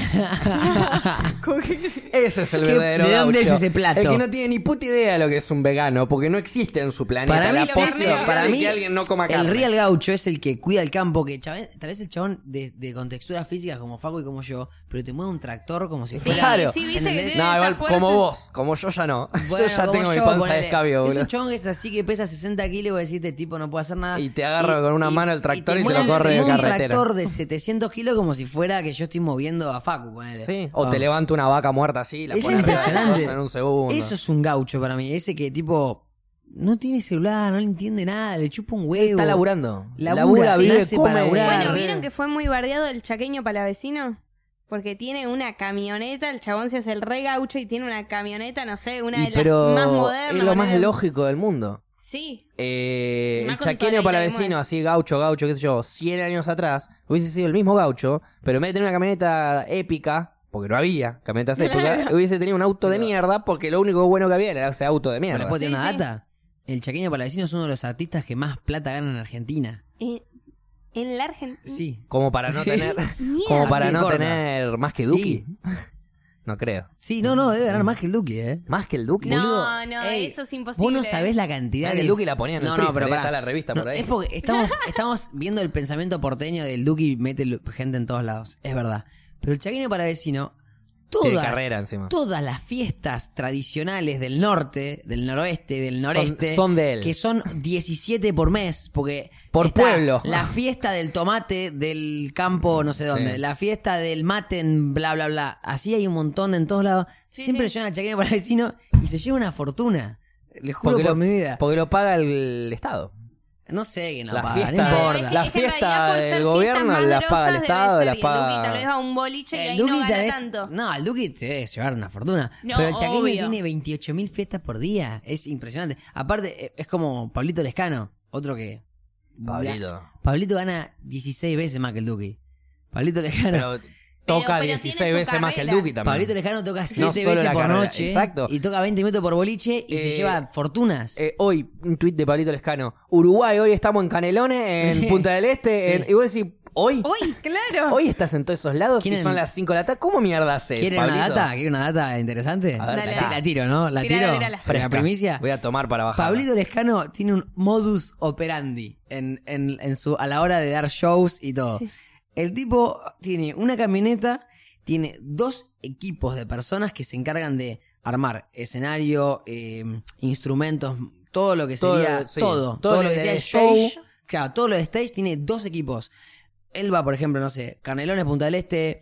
A: Ese es el
C: ¿Qué-
A: verdadero
C: de dónde
A: gaucho.
C: es ese plato?
A: El que no tiene ni puta idea de lo que es un vegano, porque no existe en su planeta
C: Para mí,
A: la
C: sí,
A: posibilidad
C: sí, para
A: de
C: mí,
A: que alguien no coma
C: El
A: carne.
C: real gaucho es el que cuida el campo, que chav- tal vez el chabón de, de contexturas físicas como Faco y como yo, pero te mueve un tractor como si
B: Sí,
C: fuera...
A: Claro.
B: sí, viste que
C: ¿entendés?
B: tiene
A: No,
B: esa
A: igual,
B: fuerza.
A: como vos, como yo ya no.
C: Bueno,
A: yo ya
C: como
A: tengo mi
C: yo,
A: panza
C: ponele,
A: de escabio,
C: Es
A: boludo.
C: un chabón que es así que pesa 60 kilos y vos decís, este tipo no puede hacer nada.
A: Y te agarra con una mano el tractor y te lo
C: mueve-
A: corre de
C: mueve
A: carretera.
C: un tractor de 700 kilos como si fuera que yo estoy moviendo a Facu, ponele.
A: Sí, O
C: Ah.
A: te levanto una vaca muerta así y la
C: Es
A: pones arriba de la
C: impresionante.
A: cosa en un segundo.
C: Eso es un gaucho para mí. Ese que tipo no tiene celular, no le entiende nada, le chupa un huevo.
A: Está laburando.
C: Labura,
A: Labura,
C: nace
A: vive,
C: para
A: come.
C: laburar.
B: Bueno, ¿vieron que fue muy bardeado el chaqueño palavecino? Porque tiene una camioneta, el chabón se hace el re gaucho y tiene una camioneta, no sé, una
A: Y
B: de las
A: pero
B: más modernas.
A: es lo más
B: boludo.
A: lógico del mundo.
B: Sí,
A: Eh,
B: Y más
A: el
B: con toda
A: chaqueño
B: la
A: para
B: guita que
A: vecino,
B: mueve.
A: así gaucho, gaucho, qué sé yo, 100 años atrás, hubiese sido el mismo gaucho, pero en vez de tener una camioneta épica, porque no había camionetas épicas, hubiese tenido un auto de mierda, porque lo único bueno que había era ese auto de
C: Bueno,
A: mierda.
C: ¿les puedo tirar
B: Sí,
C: una
B: sí.
C: data? El Chaqueño Palavecino es uno de los artistas que más plata gana en Argentina.
B: en, Eh, en la Argentina.
C: Sí.
A: Como para no tener,
B: Mierda.
A: como para
C: Así
A: no
C: corta.
A: tener más que Duki. No creo.
C: Sí, no, no, debe ganar más que el Duki, ¿eh?
A: ¿Más que el Duki?
B: No,
A: boludo?
B: no, eso es imposible.
C: Vos no sabés la cantidad
A: Mirá que
C: de.
A: el Duki la ponía en el freezer, eh,
C: pará.
A: está la revista por ahí.
C: Es porque estamos, estamos viendo el pensamiento porteño del Duki mete lu- gente en todos lados. Es verdad. Pero el Chaqueño Palavecino,
A: Tiene
C: todas,
A: carrera encima.
C: todas las fiestas tradicionales del norte, del noroeste, del noreste,
A: son de él.
C: este, que son 17 por mes, porque
A: Por
C: está
A: pueblo.
C: La fiesta del tomate del campo, no sé dónde,
A: Sí.
C: la fiesta del mate en bla bla bla. Así hay un montón en todos lados.
B: Sí,
C: Siempre
B: sí.
C: llevan al Chaqueño Palavecino y se lleva una fortuna. Le juro
A: Porque
C: por
A: lo,
C: mi vida.
A: porque lo paga el Estado.
C: No sé quién lo
A: La
C: paga,
A: fiesta-
C: no
B: Es
C: importa.
B: que-
A: La
B: es que en
A: fiesta
B: realidad, por
A: del
B: ser
A: gobierno
B: fiestas más
A: las paga el
B: grosas,
A: Estado,
B: debe
A: las
B: ser, y el Duki
A: paga-
B: tal vez va a un boliche y ahí
C: Duki
B: no gana
C: tal vez-
B: tanto.
C: No, el Duki se debe llevar una fortuna.
B: No,
C: pero el Chaqueño
B: obvio.
C: tiene 28 mil fiestas por día. Es impresionante. Aparte, eh, es como Pablito Lescano, otro que.
A: Pablito.
C: Pablito gana 16 veces más que el Duki. Pablito Lescano.
A: Pero toca
B: pero tiene
A: 16
B: su
A: veces más que el
B: carrera.
A: Duki también.
C: Pablito Lescano toca 7
A: solo
C: veces
A: la
C: por
A: carrera,
C: noche.
A: exacto.
C: Y toca 20 minutos por boliche y
A: Eh,
C: se lleva fortunas.
A: Eh, hoy, un tuit de Pablito Lescano. Uruguay, hoy estamos en Canelones, en
C: Sí.
A: Punta del Este.
C: Sí.
A: en- Y vos decís, ¿hoy?
B: Uy, claro.
A: Hoy estás en todos esos lados y
C: ¿Quieren-
A: son las 5 de la tarde. ¿Cómo mierda haces,
C: ¿Quieren
A: Pablito?
C: una data? ¿Quieren una data interesante?
A: A ver,
C: la,
B: dale.
C: la tiro, ¿no? La
B: Tirala,
C: tiro.
B: tirala.
A: Fresca.
C: La primicia.
A: Voy a tomar para bajar.
C: Pablito Lescano tiene un modus operandi en, en- en su, a la hora de dar shows y todo. El tipo tiene una camioneta, tiene dos equipos de personas que se encargan de armar escenario, eh, instrumentos, todo lo que
A: Todo,
C: sería
A: sí. Todo
C: todo. Todo, lo
A: el
C: que sería el show.
A: stage.
C: Claro, todo lo de stage tiene dos equipos. Él va, por ejemplo, no sé, Canelones, Punta del Este,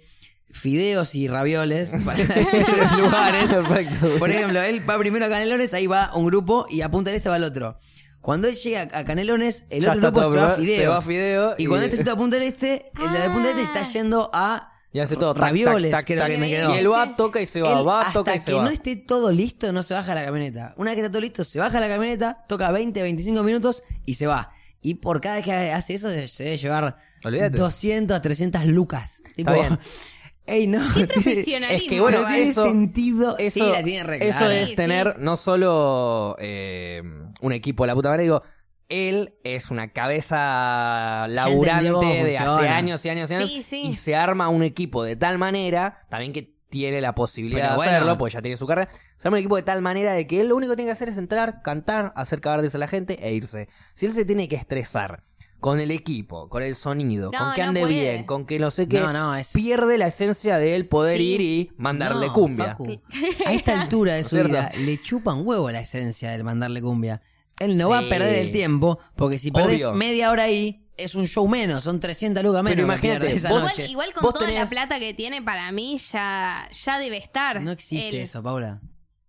C: Fideos y Ravioles, para decir los lugares.
A: Perfecto.
C: Por ejemplo, él va primero a Canelones, ahí va un grupo y apunta al este va el otro. Cuando él llega a Canelones, el
A: Ya
C: otro
A: está
C: grupo
A: todo
C: se va a
A: preparado,
C: Fideos.
A: se va a Fideo
C: y,
A: y-
C: cuando este se está a punta del este, el de punta del este está yendo a
A: Y hace todo. tac, tac,
C: ravioles,
A: tac,
C: creo
A: tac.
C: que me
A: Y
C: quedó.
A: él va, toca y se va.
C: Él,
A: va,
C: hasta
A: toca y se
C: que
A: va.
C: no esté todo listo, no se baja la camioneta. Una vez que está todo listo, se baja la camioneta, toca 20, 25 minutos y se va. Y por cada vez que hace eso, se se debe llevar
A: Olvídate.
C: 200, 300 lucas. Tipo,
A: bien.
C: Ey, no.
B: Qué
C: tiene-
B: profesionalismo.
A: es que, bueno,
C: no tiene
A: eso-
C: sentido.
A: Eso,
C: sí, la tiene re
A: eso
C: clara.
A: es
B: Sí,
A: tener
B: sí.
A: no solo eh, un equipo de la puta madre, digo, él es una cabeza laburante
C: entendió cómo
A: de hace
C: funciona.
A: años y años y años
B: Sí, sí.
A: y se arma un equipo de tal manera, también que tiene la posibilidad
C: Pero
A: de
C: bueno.
A: hacerlo, porque ya tiene su carrera, se arma un equipo de tal manera de que él lo único que tiene que hacer es entrar, cantar, hacer cagardes a la gente e irse. Si él se tiene que estresar con el equipo, con el sonido,
B: No,
A: con que
B: no
A: ande
B: puede.
A: bien, con que no sé qué,
C: No, no, es-
A: pierde la esencia de él poder
B: Sí.
A: ir y mandarle
C: No,
A: cumbia.
C: Facu, A esta altura de
A: ¿No es
C: su
A: cierto?
C: vida, le chupan huevo la esencia del mandarle cumbia. Él no va
A: Sí.
C: a perder el tiempo, porque si perdés
A: Obvio.
C: media hora ahí, es un show menos, son 300 lucas menos. que
A: imagínate,
C: pierde esa
A: vos-
B: Igual,
C: noche.
B: igual con
A: Vos
B: toda la
A: tenés-
B: plata que tiene, para mí ya, ya debe estar.
C: No existe
B: el-
C: eso, Paula.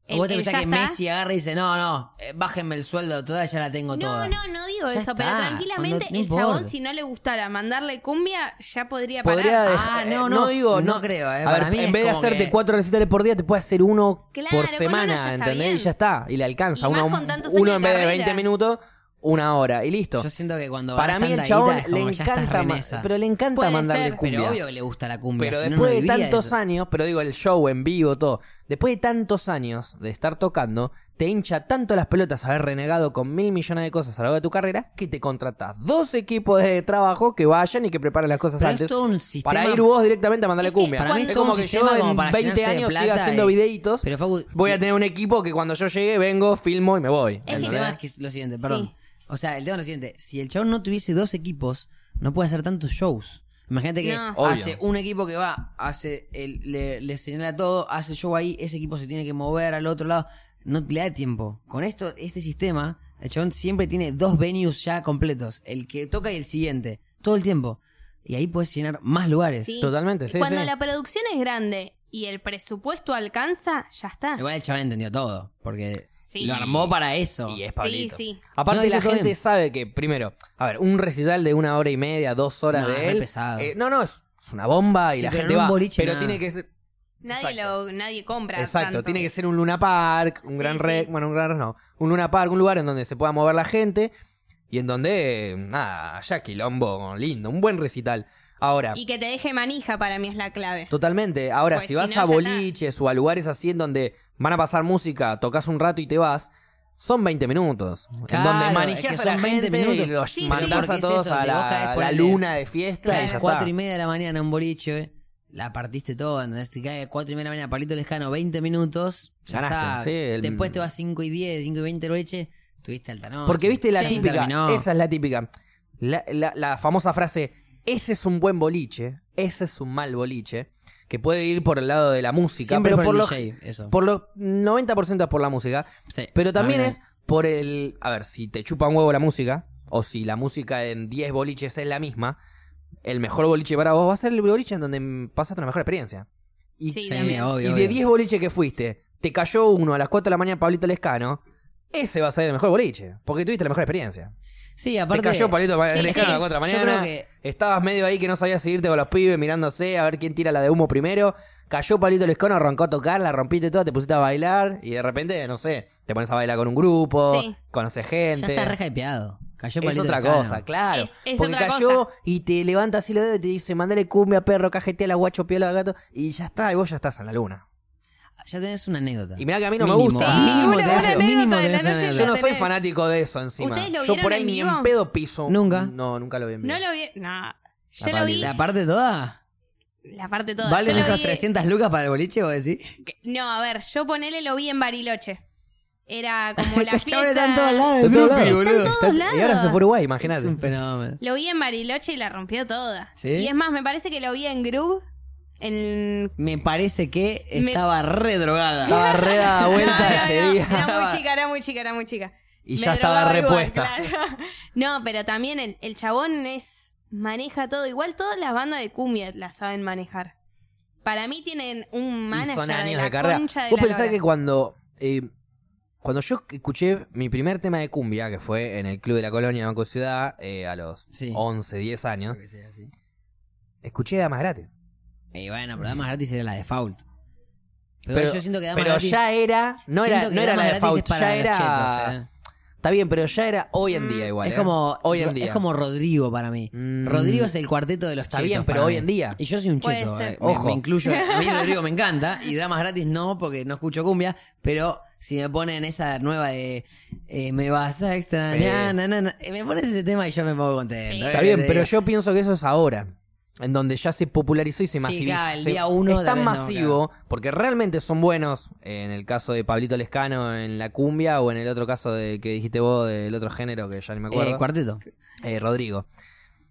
B: el-
C: vos te
B: el
C: pensás
B: ya
C: que
B: está.
C: Messi agarra y dice, no, no, eh, bájenme el sueldo, toda ya la tengo
B: No,
C: toda.
B: no, no digo
C: Ya
B: eso,
C: está,
B: pero tranquilamente
C: cuando- no
B: el chabón,
C: importa.
B: si no le gustara mandarle cumbia, ya podría parar.
A: Podría
C: Ah,
A: dejar.
C: no,
A: eh,
C: no,
A: digo,
C: no creo, eh,
A: A
C: para
A: ver,
C: mí
A: en
C: es
A: vez de
C: como
A: hacerte
C: que-
A: cuatro recitales por día, te puede hacer uno
B: Claro,
A: por
B: con
A: semana,
B: uno ya está
A: ¿entendés?
B: bien.
A: Y ya está. Y le alcanza.
B: Y más
A: uno
B: con tantos
A: uno
B: años
A: en
B: de
A: vez de
B: carrera.
A: 20 minutos, una hora. Y listo.
C: Yo siento que cuando
A: Para
C: ganás
A: mí el
C: tanta
A: chabón
C: guita es
A: le
C: como, ya estás re
A: encanta,
C: en
A: ma-
C: esa.
A: pero le encanta
B: Puede
A: mandarle
B: ser.
A: cumbia.
C: Pero obvio que le gusta la cumbia.
A: Pero
C: si no, no
A: después de
C: viviría
A: tantos
C: eso.
A: años, pero digo, el show en vivo, todo, después de tantos años de estar tocando, te hincha tanto las pelotas haber renegado con mil millones de cosas a lo largo de tu carrera, que te contratas dos equipos de trabajo que vayan y que preparen las cosas
C: Pero es
A: antes.
C: todo un sistema-
A: Para ir vos directamente a mandarle
B: Es que
A: cumbia.
B: para mí
A: es
B: es
A: como
C: todo un
A: que yo
C: sistema como
A: en
C: para
A: 20
C: llenarse de
A: años siga
C: plata
A: haciendo
C: y-
A: videitos.
C: Pero, Facu,
A: voy
C: sí.
A: a tener un equipo que cuando yo llegue, vengo, filmo y me voy.
B: Es
C: El
B: que-
A: ¿entendés?
C: tema es que es lo siguiente, perdón.
B: Este Sí.
C: O sea, el tema es lo siguiente. Si el chabón no tuviese dos equipos, no puede hacer tantos shows. Imagínate que
B: No.
C: hace
A: Obvio.
C: un equipo que va, hace el- le, le señala todo, hace show ahí, ese equipo se tiene que mover al otro lado. No le da tiempo. Con esto, este sistema, el chabón siempre tiene dos venues ya completos. El que toca y el siguiente. Todo el tiempo. Y ahí puedes llenar más lugares.
B: Sí.
A: Totalmente, sí,
B: Cuando
A: sí.
B: la producción es grande y el presupuesto alcanza, ya está.
C: Igual el chabón entendió todo. Porque
B: Sí.
C: lo armó para eso.
A: Y es
B: Sí,
A: Pablito.
B: sí.
A: Aparte,
C: No, eso
A: la
C: está
A: gente
C: bien.
A: sabe que, primero, a ver, un recital de una hora y media, dos horas
C: No, es
A: de
C: re
A: él.
C: pesado.
A: eh, no, no, es, es una bomba y
C: Sí,
A: la
C: pero
A: gente
C: en un
A: va.
C: boliche
A: pero
C: nada.
A: tiene que ser.
B: Nadie
A: Exacto.
B: lo, nadie compra.
A: Exacto,
B: tanto.
A: tiene que ser un Luna Park, un
B: Sí,
A: gran
B: sí.
A: rec, bueno, un gran no, un Luna Park, un lugar en donde se pueda mover la gente y en donde, eh, nada, haya quilombo lindo, un buen recital. Ahora,
B: Y que te deje manija para mí es la clave.
A: Totalmente. Ahora,
B: Pues
A: si
B: si
A: vas
B: no,
A: a
B: ya
A: boliches o a lugares así en donde van a pasar música, tocas un rato y te vas, son 20 minutos. en
C: Claro,
A: donde
C: es
A: manijas
C: que
A: a la
C: son 20
A: gente
C: minutos.
A: y los
B: Sí, sí.
A: mandás
C: Porque
A: a
C: es
A: todos
C: eso,
A: a
C: te
A: la,
C: vos caes
A: a
C: por
A: la
C: el-
A: luna de fiesta y
C: Claro,
A: ya
C: cuatro y
A: está.
C: media de la mañana en un boliche, eh. la partiste todo, ¿entendés? Te cae cuatro y media de la mañana, Palito Lejano, 20 minutos. ya
A: Ganaste,
C: está.
A: sí, el-
C: Después te vas 5 y 10, 5 y 20 del boliche, tuviste alta noche.
A: Porque viste la
B: Sí.
A: típica,
C: Terminó.
A: esa es la típica. La, la- la famosa frase, ese es un buen boliche, ese es un mal boliche, que puede ir por el lado de la música,
C: Siempre
A: pero
C: por
A: por,
C: el
A: los
C: DJ, eso.
A: por los 90% es por la música.
C: Sí,
A: Pero también
C: a mí
A: es por el. A ver, si te chupa un huevo la música, o si la música en 10 boliches es la misma, el mejor boliche para vos va a ser el boliche en donde mm, pasaste la mejor experiencia. Y,
B: Sí,
C: Sí,
B: también.
C: obvio,
A: y de
C: obvio.
A: 10 boliches que fuiste, te cayó uno a las 4 de la mañana Pablito Lescano, ese va a ser el mejor boliche, porque tuviste la mejor experiencia.
C: Sí, aparte.
A: te cayó Pablito
B: Sí,
A: Lescano a
B: sí.
A: las 4 de la
C: Yo
A: mañana,
C: creo
A: estabas medio ahí que no sabías seguirte con los pibes mirándose a ver quién tira la de humo primero. Cayó Pablito Lescano, arrancó a tocar, la rompiste toda, te pusiste a bailar y de repente, no sé, te pones a bailar con un grupo,
B: Sí.
A: conoces
C: ya
A: gente.
C: está re hypeado. Cayó
A: Es
C: Palito
A: otra
C: Lescano.
A: cosa, claro.
B: Es- es
A: porque
B: otra
A: cayó
B: cosa.
A: y te levanta así los dedos y te dice, mandale cumbia, perro, cajeteala, guacho, piola, gato, y ya está, y vos ya estás en la luna.
C: Ya tenés una anécdota.
A: Y mirá que a mí no me
C: Mínimo,
A: gusta.
C: Mínimo,
B: Una-
C: tenés-
B: una anécdota
C: mínimo
B: de la
C: tenés una
B: noche
C: anécdota.
A: Yo no soy
B: tenés.
A: fanático de eso encima.
B: ¿Ustedes lo
A: Yo
B: vieron
A: por ahí
B: en
A: ni en
B: vivo?
A: pedo piso.
C: Nunca.
A: No, nunca lo vi en vivo.
B: No lo vi. No. Yo
A: La
B: lo vi.
C: ¿La parte toda?
B: La parte toda.
C: ¿Valen
B: yo lo
C: esas
B: vi-
C: 300 lucas para el boliche, vos decís?
B: No, a ver, yo ponele lo vi en Bariloche. Era como la
C: Los
B: fiesta.
C: chabones están en todos lados.
A: Está en todos
C: groupie,
A: lados.
C: boludo.
B: Está en todos
A: Y ahora se fue a Uruguay, imagínate.
C: Es un fenómeno.
B: Lo vi en Bariloche y la rompió toda.
C: ¿Sí?
B: Y es más, me parece que lo vi en Groove. En...
C: Me parece que
B: Me-
C: estaba re drogada.
A: Estaba re dada vuelta
B: No, no,
A: ese
B: no,
A: día.
B: Era muy chica, era muy chica, era muy chica.
A: Y
B: Me
A: ya estaba
B: drogaba igual,
A: repuesta.
B: claro. No, pero también el, el chabón es maneja todo. Igual todas las bandas de cumbia las saben manejar. Para mí tienen un
A: Y
B: manager
A: son años de,
B: la
A: carrera.
B: concha de
A: Vos
B: la
A: pensás
B: lora.
A: que cuando. eh, cuando yo escuché mi primer tema de cumbia, que fue en el Club de la Colonia de Banco Ciudad, eh, a los
C: Sí.
A: 11, 10 años, escuché Damas Gratis.
C: Y bueno, pero Damas Gratis era la default. Pero, yo siento que Damas
A: pero
C: Gratis...
A: ya era. No era,
C: siento que
A: no era la
C: Damas
A: de
C: Gratis es
A: Faust,
C: para
A: ya
C: los
A: era.
C: chetos, eh. Mm,
A: Está bien, pero ya era hoy en día igual.
C: es
A: ¿eh?
C: como
A: Hoy en día.
C: es como Rodrigo para mí.
A: Mm.
C: Rodrigo es el cuarteto de los
A: Está
C: chetos
A: bien, pero
C: para
A: hoy
C: mí.
A: en día.
C: Y yo soy un
B: Puede
C: cheto,
B: ser.
C: eh. Me-
A: Ojo.
C: Me, incluyo. A mí Rodrigo me encanta y Damas Gratis no porque no escucho cumbia, pero si me ponen esa nueva de eh, me vas a extrañar,
A: Sí.
C: na, na, na, eh, me pones ese tema y yo me pongo contento.
B: Sí.
C: ¿eh?
A: Está bien,
C: Te
A: pero
C: digo.
A: yo pienso que eso es ahora. en donde ya se popularizó y se
C: Sí,
A: masivizó.
C: claro, el
A: se-
C: día uno
A: es
C: tal
A: tan
C: vez no,
A: masivo, porque realmente son buenos, eh, en el caso de Pablito Lescano en La Cumbia o en el otro caso de que dijiste vos del otro género que ya ni me
C: Eh,
A: acuerdo,
C: cuarteto.
A: eh, Rodrigo.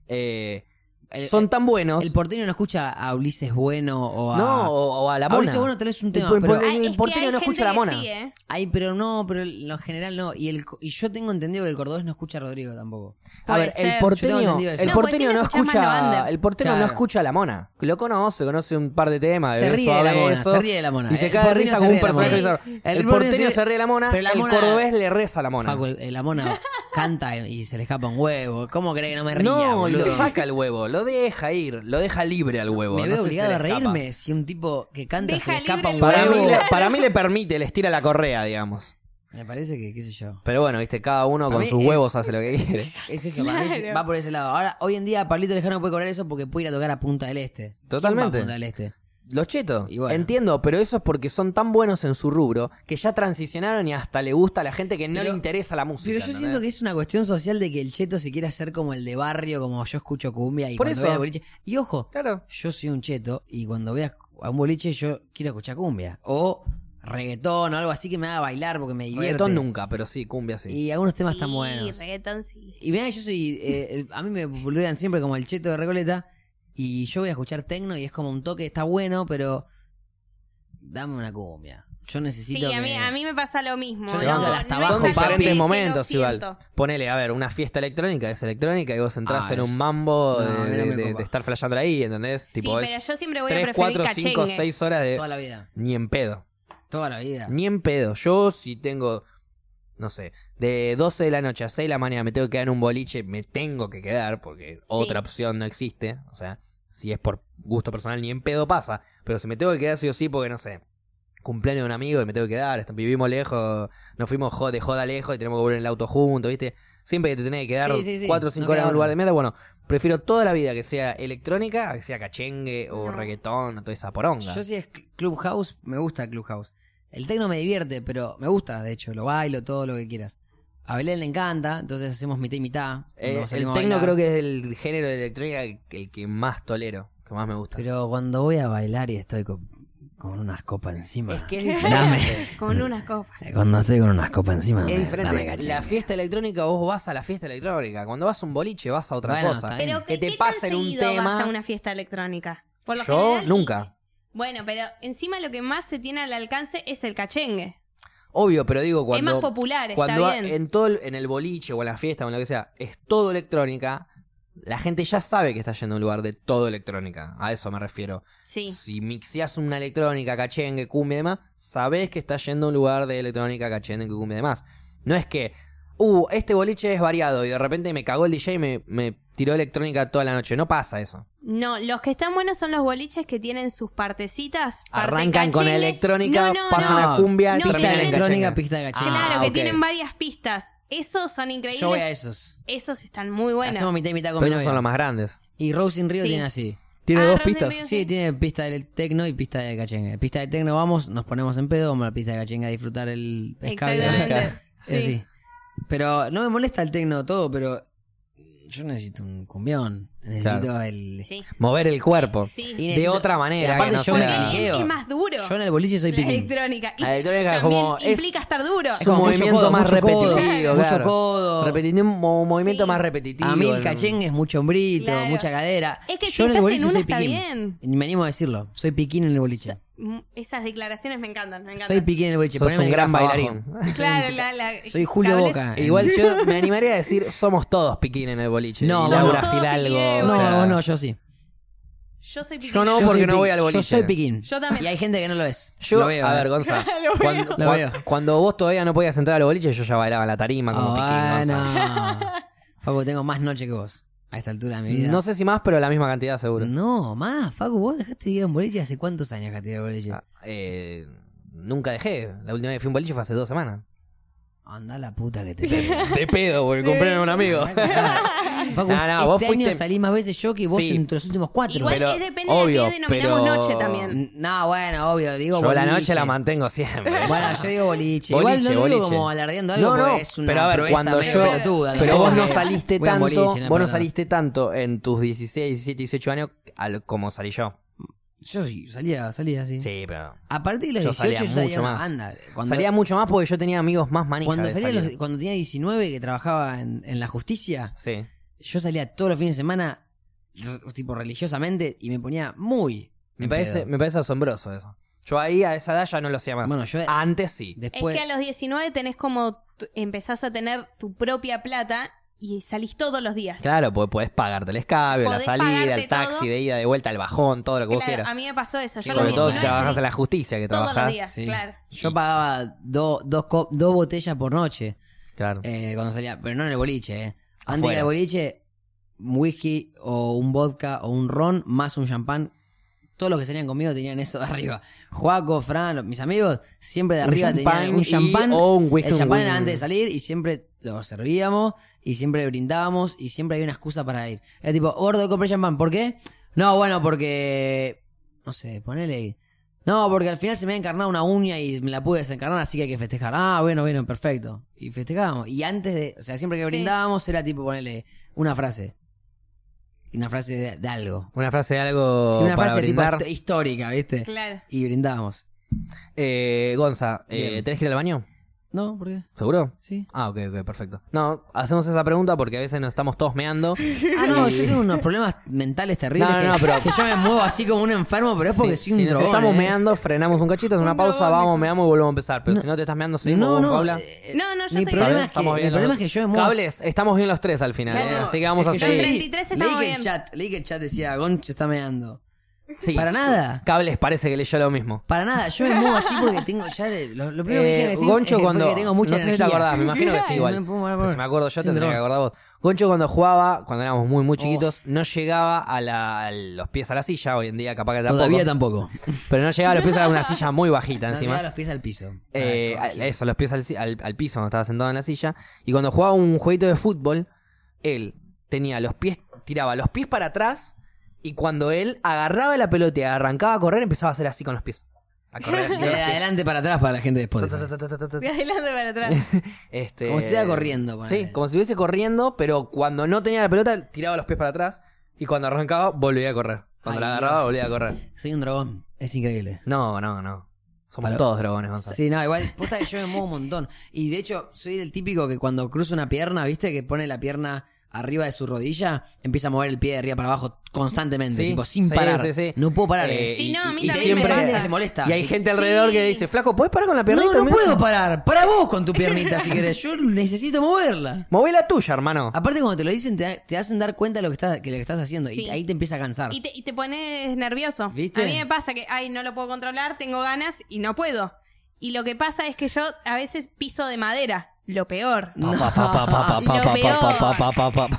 A: Eh,
C: El-
A: son tan buenos.
C: El Ah. porteño no escucha a Ulises Bueno o a.
A: no, o, o a la
C: a
A: mona.
C: Ulises Bueno tal vez es un
A: El
C: tema,
A: por-
C: pero.
A: por- el
B: es que
A: porteño
B: hay
A: no escucha
B: gente
A: la
B: que
A: mona.
B: sí, ¿eh?
C: Ay, pero no, pero en lo general no. Y, el, co- y yo tengo entendido que el cordobés no escucha a Rodrigo tampoco.
A: A
B: Puede
A: ver,
B: ser.
A: el
C: Yo tengo
A: porteño,
C: entendido eso.
A: el
C: No,
B: porque
A: porteño
B: sí
A: no
B: lo escuchamos en la
A: escucha,
B: banda.
A: el porteño no
C: Claro.
A: escucha a la mona. Lo conoce, conoce un par de temas,
C: Se
A: bebé
C: ríe de la
A: suave,
C: mona,
A: eso,
C: se ríe de la mona.
A: Y se
C: El
A: cae de
C: porteño
A: risa
C: se
A: con un
C: ríe de la
A: personaje
B: mona.
A: bizarro.
C: Sí.
A: El,
C: El
A: porteño,
C: porteño
A: se ríe de la mona,
C: pero la
A: el
C: mona-
A: cordobés le reza a la mona.
C: Facu, el- el- la mona canta y se le escapa un huevo. ¿Cómo crees que no me ría?
A: no, y
C: boludo?
A: lo saca el huevo, lo deja ir, lo deja libre al huevo.
C: Me
A: no
C: veo
A: sé si
C: obligado
A: le
C: a
A: escapa.
C: reírme si un tipo que canta se
B: Deja
C: le escapa
B: libre
C: un
B: el
A: Para
C: huevo.
A: mí, le, para mí le permite, le estira la correa, digamos.
C: Me parece que, qué sé yo.
A: Pero bueno, viste, cada uno
C: A
A: con
C: mí,
A: sus
C: eh,
A: huevos hace lo que quiere.
C: Es eso, para mí es-
B: Claro.
C: va por ese lado. Ahora, hoy en día, Pablito Lejano puede cobrar eso porque puede ir a tocar a Punta del Este. ¿Quién va
A: Totalmente.
C: a Punta del Este.
A: Los chetos,
C: Y bueno.
A: entiendo, pero eso es porque son tan buenos en su rubro que ya transicionaron y hasta le gusta a la gente que no
C: Pero-
A: le interesa la música.
C: Pero yo
A: ¿entendés?
C: siento que es una cuestión social de que el cheto se quiere hacer como el de barrio, como yo escucho cumbia y
A: Por
C: cuando
A: eso.
C: voy al boliche. Y ojo,
A: Claro.
C: yo soy un cheto y cuando voy a, a un boliche yo quiero escuchar cumbia. O reggaetón o algo así que me haga bailar porque me divierte.
A: Reggaetón nunca, pero sí, cumbia sí.
C: Y algunos temas tan
B: Sí,
C: buenos.
B: reggaetón sí.
C: Y vean, yo soy. eh, el- a mí me boludean siempre como el cheto de Recoleta. Y yo voy a escuchar tecno y es como un toque, está bueno, pero. Dame una cumbia. Yo necesito.
B: Sí, a mí,
C: que-
B: a mí me pasa lo mismo.
C: Yo
B: No,
C: le
A: banco
B: no,
C: hasta
B: no
C: abajo,
B: es
A: Son diferentes
B: algo que- que lo
A: momentos igual.
B: siento.
A: Ponele, a ver, una fiesta electrónica es electrónica y vos entras
C: Ah,
A: en
C: es-
A: un mambo
C: No,
A: de-
C: a mí no
A: de,
C: me
A: de-
C: copa.
A: de estar flasheando ahí, ¿entendés?
B: Sí,
A: tipo,
B: pero
A: es
B: yo siempre voy a
A: 3,
B: preferir
A: 4, 5,
B: cachengue.
A: 6 horas de...
C: Toda la vida.
A: Ni en pedo.
C: Toda la vida.
A: Ni en pedo. Yo si tengo, no sé, de 12 de la noche a 6 de la mañana me tengo que quedar en un boliche, me tengo que quedar porque otra opción no existe. O sea, si es por gusto personal ni en pedo pasa. Pero si me tengo que quedar sí o sí porque, no sé, cumpleaños de un amigo y me tengo que quedar, est- vivimos lejos, nos fuimos jo- de joda lejos y tenemos que volver en el auto juntos, ¿viste? Siempre que te tenés que quedar
C: Sí, sí, sí.
A: 4 o 5
C: No
A: horas en
C: queda
A: un lugar
C: otra.
A: de mierda, bueno, prefiero toda la vida que sea electrónica, a que sea cachengue o
B: No.
A: reggaetón o toda esa poronga.
C: Yo si es cl- Clubhouse, me gusta Clubhouse. El tecno me divierte, pero me gusta, de hecho, lo bailo, todo lo que quieras. A Belén le encanta, entonces hacemos mitad y mitad.
A: Eh,
C: Nos
A: el
C: salimos a
A: tecno
C: bailar.
A: creo que es el género de electrónica el- el que más tolero, que más me gusta.
C: Pero cuando voy a bailar y estoy co- con, unas copas encima.
A: es que es
C: Dame.
A: diferente.
B: Con unas copas.
C: Cuando estoy con unas copas encima.
A: es
C: dame- dame
A: diferente.
C: caché.
A: La fiesta electrónica, vos vas a la fiesta electrónica. Cuando vas a un boliche, vas a otra
C: Bueno,
A: cosa.
C: está bien.
B: Pero
A: que
B: ¿qué-
A: te
B: qué tan
A: pasen un
B: seguido
A: tema.
B: vas a una fiesta electrónica? Por lo
A: Yo
B: general, y-
A: nunca.
B: Bueno, pero encima lo que más se tiene al alcance es el cachengue.
A: Obvio, pero digo cuando.
B: más popular, está
A: cuando va-
B: bien.
A: En, todo el- en el boliche o en la fiesta o en lo que sea, es todo electrónica. La gente ya sabe que está yendo a un lugar de todo electrónica. A eso me refiero.
B: Sí.
A: Si mixeas una electrónica, cachengue, cumbia y demás, sabés que estás yendo a un lugar de electrónica, cachengue, cumbia y demás. No es que, uh, este boliche es variado y de repente me cagó el DJ y me, me tiró electrónica toda la noche. No pasa eso.
B: No, los que están buenos son los boliches que tienen sus partecitas. parte
A: Arrancan con
B: cachengue.
A: electrónica,
B: No, no,
A: pasan
B: no.
A: a cumbia,
B: No,
A: terminan
C: Pista
B: claro.
A: en
C: electrónica,
A: cachengue.
C: pista de caché.
B: Claro,
A: Ah,
B: que
A: ok.
B: tienen varias pistas. Esos son increíbles.
C: Yo voy a esos.
B: Esos están muy buenos.
C: Hacemos mitad y mitad con
A: Pero
C: mi
A: esos son
C: novia.
A: los más grandes.
C: Y Rose in Rio
B: Sí.
C: tiene así.
B: ¿Tiene Ah, dos Rose in pistas? Rio,
C: Sí,
B: sí.
C: tiene pista del tecno y pista de cachenga. Pista de tecno vamos, nos ponemos en pedo, vamos a la pista de cachenga a disfrutar el pescado. y la
B: Exactamente.
C: pesca.
B: Sí.
C: Es así. Pero no me molesta el tecno todo, pero yo necesito un cumbión. Necesito
A: Claro.
C: el...
B: Sí.
A: Mover el cuerpo.
B: Sí.
C: Y
A: De
C: necesito-
A: otra manera.
C: Y aparte
A: que no
C: yo me
A: sea-
B: Porque
C: piqueo.
B: es más duro.
C: Yo en el boliche soy
B: La
C: piquín.
B: electrónica. Y
A: La electrónica es
B: también
A: como- es-
B: implica estar duro.
A: Es un
C: como mucho
A: movimiento
C: codo,
A: más
C: mucho codo,
A: repetitivo.
C: mucho
A: claro.
C: codo.
A: Repetitivo, un mo- movimiento
B: Sí.
A: más repetitivo.
C: A mí el
A: en-
C: cachengue es mucho hombrito,
B: Claro.
C: mucha cadera.
B: Es que si
C: yo en el
B: estás
C: boliche
B: en una
C: soy
B: está
C: piquín.
B: bien.
C: Y Me animo a decirlo. Soy piquín en el boliche.
B: Mm, Esas declaraciones me encantan, me encantan.
C: Soy piquín en el boliche.
A: Sos
C: poneme
A: un
C: el
A: gran
C: grafo
A: bailarín.
C: abajo.
B: Claro, la, la-
C: Soy Julio
B: cables-
C: Boca.
A: E Igual yo me animaría a decir somos todos piquín en el boliche.
C: No,
A: Y
C: vos
A: Laura
B: no.
A: Fidalgo.
B: Todos
C: No,
A: o sea,
C: vos no, yo sí.
B: Yo soy piquín.
A: Yo no,
C: Yo
A: porque
C: soy
A: no
C: piquín.
A: voy al boliche.
C: Yo soy piquín.
B: Yo también.
C: Y hay gente que no lo es.
A: Yo,
C: Lo veo,
A: a
C: eh.
A: ver, Gonza,
B: Lo veo.
A: cuando,
C: Lo veo.
A: cuan- cuando vos todavía no podías entrar al boliche, yo ya bailaba en la tarima como
C: Ah,
A: piquín. Gonza.
C: no. Facu, tengo más noche que vos. A esta altura de mi vida. Mm.
A: No sé si más, pero la misma cantidad seguro.
C: No, más, Facu, vos dejaste de ir a un boliche hace cuántos años dejaste de ir a un boliche.
A: Ah, eh, nunca dejé. La última vez que fui a un boliche fue hace dos semanas.
C: Anda la puta que te parió.
A: De pedo, porque compré a un amigo.
C: Facu,
A: No, no,
C: este
A: vos
C: año
A: fuiste-
C: salí más veces yo que vos
A: Sí.
C: en los últimos cuatro.
B: Igual
A: Pero-
B: es depende
A: obvio,
B: de qué denominamos
A: pero-
B: noche también.
C: N- No, bueno, obvio, digo
A: Yo la
C: boliche.
A: noche la mantengo siempre.
C: Bueno, yo digo boliche. Igual no
A: Boliche,
C: lo digo
A: boliche.
C: como alardeando algo,
A: No, no,
C: porque es una
A: pero a ver,
C: proeza
A: cuando
C: medio
A: yo-
C: pelotuda,
A: Pero
C: ¿no?
A: vos no
C: Porque
A: saliste
C: voy a un
A: tanto,
C: boliche, no,
A: vos no
C: perdón.
A: saliste tanto en tus 16, 17, 18 años al- como salí yo.
C: Yo sí, salía, salía así.
A: Sí, pero
C: A partir de los
A: Yo
C: 18
A: salía
C: yo salía
A: mucho
C: una
A: más.
C: banda. Cuando,
A: salía mucho más porque yo tenía amigos más manijas
C: cuando,
A: de
C: salía
A: salir.
C: los- cuando tenía 19 que trabajaba en, en la justicia,
A: Sí.
C: yo salía todos los fines de semana, r- tipo religiosamente, y me ponía muy.
A: Me
C: en
A: parece,
C: pedo.
A: me parece asombroso eso. Yo ahí a esa edad ya no lo hacía más.
C: Bueno, yo-
A: Antes sí.
C: Después,
B: Es que a los 19 tenés como. tu- empezás a tener tu propia plata y salís todos los días.
A: Claro, porque podés pagarte el escabio, la
B: Podés
A: salida,
B: pagarte
A: el taxi
B: todo.
A: de ida, de vuelta, el bajón, todo lo que vos
B: Claro,
A: quieras.
B: a mí me pasó eso. Yo a
A: Sobre
B: los
A: todo si
B: 19
A: trabajas en
B: salí
A: la justicia, que
B: todos los
A: trabajás.
B: días,
C: sí.
B: claro.
C: yo pagaba do- dos, co- dos botellas por noche.
A: Claro.
C: Eh, cuando salía, pero no en el boliche, eh. Antes
A: Afuera.
C: de ir al boliche, whisky o un vodka o un ron más un champán. Todos los que salían conmigo tenían eso de arriba. Juaco, Fran, los- mis amigos, siempre de
A: Un
C: arriba
A: champán
C: tenían un
A: y-
C: champán.
A: o un whisky,
C: el
A: un
C: champán
A: win-
C: era antes de salir y siempre lo servíamos y siempre brindábamos y siempre había una excusa para ir. Era tipo, gordo, compré champán. ¿Por qué? No, bueno, porque. No sé, ponele ahí. No, porque al final se me ha encarnado una uña y me la pude desencarnar, así que hay que festejar. Ah, bueno, bueno, perfecto. Y festejábamos. Y antes de, o sea, siempre que
B: Sí.
C: brindábamos era tipo ponerle una frase. Una frase de, de algo.
A: Una frase de
C: Sí,
A: algo
C: una
A: para
C: frase tipo
A: brindar.
C: hist- histórica, ¿viste?
B: Claro.
C: Y brindábamos.
A: Eh, Gonza, eh,
C: Bien.
A: ¿tenés que ir al baño?
C: ¿No? ¿Por qué?
A: ¿Seguro?
C: Sí.
A: Ah, ok, ok, perfecto. No, hacemos esa pregunta porque a veces nos estamos todos meando.
C: Ah, no, yo tengo unos problemas mentales terribles.
A: No, no,
C: que,
A: pero-
C: que yo me muevo así como un enfermo, pero es porque
A: si,
C: soy un
A: si nos
C: drogón,
A: estamos
C: ¿eh?
A: meando, frenamos un cachito, es una
B: Un
A: pausa,
B: drogón,
A: vamos,
B: Nico.
A: meamos y volvemos a empezar. Pero
C: No.
A: si no te estás meando, seguimos
C: No,
A: con
C: no.
A: Paula.
C: eh,
B: No, no, yo estoy
C: mi
A: A ver,
C: problema, es que,
A: estamos bien
C: mi
A: los
C: problema es
A: dos.
C: que yo me muevo
A: Cables, estamos bien los tres al final,
B: Claro.
A: ¿eh?
B: No,
A: así que vamos a
C: Es que
B: yo
A: seguir.
B: en 33
C: leí
B: estamos
C: que el
B: bien.
C: chat, leí que el chat decía, Gonch está meando.
A: Sí.
C: Para nada.
A: Cables parece que leyó lo mismo.
C: Para nada, yo me muevo así porque tengo ya de, lo, lo primero que
A: Eh,
C: dije que tengo es
A: Goncho
C: que
A: cuando...
C: porque tengo mucha
A: no sé si te
C: energía.
A: acordás, me imagino que sí
C: Ay, no
A: igual.
C: me puedo mover,
A: Pero
C: por-
A: si me acuerdo yo,
C: Sin
A: te tendría que
C: drama.
A: acordar vos. Goncho cuando jugaba, cuando éramos muy, muy chiquitos, no llegaba a, la- a los pies a la silla. Hoy en día capaz que tampoco.
C: Todavía tampoco.
A: Pero no llegaba a los pies a una silla muy bajita
C: Encima.
A: encima.
C: los pies al piso.
A: Eh,
C: Ah,
A: a- eso, los pies al, si- al- al piso cuando estaba sentado en la silla. Y cuando jugaba un jueguito de fútbol, él tenía los pies, tiraba los pies para atrás. Y cuando él agarraba la pelota y arrancaba a correr, empezaba a hacer así con los pies. A correr así. con los
C: De
A: pies.
C: adelante para atrás para la gente de Spotify.
A: Ta, ta, ta, ta, ta, ta,
B: De
A: ta.
B: adelante para atrás.
A: Este,
C: Como si estuviera corriendo, ponele.
A: Sí, como si estuviese corriendo, pero cuando no tenía la pelota, tiraba los pies para atrás. Y cuando arrancaba, volvía a correr. Cuando
C: Ay,
A: la agarraba,
C: Dios.
A: volvía a correr.
C: Soy un dragón. Es increíble.
A: No, no, no. Somos
C: Para-
A: todos dragones, Gonzalo.
C: Sí, no, igual, posta que yo me muevo un montón. Y de hecho, soy el típico que cuando cruza una pierna, ¿viste? Que pone la pierna arriba de su rodilla, empieza a mover el pie de arriba para abajo constantemente,
A: Sí,
C: tipo, sin
A: sí,
C: parar.
A: sí, sí.
C: No puedo parar.
A: Eh,
C: eh.
B: Sí, no, a mí
A: y
B: también
A: siempre-
B: me pasa.
C: les molesta.
A: Y hay gente alrededor
B: Sí.
A: que dice, flaco, ¿puedes parar con la piernita?
C: no, no
A: Mirá.
C: puedo parar. Para vos con tu piernita si querés. Yo necesito moverla.
A: Moví la tuya, hermano.
C: Aparte, cuando te lo dicen, te, te hacen dar cuenta de lo que, estás, que lo que estás haciendo.
B: Sí.
C: Y ahí te empieza a cansar.
B: Y te, y te pones nervioso.
C: ¿Viste?
B: A mí me pasa que, ay, no lo puedo controlar, tengo ganas y no puedo. Y lo que pasa es que yo a veces piso de madera, lo peor.
A: Pa, pa, pa, pa, pa, pa,
B: Lo
A: pa, pa,
B: peor.
A: pa, pa, pa, pa, pa.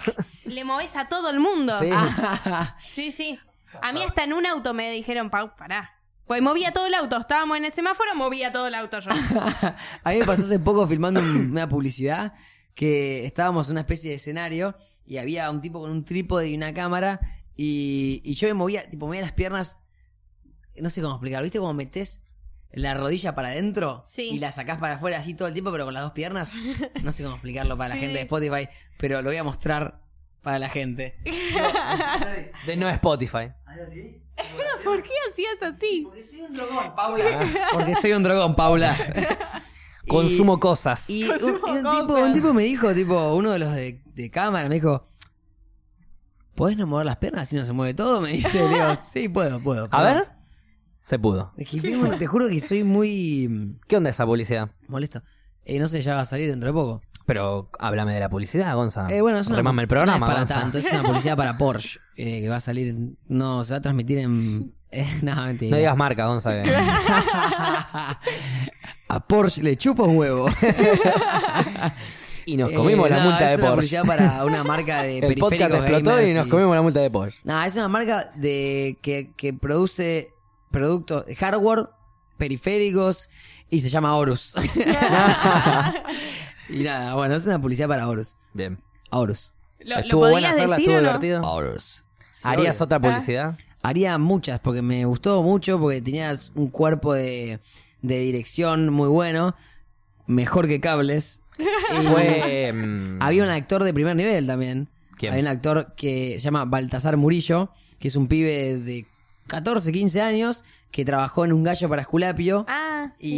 B: Le moves a todo el mundo. Ah,
A: Sí. Ah.
B: Sí, sí. A mí hasta en un auto me dijeron, Pau, pará. Pues movía todo el auto. Estábamos en el semáforo, movía todo el auto yo.
C: A mí me pasó hace poco filmando un- una publicidad que estábamos en una especie de escenario y había un tipo con un trípode y una cámara y, y yo me movía, tipo, movía las piernas, no sé cómo explicarlo, ¿viste cómo metes la rodilla para adentro
B: Sí.
C: y la sacás para afuera así todo el tiempo pero con las dos piernas? No sé cómo explicarlo para la gente de Spotify, pero lo voy a mostrar para la gente.
A: De no Spotify.
C: así?
B: ¿Por qué hacías así?
C: Porque soy un dragón, Paula. Porque soy un dragón, Paula.
A: Consumo cosas.
C: Y un,
B: Con sus
C: y un
B: cosas.
C: tipo, un tipo me dijo, tipo, uno de los de, de cámara me dijo, ¿podés no mover las piernas si no se mueve todo? Me dice, le digo, sí, puedo, puedo.
A: A
C: puedo".
A: ver, se pudo.
C: Es que tengo- te juro que soy muy mm,
A: ¿Qué onda esa publicidad?
C: molesto. Eh, no sé, ya va a salir dentro de poco.
A: Pero háblame de la publicidad, Gonza.
C: Eh, bueno, es una,
A: Ah, Remame el
C: no
A: programa,
C: es para
A: Gonza.
C: tanto, es una publicidad para Porsche, eh, que va a salir, en- no, se va a transmitir en... eh, no, mentira.
A: No digas marca, Gonza. que-
C: a Porsche le chupa un huevo.
A: Y nos comimos la multa de Porsche.
C: Eh, Es una publicidad para una marca de
A: El podcast
C: periféricos
A: explotó y
C: gamers
A: nos comimos la multa de Porsche.
C: Nada, es una marca de que, que produce productos, hardware, periféricos y se llama Horus. y nada, bueno, es una publicidad para Horus.
A: Bien.
C: Horus.
B: ¿Lo, lo
A: ¿Estuvo buena
B: podías
A: hacerla?
B: decir
A: ¿Estuvo
B: o no? Ah.
A: divertido?
C: Oh,
A: ¿Harías otra publicidad?
C: Haría muchas, porque me gustó mucho, porque tenías un cuerpo de, de dirección muy bueno, mejor que cables.
A: Fue. mm,
C: Había un actor de primer nivel también.
A: ¿Quién?
C: Había un actor que se llama Baltasar Murillo, que es un pibe de 14, 15 años, que trabajó en un gallo para Esculapio.
B: Ah, sí.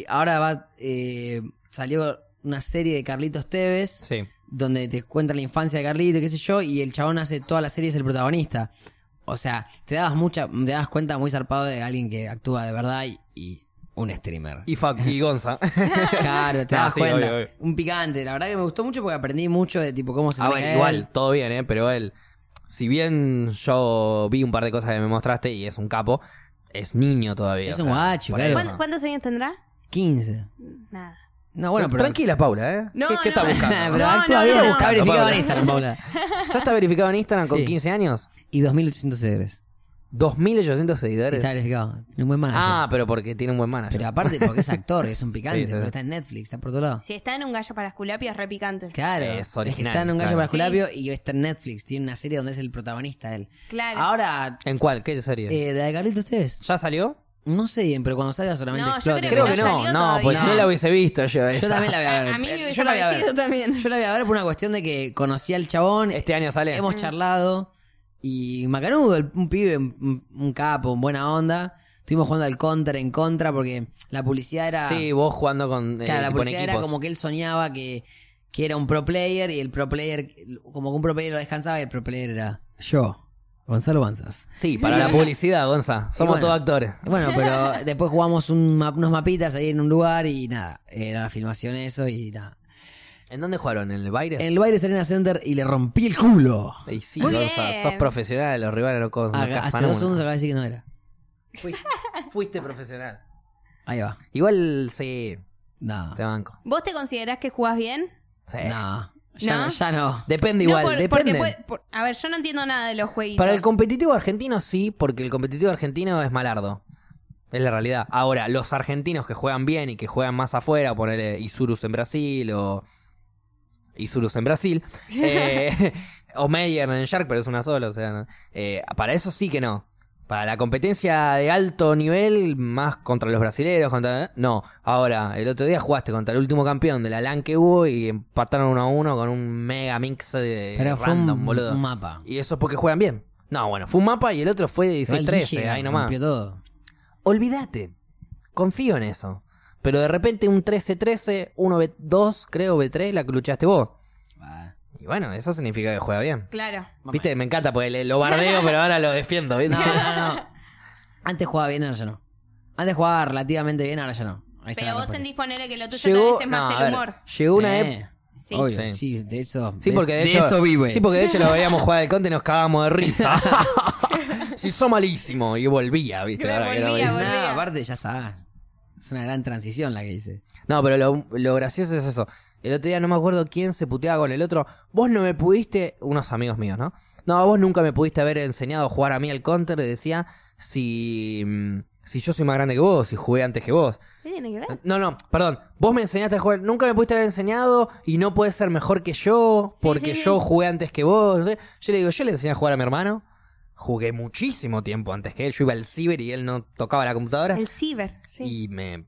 C: Y ahora va eh, salió una serie de Carlitos Tevez,
A: Sí.
C: donde te cuentan la infancia de Carlitos, qué sé yo, y el chabón hace toda la serie es el protagonista. O sea, te dabas mucha, te das cuenta muy zarpado de alguien que actúa de verdad y, y un streamer.
A: Y, Fa- y Gonza.
C: Claro, te
A: Ah,
C: das
A: sí,
C: cuenta.
A: obvio, obvio.
C: Un picante. La verdad que me gustó mucho porque aprendí mucho de tipo cómo se
A: Ah,
C: maneja
A: bueno,
C: él.
A: igual, todo bien, ¿eh? Pero él, si bien yo vi un par de cosas que me mostraste y es un capo, es niño todavía.
C: Es
A: o
C: un
A: sea,
C: guacho,
A: por
C: claro.
A: eso.
B: ¿Cuán- ¿Cuántos años tendrá?
C: 15.
B: Nada.
C: No, bueno, pero.
A: Tranquila, Paula, ¿eh?
B: No,
A: ¿Qué, qué está
B: no.
A: buscando?
C: pero
B: No,
C: actúa
B: no,
C: bien,
B: no, no.
C: está verificado
A: Paula.
C: en Instagram, Paula.
A: ¿Ya está verificado en Instagram con
C: Sí.
A: 15 años?
C: Y 2.800 seguidores.
A: 2.800 seguidores.
C: Está verificado. Tiene un buen manager.
A: Ah, pero porque tiene un buen manager.
C: Pero aparte, porque es actor, es un picante,
A: Sí, sí,
C: porque
A: sí.
C: está en Netflix, está por todos lados.
B: Si está en un gallo para Esculapio es repicante.
C: Claro,
A: Es
C: que
A: original,
C: está en un gallo
A: claro.
C: para Julapio y está en Netflix. Tiene una serie donde es el protagonista él.
B: Claro.
C: Ahora,
A: ¿En cuál? ¿Qué serie?
C: eh, la de Carlitos ustedes,
A: ¿Ya salió?
C: no sé bien, pero cuando salga solamente
B: No, yo
C: explota.
A: Creo
B: no
A: que no, no,
B: salió todavía.
A: pues si no
C: No.
A: la hubiese visto yo.
C: Yo
A: esa.
C: también la voy a ver.
B: A- a mí me
C: yo
B: hubiese
C: la voy a ver.
B: parecido también.
C: Yo la voy a ver por una cuestión de que conocí al chabón.
A: Este año sale.
B: Mm.
C: Hemos charlado y Macanudo, el- un pibe, un, un capo, un buena onda. Estuvimos jugando al contra en contra porque la publicidad era.
A: Sí, vos jugando con, eh,
C: Claro, la
A: tipo en
C: publicidad
A: equipos.
C: era como que él soñaba que, que era un pro player y el pro player, como que un pro player lo descansaba y el pro player era yo, Gonzalo Banzas.
A: Sí, para la publicidad, Gonza. Somos
C: bueno.
A: todos actores.
C: Bueno, pero después jugamos un map- unos mapitas ahí en un lugar y nada, era la filmación eso y nada.
A: ¿En dónde jugaron? ¿En el Baires?
C: En el Baile Serena Center y le rompí el culo.
A: Y sí,
B: Muy
A: Gonza,
B: bien.
A: sos profesional, los rivales no, con, no
C: Haga-
A: cazan
C: hace dos
A: una.
C: segundos acaba de decir que no era.
A: Fuiste profesional.
C: Ahí va.
A: Igual sí,
C: No.
A: te banco.
B: ¿Vos te considerás que jugás bien?
A: Sí.
C: No. Ya
B: ¿No?
C: no. ya no.
A: Depende igual,
B: No, por- porque
A: depende.
B: puede- por- a ver, yo no entiendo nada de los jueguitos.
A: Para el competitivo argentino sí, porque el competitivo argentino es malardo. Es la realidad. Ahora, los argentinos que juegan bien y que juegan más afuera, ponerle Isurus en Brasil o Isurus en Brasil, eh, o Meyer en Shark, pero es una sola, o sea, no. Eh, para eso sí que no. Para la competencia de alto nivel, más contra los brasileros, contra... No, ahora, el otro día jugaste contra el último campeón de la LAN que hubo y empataron uno a uno con un mega mix de
C: Pero fue un,
A: random, boludo.
C: un mapa.
A: Y eso es porque juegan bien. No, bueno, fue un mapa y el otro fue de
C: Igual ah,
A: 16-13,
C: DJ
A: ahí nomás.
C: rompió todo.
A: Olvídate. Confío en eso. Pero de repente un 13-13, 1-2, creo, B3, la que luchaste vos.
C: Va.
A: Y bueno, eso significa que juega bien.
B: Claro.
A: Viste, me encanta porque le- lo bardeo, pero ahora lo defiendo, ¿viste?
C: No, no, no. Antes jugaba bien, ahora ya no. Antes jugaba relativamente bien, ahora ya no. Ahí está
B: Pero
C: la
B: vos
C: respuesta.
B: sentís ponerle que lo tuyo tal
A: Llegó,
B: vez es
A: no,
B: más
A: a
B: el
A: ver,
B: humor.
A: llegó una
C: Eh,
A: época...
B: Sí.
C: Obvio,
A: Sí.
C: sí. de eso.
A: Sí, porque de, hecho,
C: eso vive.
A: Sí, porque de hecho lo veíamos jugar al conte y nos cagábamos de risa. Si sos malísimo. Y volvía, ¿viste?
B: Claro,
A: Ahora que lo
B: volvía,
A: veía.
B: volvía.
C: Nada, aparte ya sabes. Es una gran transición la que hice.
A: No, pero lo, lo gracioso es eso. El otro día no me acuerdo quién se puteaba con el otro. Vos no me pudiste, unos amigos míos, ¿no? No, vos nunca me pudiste haber enseñado a jugar a mí al counter. Le decía, si, mm, si yo soy más grande que vos, si jugué antes que vos.
B: ¿Qué tiene que ver?
A: No, no, perdón. Vos me enseñaste a jugar, nunca me pudiste haber enseñado y no puedes ser mejor que yo
B: Sí,
A: porque
B: sí, sí.
A: yo jugué antes que vos. no sé. Yo le digo, yo le enseñé a jugar a mi hermano. Jugué muchísimo tiempo antes que él. Yo iba al ciber y él no tocaba la computadora.
B: El ciber, sí.
A: Y me,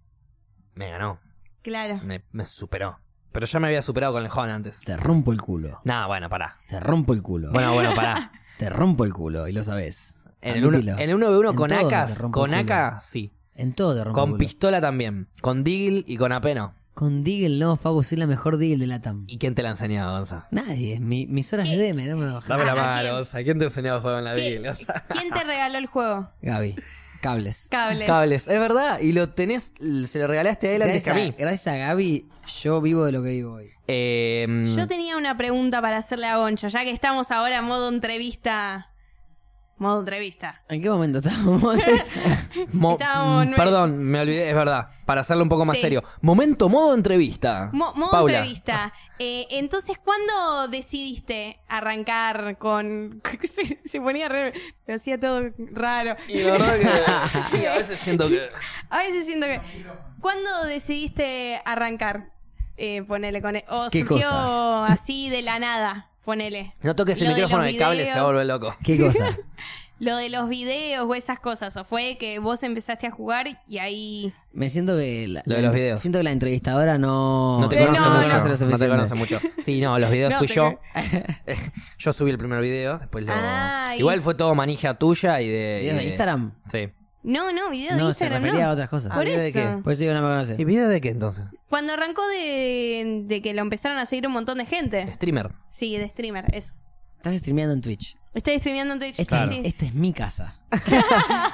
A: me ganó.
B: Claro.
A: Me, me superó. Pero ya me había superado con el Hon antes.
C: Te rompo el culo.
A: Nah, bueno, pará.
C: Te rompo el culo.
A: Bueno, bueno, pará.
C: Te rompo el culo y lo sabes.
A: En el, uno, en el 1v1 con Akas, con
C: AK
A: AK, sí.
C: En todo te rompo el
A: Con
C: culo.
A: pistola también. Con Diggle y con Apeno.
C: Con Diggle no, Fago, soy la mejor Diggle de Latam.
A: ¿Y quién te la enseñó, Gonza?
C: Nadie, mi- mis horas
B: ¿Qué?
C: de DM, no me bajan.
A: Dame la
B: ¿A
A: mano,
B: quién?
A: Gonza. ¿Quién te enseñó a jugar con la
B: Ah, ¿Qué-
A: Diggle? Gonza?
B: ¿Quién te regaló el juego?
C: Gaby, cables.
B: Cables.
A: Cables, es verdad. Y lo tenés, se lo regalaste a él antes que a mí.
C: gracias a Gaby, yo vivo de lo que vivo hoy.
A: Eh,
B: Yo tenía una pregunta para hacerle a Goncho, ya que estamos ahora en modo entrevista. Modo entrevista.
C: ¿En qué momento estábamos?
A: mo-
B: Estábamos,
A: mm,
B: oh, no es-
A: perdón, me olvidé, es verdad. Para hacerlo un poco más
B: Sí.
A: serio. Momento, modo entrevista.
B: Mo- modo
A: Paula.
B: entrevista. Eh, entonces, ¿cuándo decidiste arrancar con.? Se, se ponía re. Te hacía todo raro.
A: Y la verdad que sí, a veces siento que.
B: A veces siento que. ¿Cuándo decidiste arrancar? Eh, ponele con. ¿O
C: ¿Qué
B: surgió
C: cosa?
B: así de la nada? ponele.
A: No toques el
B: Lo de
A: micrófono,
B: los
A: el cable se va a
B: videos.
A: volver loco.
C: ¿Qué cosa?
B: Lo de los videos o esas cosas, o fue que vos empezaste a jugar y ahí...
C: Me siento que. La,
A: Lo de los videos.
C: Siento que la entrevistadora no.
A: No te
B: Sí,
A: conoce
B: no,
A: mucho. No,
B: no.
C: lo
A: te
C: suficiente.
A: conoce mucho. Sí, no, los videos
B: No,
A: fui
B: te
A: yo. yo subí el primer video, después lo.
B: Ay.
A: Igual fue todo manija tuya y de.
C: ¿Videos
A: y
C: de Instagram?
A: Sí.
B: No, no, video de
C: No, se
B: Instagram,
C: refería
B: no.
C: a otras cosas.
B: Por
A: Ah, ¿video de
B: eso.
A: qué?
C: Por eso digo, no me conoce.
A: ¿Y video de qué entonces?
B: Cuando arrancó de, de que lo empezaron a seguir un montón de gente.
A: Streamer.
B: Sí, de streamer, eso.
C: Estás streameando en Twitch.
B: Estoy streameando en Twitch. sí,
C: Esta,
A: Claro.
B: sí.
C: esta es mi casa.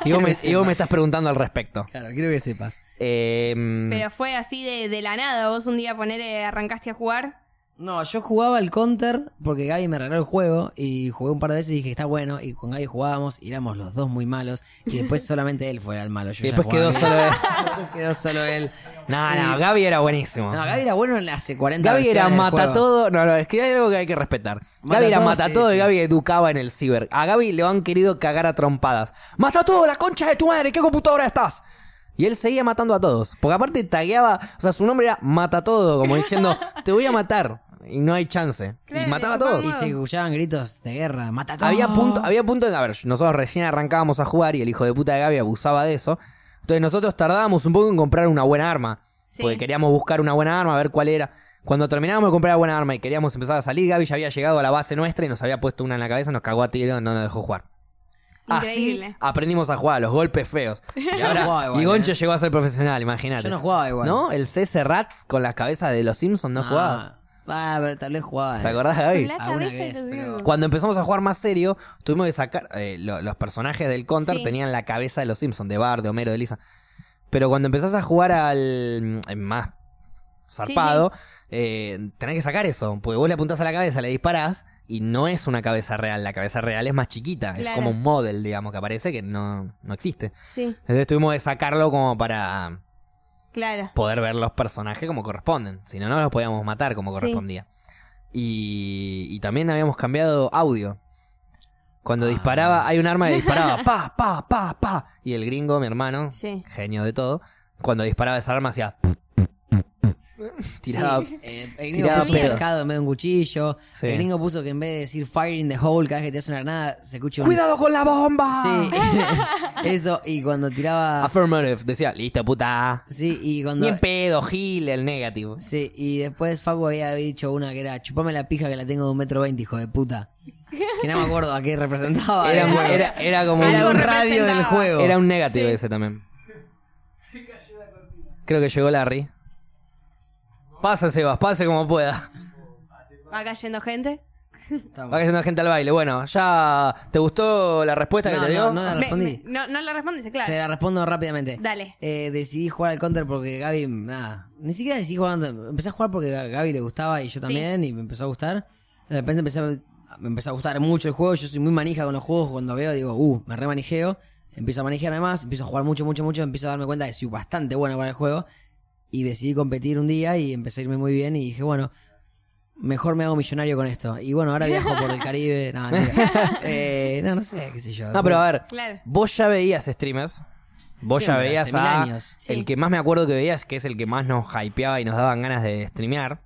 A: Y vos, me, y vos me estás preguntando al respecto.
C: Claro, quiero que sepas.
A: Eh, mm,
B: Pero fue así de, de la nada. Vos un día poner arrancaste a jugar.
C: No, yo jugaba al counter porque Gaby me regaló el juego y jugué un par de veces y dije está bueno. Y con Gaby jugábamos y éramos los dos muy malos. Y después solamente él fue el malo. Yo
A: Y
C: ya
A: después quedó
C: jugaba bien.
A: solo él.
C: Después quedó solo él.
A: No, no, Gaby era buenísimo.
C: No, Gaby era bueno en hace 40
A: Gaby era
C: versiones del
A: mata
C: juego.
A: todo. No, no, es que hay algo que hay que respetar.
C: Mata
A: Gaby era
C: todo,
A: mata
C: sí,
A: todo y
C: sí.
A: Gaby educaba en el ciber. A Gaby le han querido cagar a trompadas. ¡Mata todo, la concha de tu madre! ¿Qué computadora estás? Y él seguía matando a todos. Porque aparte tagueaba, o sea, su nombre era Mata todo, como diciendo, te voy a matar. Y no hay chance.
B: Claro,
A: y
B: le
A: mataba a
B: chupaba
A: todos.
B: un
C: Y
B: huevo.
C: se escuchaban gritos de guerra, mata todo.
B: Ah.
A: Había punto, había punto de. A ver, nosotros recién arrancábamos a jugar y el hijo de puta de Gaby abusaba de eso. Entonces nosotros tardábamos un poco en comprar una buena arma.
B: Sí.
A: Porque queríamos buscar una buena arma, a ver cuál era. Cuando terminábamos de comprar la buena arma y queríamos empezar a salir, Gaby ya había llegado a la base nuestra y nos había puesto una en la cabeza, nos cagó a tiro, no nos dejó jugar. Así
B: Increíble.
A: aprendimos a jugar, a los golpes feos. Y,
C: Yo no jugaba
A: ahora,
C: igual,
A: y Goncho
C: ¿eh?
A: llegó a ser profesional, imagínate.
C: Yo no jugaba igual.
A: ¿No? El CS Rats con las cabezas de los Simpsons no
C: Ah,
A: jugabas.
C: Ah, pero tal vez jugaba.
A: ¿Te
C: eh.
A: acordás, Gaby?
B: La
C: alguna
B: cabeza
C: vez,
B: te
C: pero-
B: digo.
A: Cuando empezamos a jugar más serio, tuvimos que sacar. eh, lo- los personajes del Counter
B: Sí.
A: tenían la cabeza de los Simpsons, de Bart, de Homero, de Lisa. Pero cuando empezás a jugar al. mm, más zarpado, eh, tenés que sacar eso. Porque vos le apuntás a la cabeza, le disparás, y no es una cabeza real. La cabeza real es más chiquita. Es
B: Claro.
A: como un model, digamos, que aparece que no, no existe.
B: Sí,
A: Entonces tuvimos que sacarlo como para
B: claro.
A: poder ver los personajes como corresponden. Si no, no los podíamos matar como
B: Sí.
A: correspondía. Y, y también habíamos cambiado audio. Cuando disparaba, hay un arma que disparaba pa, pa, pa, pa. Y el gringo, mi hermano,
B: Sí.
A: genio de todo, cuando disparaba esa arma hacía. Tiraba.
C: Eh, el gringo
A: Tiraba
C: puso un
A: pedos.
C: mercado en vez de un cuchillo.
A: Sí.
C: El gringo puso que en vez de decir fire in the hole cada vez que te hace una granada, se escucha un.
A: ¡Cuidado con la bomba!
C: Sí. Eso, y cuando tiraba.
A: Affirmative, decía, listo, puta.
C: Sí, y Ah. cuando.
A: Ni en pedo, Gil, el negativo.
C: Sí, y después Facu había dicho una que era chupame la pija que la tengo de un metro veinte, hijo de puta. Que no me acuerdo a qué representaba.
A: Era,
C: Era,
A: era, era como
C: era
B: Algo
C: un radio del
B: representaba.
C: juego.
A: Era un negativo ese también. Creo que llegó Larry. Pasa, Sebas, pase como pueda.
B: Va cayendo gente.
C: Está
A: Va
C: bueno.
A: cayendo gente al baile. Bueno, ya. ¿Te gustó la respuesta
C: No,
A: que te dio?
C: no, no la
B: Me-
C: respondí.
B: me- no, no le respondiste, claro.
C: Te la respondo rápidamente.
B: Dale.
C: Eh, decidí jugar al counter porque Gaby, nada, ni siquiera decidí jugando. Empecé a jugar porque a Gaby le gustaba y yo también, y me empezó a gustar. De repente empecé a, me empezó a gustar mucho el juego. Yo soy muy manija con los juegos. Cuando veo, digo, uh, me remanijeo. Empiezo a manejarme más, empiezo a jugar mucho, mucho, mucho. Empiezo a darme cuenta de que soy bastante bueno para el juego. Y decidí competir un día y empecé a irme muy bien. Y dije, bueno, mejor me hago millonario con esto. Y bueno, ahora viajo por el Caribe. No, mentira. Eh, no, no sé, qué sé yo.
A: No, pero a ver.
B: Claro.
A: Vos ya veías streamers. Vos
C: Siempre,
A: ya veías
C: hace mil
A: a.
C: años.
B: Sí.
A: El que más me acuerdo que veías, que es el que más nos hypeaba y nos daban ganas de streamear,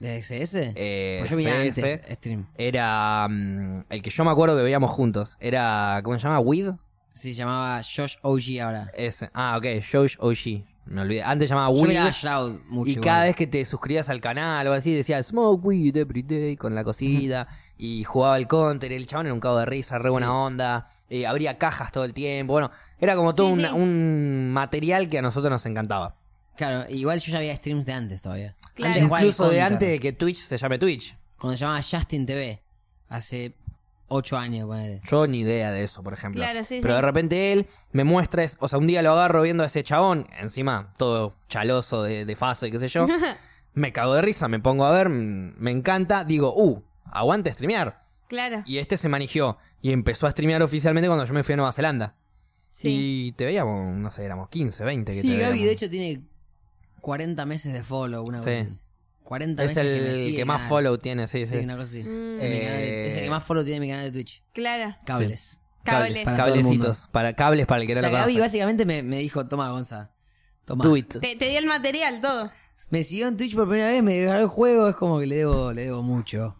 C: ¿De XS?
A: Eh,
C: Pues yo miraba
A: CS.
C: antes stream.
A: era. mm, el que yo me acuerdo que veíamos juntos. Era. ¿Cómo se llama? ¿Weed?
C: Sí, se llamaba Josh OG ahora.
A: Ese. Ah, ok. Josh OG. Me olvidé. Antes se llamaba
C: Yo
A: Weed.
C: miraba Shroud mucho.
A: Y
C: igual.
A: cada vez que te suscribías al canal o así, decía Smoke Weed Every Day con la cosita. y jugaba al counter. El chabón era un cabo de risa, re buena
C: Sí.
A: onda. eh, abría cajas todo el tiempo. Bueno, era como todo
B: Sí,
A: un,
B: sí.
A: un material que a nosotros nos encantaba.
C: Claro, igual yo ya había streams de antes todavía.
B: Claro.
C: Antes jugaba al
A: Incluso de
C: Counter,
A: antes de que Twitch se llame Twitch.
C: Cuando se llamaba Justin TV. Hace 8 años, ponele.
A: Yo ni idea de eso, por ejemplo.
B: Claro, sí,
A: Pero
B: sí.
A: de repente él me muestra, es- o sea, un día lo agarro viendo a ese chabón, encima todo chaloso de, de fase, qué sé yo. me cago de risa, me pongo a ver, mm, me encanta, digo, uh, aguante streamear.
B: Claro.
A: Y este se manigió y empezó a streamear oficialmente cuando yo me fui a Nueva Zelanda.
B: Sí.
A: Y te veíamos, no sé, éramos 15, 20 que te
C: Sí,
A: veíamos.
C: Gaby de hecho tiene 40 meses de follow, una cosa
A: Sí.
C: así. 40
A: es
C: meses
A: el
C: me sigue
A: que
C: el
A: más
C: canal.
A: follow tiene, sí,
C: Sí,
A: sí.
C: una cosa así.
B: Mm.
C: En mi canal de-
A: Eh,
C: es el que más follow tiene en mi canal de Twitch.
B: Claro.
C: Cables.
B: Cables.
C: para- todo el mundo.
A: Cablecitos, para cables para el que
C: O
A: no
C: sea,
A: lo
C: Gaby
A: conoce.
C: básicamente me, me dijo, toma Gonza. Toma.
A: Do it.
B: Te, te dio el material, todo.
C: Me siguió en Twitch por primera vez, me regaló el juego, es como que le debo, le debo mucho.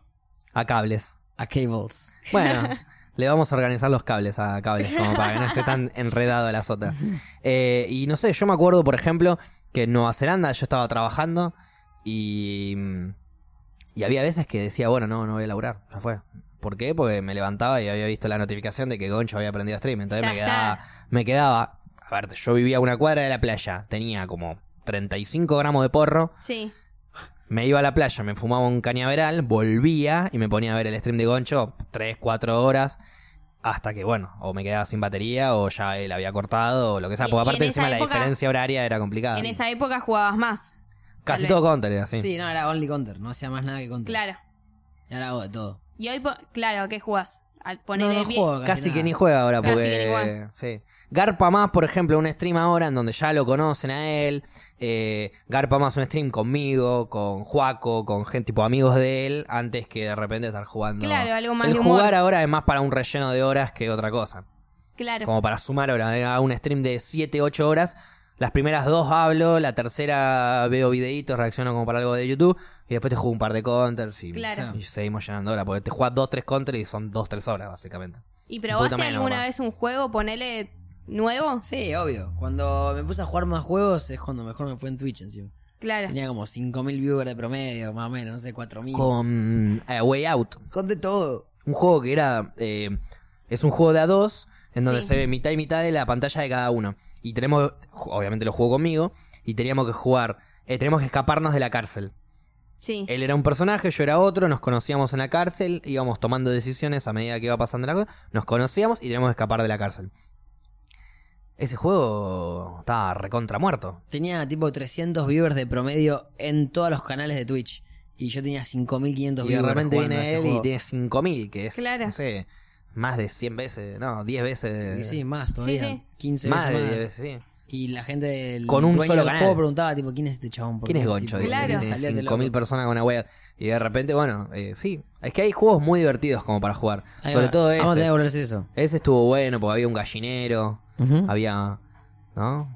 A: A cables.
C: A cables.
A: Bueno, le vamos a organizar los cables a cables, como para que no esté tan enredado la sota. Eh, y no sé, yo me acuerdo, por ejemplo, que en Nueva Zelanda yo estaba trabajando y. Y había veces que decía, bueno, no, no voy a laburar, ya fue. ¿Por qué? Porque me levantaba y había visto la notificación de que Goncho había aprendido stream. Entonces
B: Ya
A: me
B: está.
A: quedaba, me quedaba. A ver, yo vivía a una cuadra de la playa, tenía como 35 gramos de porro.
B: Sí.
A: Me iba a la playa, me fumaba un cañaveral, volvía y me ponía a ver el stream de Goncho 3, 4 horas. Hasta que, bueno, o me quedaba sin batería o ya él había cortado o lo que sea.
B: Y-
A: Porque
B: y
A: aparte,
B: en esa
A: encima, la
B: época-
A: diferencia horaria era
C: Ah,
A: complicada.
B: En esa época jugabas más.
A: Casi
B: tal
A: todo
B: vez.
A: counter era así.
C: Sí. no, era only counter, no hacía más nada que counter.
B: Claro.
C: Y ahora hago de todo.
B: Y hoy, po- claro, ¿qué jugás? Al poner
C: No, no
B: el pie-
C: juego
A: Casi que
C: nada.
A: ni juega ahora
B: Casi
A: porque.
B: que ni juega.
A: sí. Garpa más, por ejemplo, un stream ahora en donde ya lo conocen a él. eh, garpa más un stream conmigo, con Juaco, con gente tipo amigos de él, antes que de repente estar jugando.
B: Claro, algo más
A: El
B: de humor.
A: jugar ahora es más para un relleno de horas que otra cosa.
B: Claro.
A: Como para sumar ahora eh, a un stream de 7, 8 horas. Las primeras dos hablo, la tercera veo videitos, reacciono como para algo de YouTube. Y después te juego un par de counters y,
B: Claro.
A: y seguimos llenando horas. Porque te juegas 2, 3 counters y son 2, 3 horas básicamente.
B: ¿Y
A: Puta
B: probaste
A: madre,
B: alguna
A: papá.
B: vez un juego, ponele nuevo?
C: Sí, obvio. Cuando me puse a jugar más juegos es cuando mejor me fue en Twitch encima.
B: Claro.
C: Tenía como 5.000 viewers de promedio, más o menos, no sé, 4.000.
A: con eh, Way Out.
C: Con de todo.
A: Un juego que era. eh, es un juego de a dos, en donde
B: Sí.
A: se ve mitad y mitad de la pantalla de cada uno. Y tenemos. Obviamente lo juego conmigo. Y teníamos que jugar. eh, tenemos que escaparnos de la cárcel.
B: Sí.
A: Él era un personaje, yo era otro, nos conocíamos en la cárcel, íbamos tomando decisiones a medida que iba pasando la cosa, nos conocíamos y teníamos que escapar de la cárcel. Ese juego estaba recontra muerto.
C: Tenía tipo 300 viewers de promedio en todos los canales de Twitch. Y yo tenía 5.500
A: Y de
C: viewers.
A: repente
C: jugando a
A: viene
C: ese
A: él
C: juego.
A: y tiene 5000, que es,
B: Claro.
A: no sé, más de 100 veces, no, 10 veces.
C: Y sí, más todavía.
B: sí.
C: 15
A: Más de
C: veces
A: 10 veces, sí.
C: Y la gente del
A: Con un
C: dueño
A: solo
C: del
A: canal.
C: juego preguntaba, tipo, ¿quién es este chabón?
A: ¿Quién es Goncho? Dice,
C: Dice,
B: Claro.
A: tiene
C: salía de
A: 5.000
C: loco.
A: personas con una wea. Y de repente, bueno, eh, sí. Es que hay juegos muy divertidos como para jugar.
C: Ahí
A: Sobre
C: va.
A: todo
C: Vamos a tener que
A: ese.
C: volver a hacer eso.
A: Ese estuvo bueno porque había un gallinero,
C: Mm.
A: había... ¿No?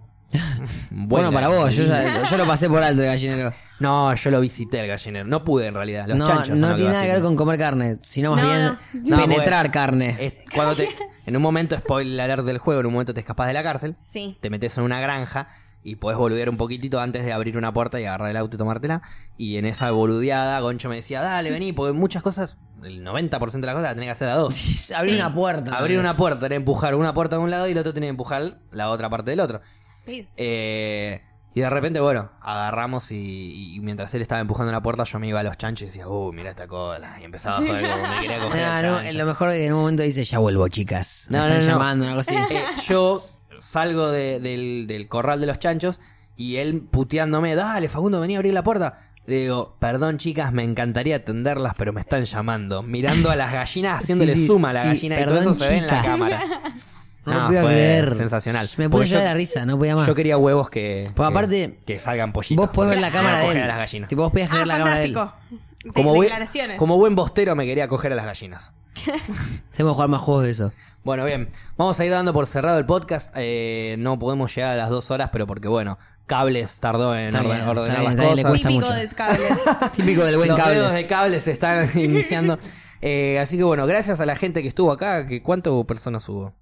C: Bueno, para vos, yo,
A: gallinero.
C: ya- yo lo pasé por alto el gallinero.
A: No, yo lo visité el gallinero. No pude en realidad. Los
C: no,
A: chanchos. son
C: no
A: lo
C: tiene
A: iba a
C: nada que ver
A: decir.
C: con comer carne, sino más
B: No,
C: bien
A: no. No,
C: penetrar
A: pues,
C: carne.
A: Es cuando te, en un momento, spoiler alert del juego, en un momento te escapas de la cárcel,
B: Sí.
A: te metes en una granja y podés boludear un poquitito antes de abrir una puerta y agarrar el auto y tomártela. Y en esa boludeada, Goncho me decía, dale, vení, porque muchas cosas, el 90% de las cosas las tenés que hacer a dos.
C: Abrir una puerta.
A: Abrir una puerta, era empujar una puerta de un lado y el otro tiene que empujar la otra parte del otro.
B: Sí.
A: Eh, y de repente, bueno, agarramos y, y mientras él estaba empujando la puerta, yo me iba a los chanchos y decía, uh, mira esta cola. Y empezaba a joder, como me quería coger.
C: Ah,
A: al
C: no,
A: chancho.
C: lo mejor es que en un momento dice, ya vuelvo, chicas. Me
A: No,
C: están
A: no, no.
C: llamando, una cosa así.
A: Eh, yo salgo de- del, del corral de los chanchos y él puteándome, dale, Facundo, vení a abrir la puerta. Le digo, perdón chicas, me encantaría atenderlas, pero me están llamando. Mirando a las gallinas, haciéndole
C: Sí, sí,
A: suma a la
C: sí,
A: gallina y todo
C: perdón,
A: eso se ve en la
C: chicas.
A: cámara.
C: No,
A: No,
C: lo podía
A: fue
C: creer.
A: sensacional.
C: Me
A: Porque
C: puse
A: yo-
C: de la risa, no podía más.
A: Yo quería huevos que.
C: Porque
A: que-
C: aparte,
A: Que, salgan pollitos.
C: Vos podés ver la
A: porque
C: cámara
A: quería
C: de
A: coger
C: él.
A: a las gallinas.
C: Tipo, vos podías ver
B: Ah,
C: la cámara de él.
B: fantástico. De-
A: Como, buen-
B: declaraciones.
A: como buen bostero me quería coger a las gallinas.
C: Tenemos que jugar más juegos de eso.
A: Bueno, bien, vamos a ir dando por cerrado el podcast. Eh, no podemos llegar a las dos horas, pero porque, bueno, cables tardó en
C: Está
A: orden-
C: bien, está
A: ordenar
C: bien,
A: las
C: está bien, le
A: cosas.
C: cuesta
B: Típico
C: mucho.
B: del cable.
C: Típico del buen
A: Los dedos
C: cable.
A: de cables se están iniciando. Eh, así que, bueno, gracias a la gente que estuvo acá. Que ¿Cuántas personas hubo?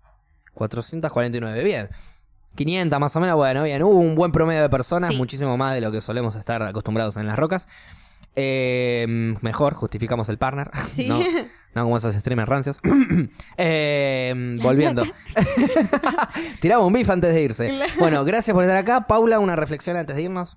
A: 449, bien. 500 más o menos, bueno, bien. Hubo un buen promedio de personas,
B: Sí.
A: muchísimo más de lo que solemos estar acostumbrados en las rocas. Eh, mejor, justificamos el partner.
B: Sí.
A: No, no como esos streamers rancios. Eh, volviendo. Tiraba un bif antes de irse. Bueno, gracias por estar acá. Paula, una reflexión antes de irnos.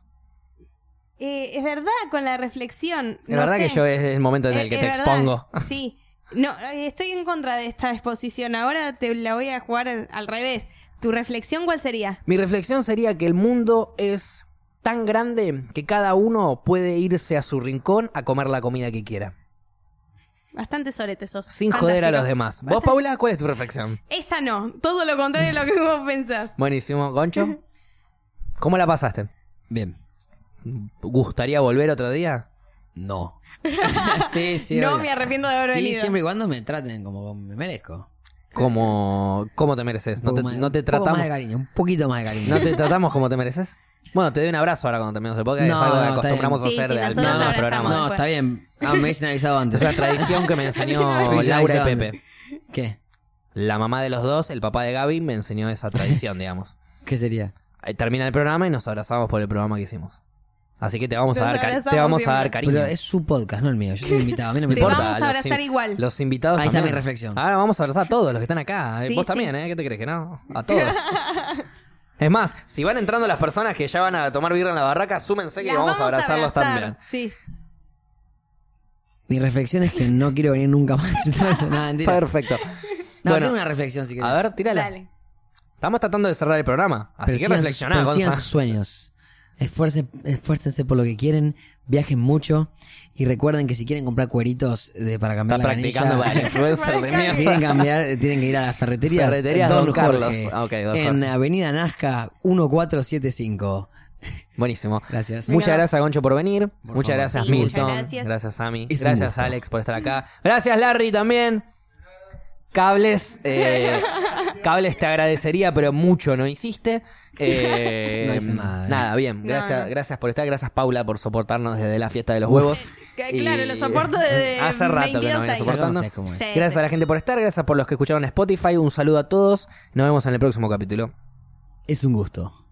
B: Eh, es verdad, con la reflexión.
A: La verdad que yo es el momento en el que te expongo.
B: Eh, Sí. No, eh, estoy en contra de esta exposición. Ahora te la voy a jugar al al revés. ¿Tu reflexión cuál sería?
A: Mi reflexión sería que el mundo es tan grande que cada uno puede irse a su rincón a comer la comida que quiera.
B: Bastante sorete sos.
A: Sin joder a
B: Fantástico.
A: los demás. ¿Vos,
B: Bastante-
A: Paula, cuál es tu reflexión?
B: Esa no. Todo lo contrario de lo que vos pensás.
A: Buenísimo, Goncho. ¿Cómo la pasaste?
C: Bien.
A: ¿Gustaría volver otro día?
C: No. sí, sí.
B: no
C: obvio.
B: me arrepiento de haber
C: Sí,
B: venido.
C: siempre y cuando me traten como me merezco.
A: ¿Cómo, cómo te mereces?
C: Un
A: ¿No
C: poco
A: te,
C: más-
A: no te
C: Un poco más
A: tratamos,
C: de cariño, un poquito más de cariño.
A: ¿No te tratamos como te mereces? Bueno, te doy un abrazo ahora cuando terminemos el podcast.
C: No,
A: es algo que
C: no, está
A: acostumbramos a
B: bien. Sí,
A: hacer
B: sí,
A: de al
B: nosotros
A: final de los
B: abrazamos.
A: programas.
B: No,
C: No, está bien. Ah, me hubiesen avisado antes.
A: Es una tradición que me enseñó Laura
C: Me
A: y
C: avisaron.
A: Pepe.
C: ¿Qué?
A: La mamá de los dos, el papá de Gaby, me enseñó esa tradición, digamos.
C: ¿Qué sería?
A: Eh, Termina el programa y nos abrazamos por el programa que hicimos. Así que te vamos, a
B: Nos
A: dar, cari-
B: abrazamos
A: te vamos a dar
B: siempre.
A: cariño.
C: Pero es su podcast, no el mío. Yo soy invitado. A mí no me
B: Te
C: importa.
B: vamos a
A: los
B: abrazar
A: in-
B: igual.
A: Los invitados.
C: Ahí está
A: también.
C: mi reflexión.
A: Ahora vamos a abrazar a todos los que están acá. Eh,
B: Sí,
A: Vos
B: sí.
A: también, ¿eh? ¿Qué te crees que no? A todos. es más, si van entrando las personas que ya van a tomar birra en la barraca, súmense que
B: Las
A: vamos, a abrazarlos
B: abrazar,
A: también.
B: Sí.
C: Mi reflexión es que no quiero venir nunca más. Entonces, nada, mentira.
A: Perfecto.
C: No,
A: bueno,
C: tengo una reflexión si querés.
A: a ver, tírala.
B: Dale.
A: Estamos tratando de cerrar el programa, así que
C: Persigan sus-
A: reflexioná,
C: persigan
A: Gonza.
C: sus sueños. Esfuercen- esfuércense por lo que quieren, viajen mucho y recuerden que si quieren comprar cueritos de, para cambiar
A: Está
C: la canilla,
A: practicando para el influencer de
B: Para
C: si quieren
A: mierda.
C: cambiar, eh, tienen que ir a las ferreterías.
A: Ferreterías Don Carlos.
C: Jorge,
A: Ah, ok, Don
C: en
A: Jorge.
C: Avenida Nazca 1475.
A: Buenísimo.
C: Gracias.
A: Muchas gracias, Goncho, por venir. muchas
C: favor.
A: gracias,
B: Sí,
A: Milton.
B: muchas gracias.
A: Sammy.
C: Es un
A: gracias,
C: gusto.
A: Alex, por estar acá. Gracias, Larry, también. Cables, eh, cables te agradecería, pero mucho no hiciste. Eh,
C: No hice nada, eh.
A: Nada, bien.
B: No,
A: Gracias,
B: no.
A: gracias por estar. Gracias, Paula, por soportarnos desde la fiesta de los huevos.
B: Que-
A: Y-
B: claro, lo soporto desde
A: Hace rato que
B: 22
A: no venía
B: años.
C: Ya
A: soportando.
C: conocés cómo es.
B: Sí,
A: Gracias
B: sí.
A: a la gente por estar, gracias por los que escucharon en Spotify. Un saludo a todos. Nos vemos en el próximo capítulo.
C: Es un gusto.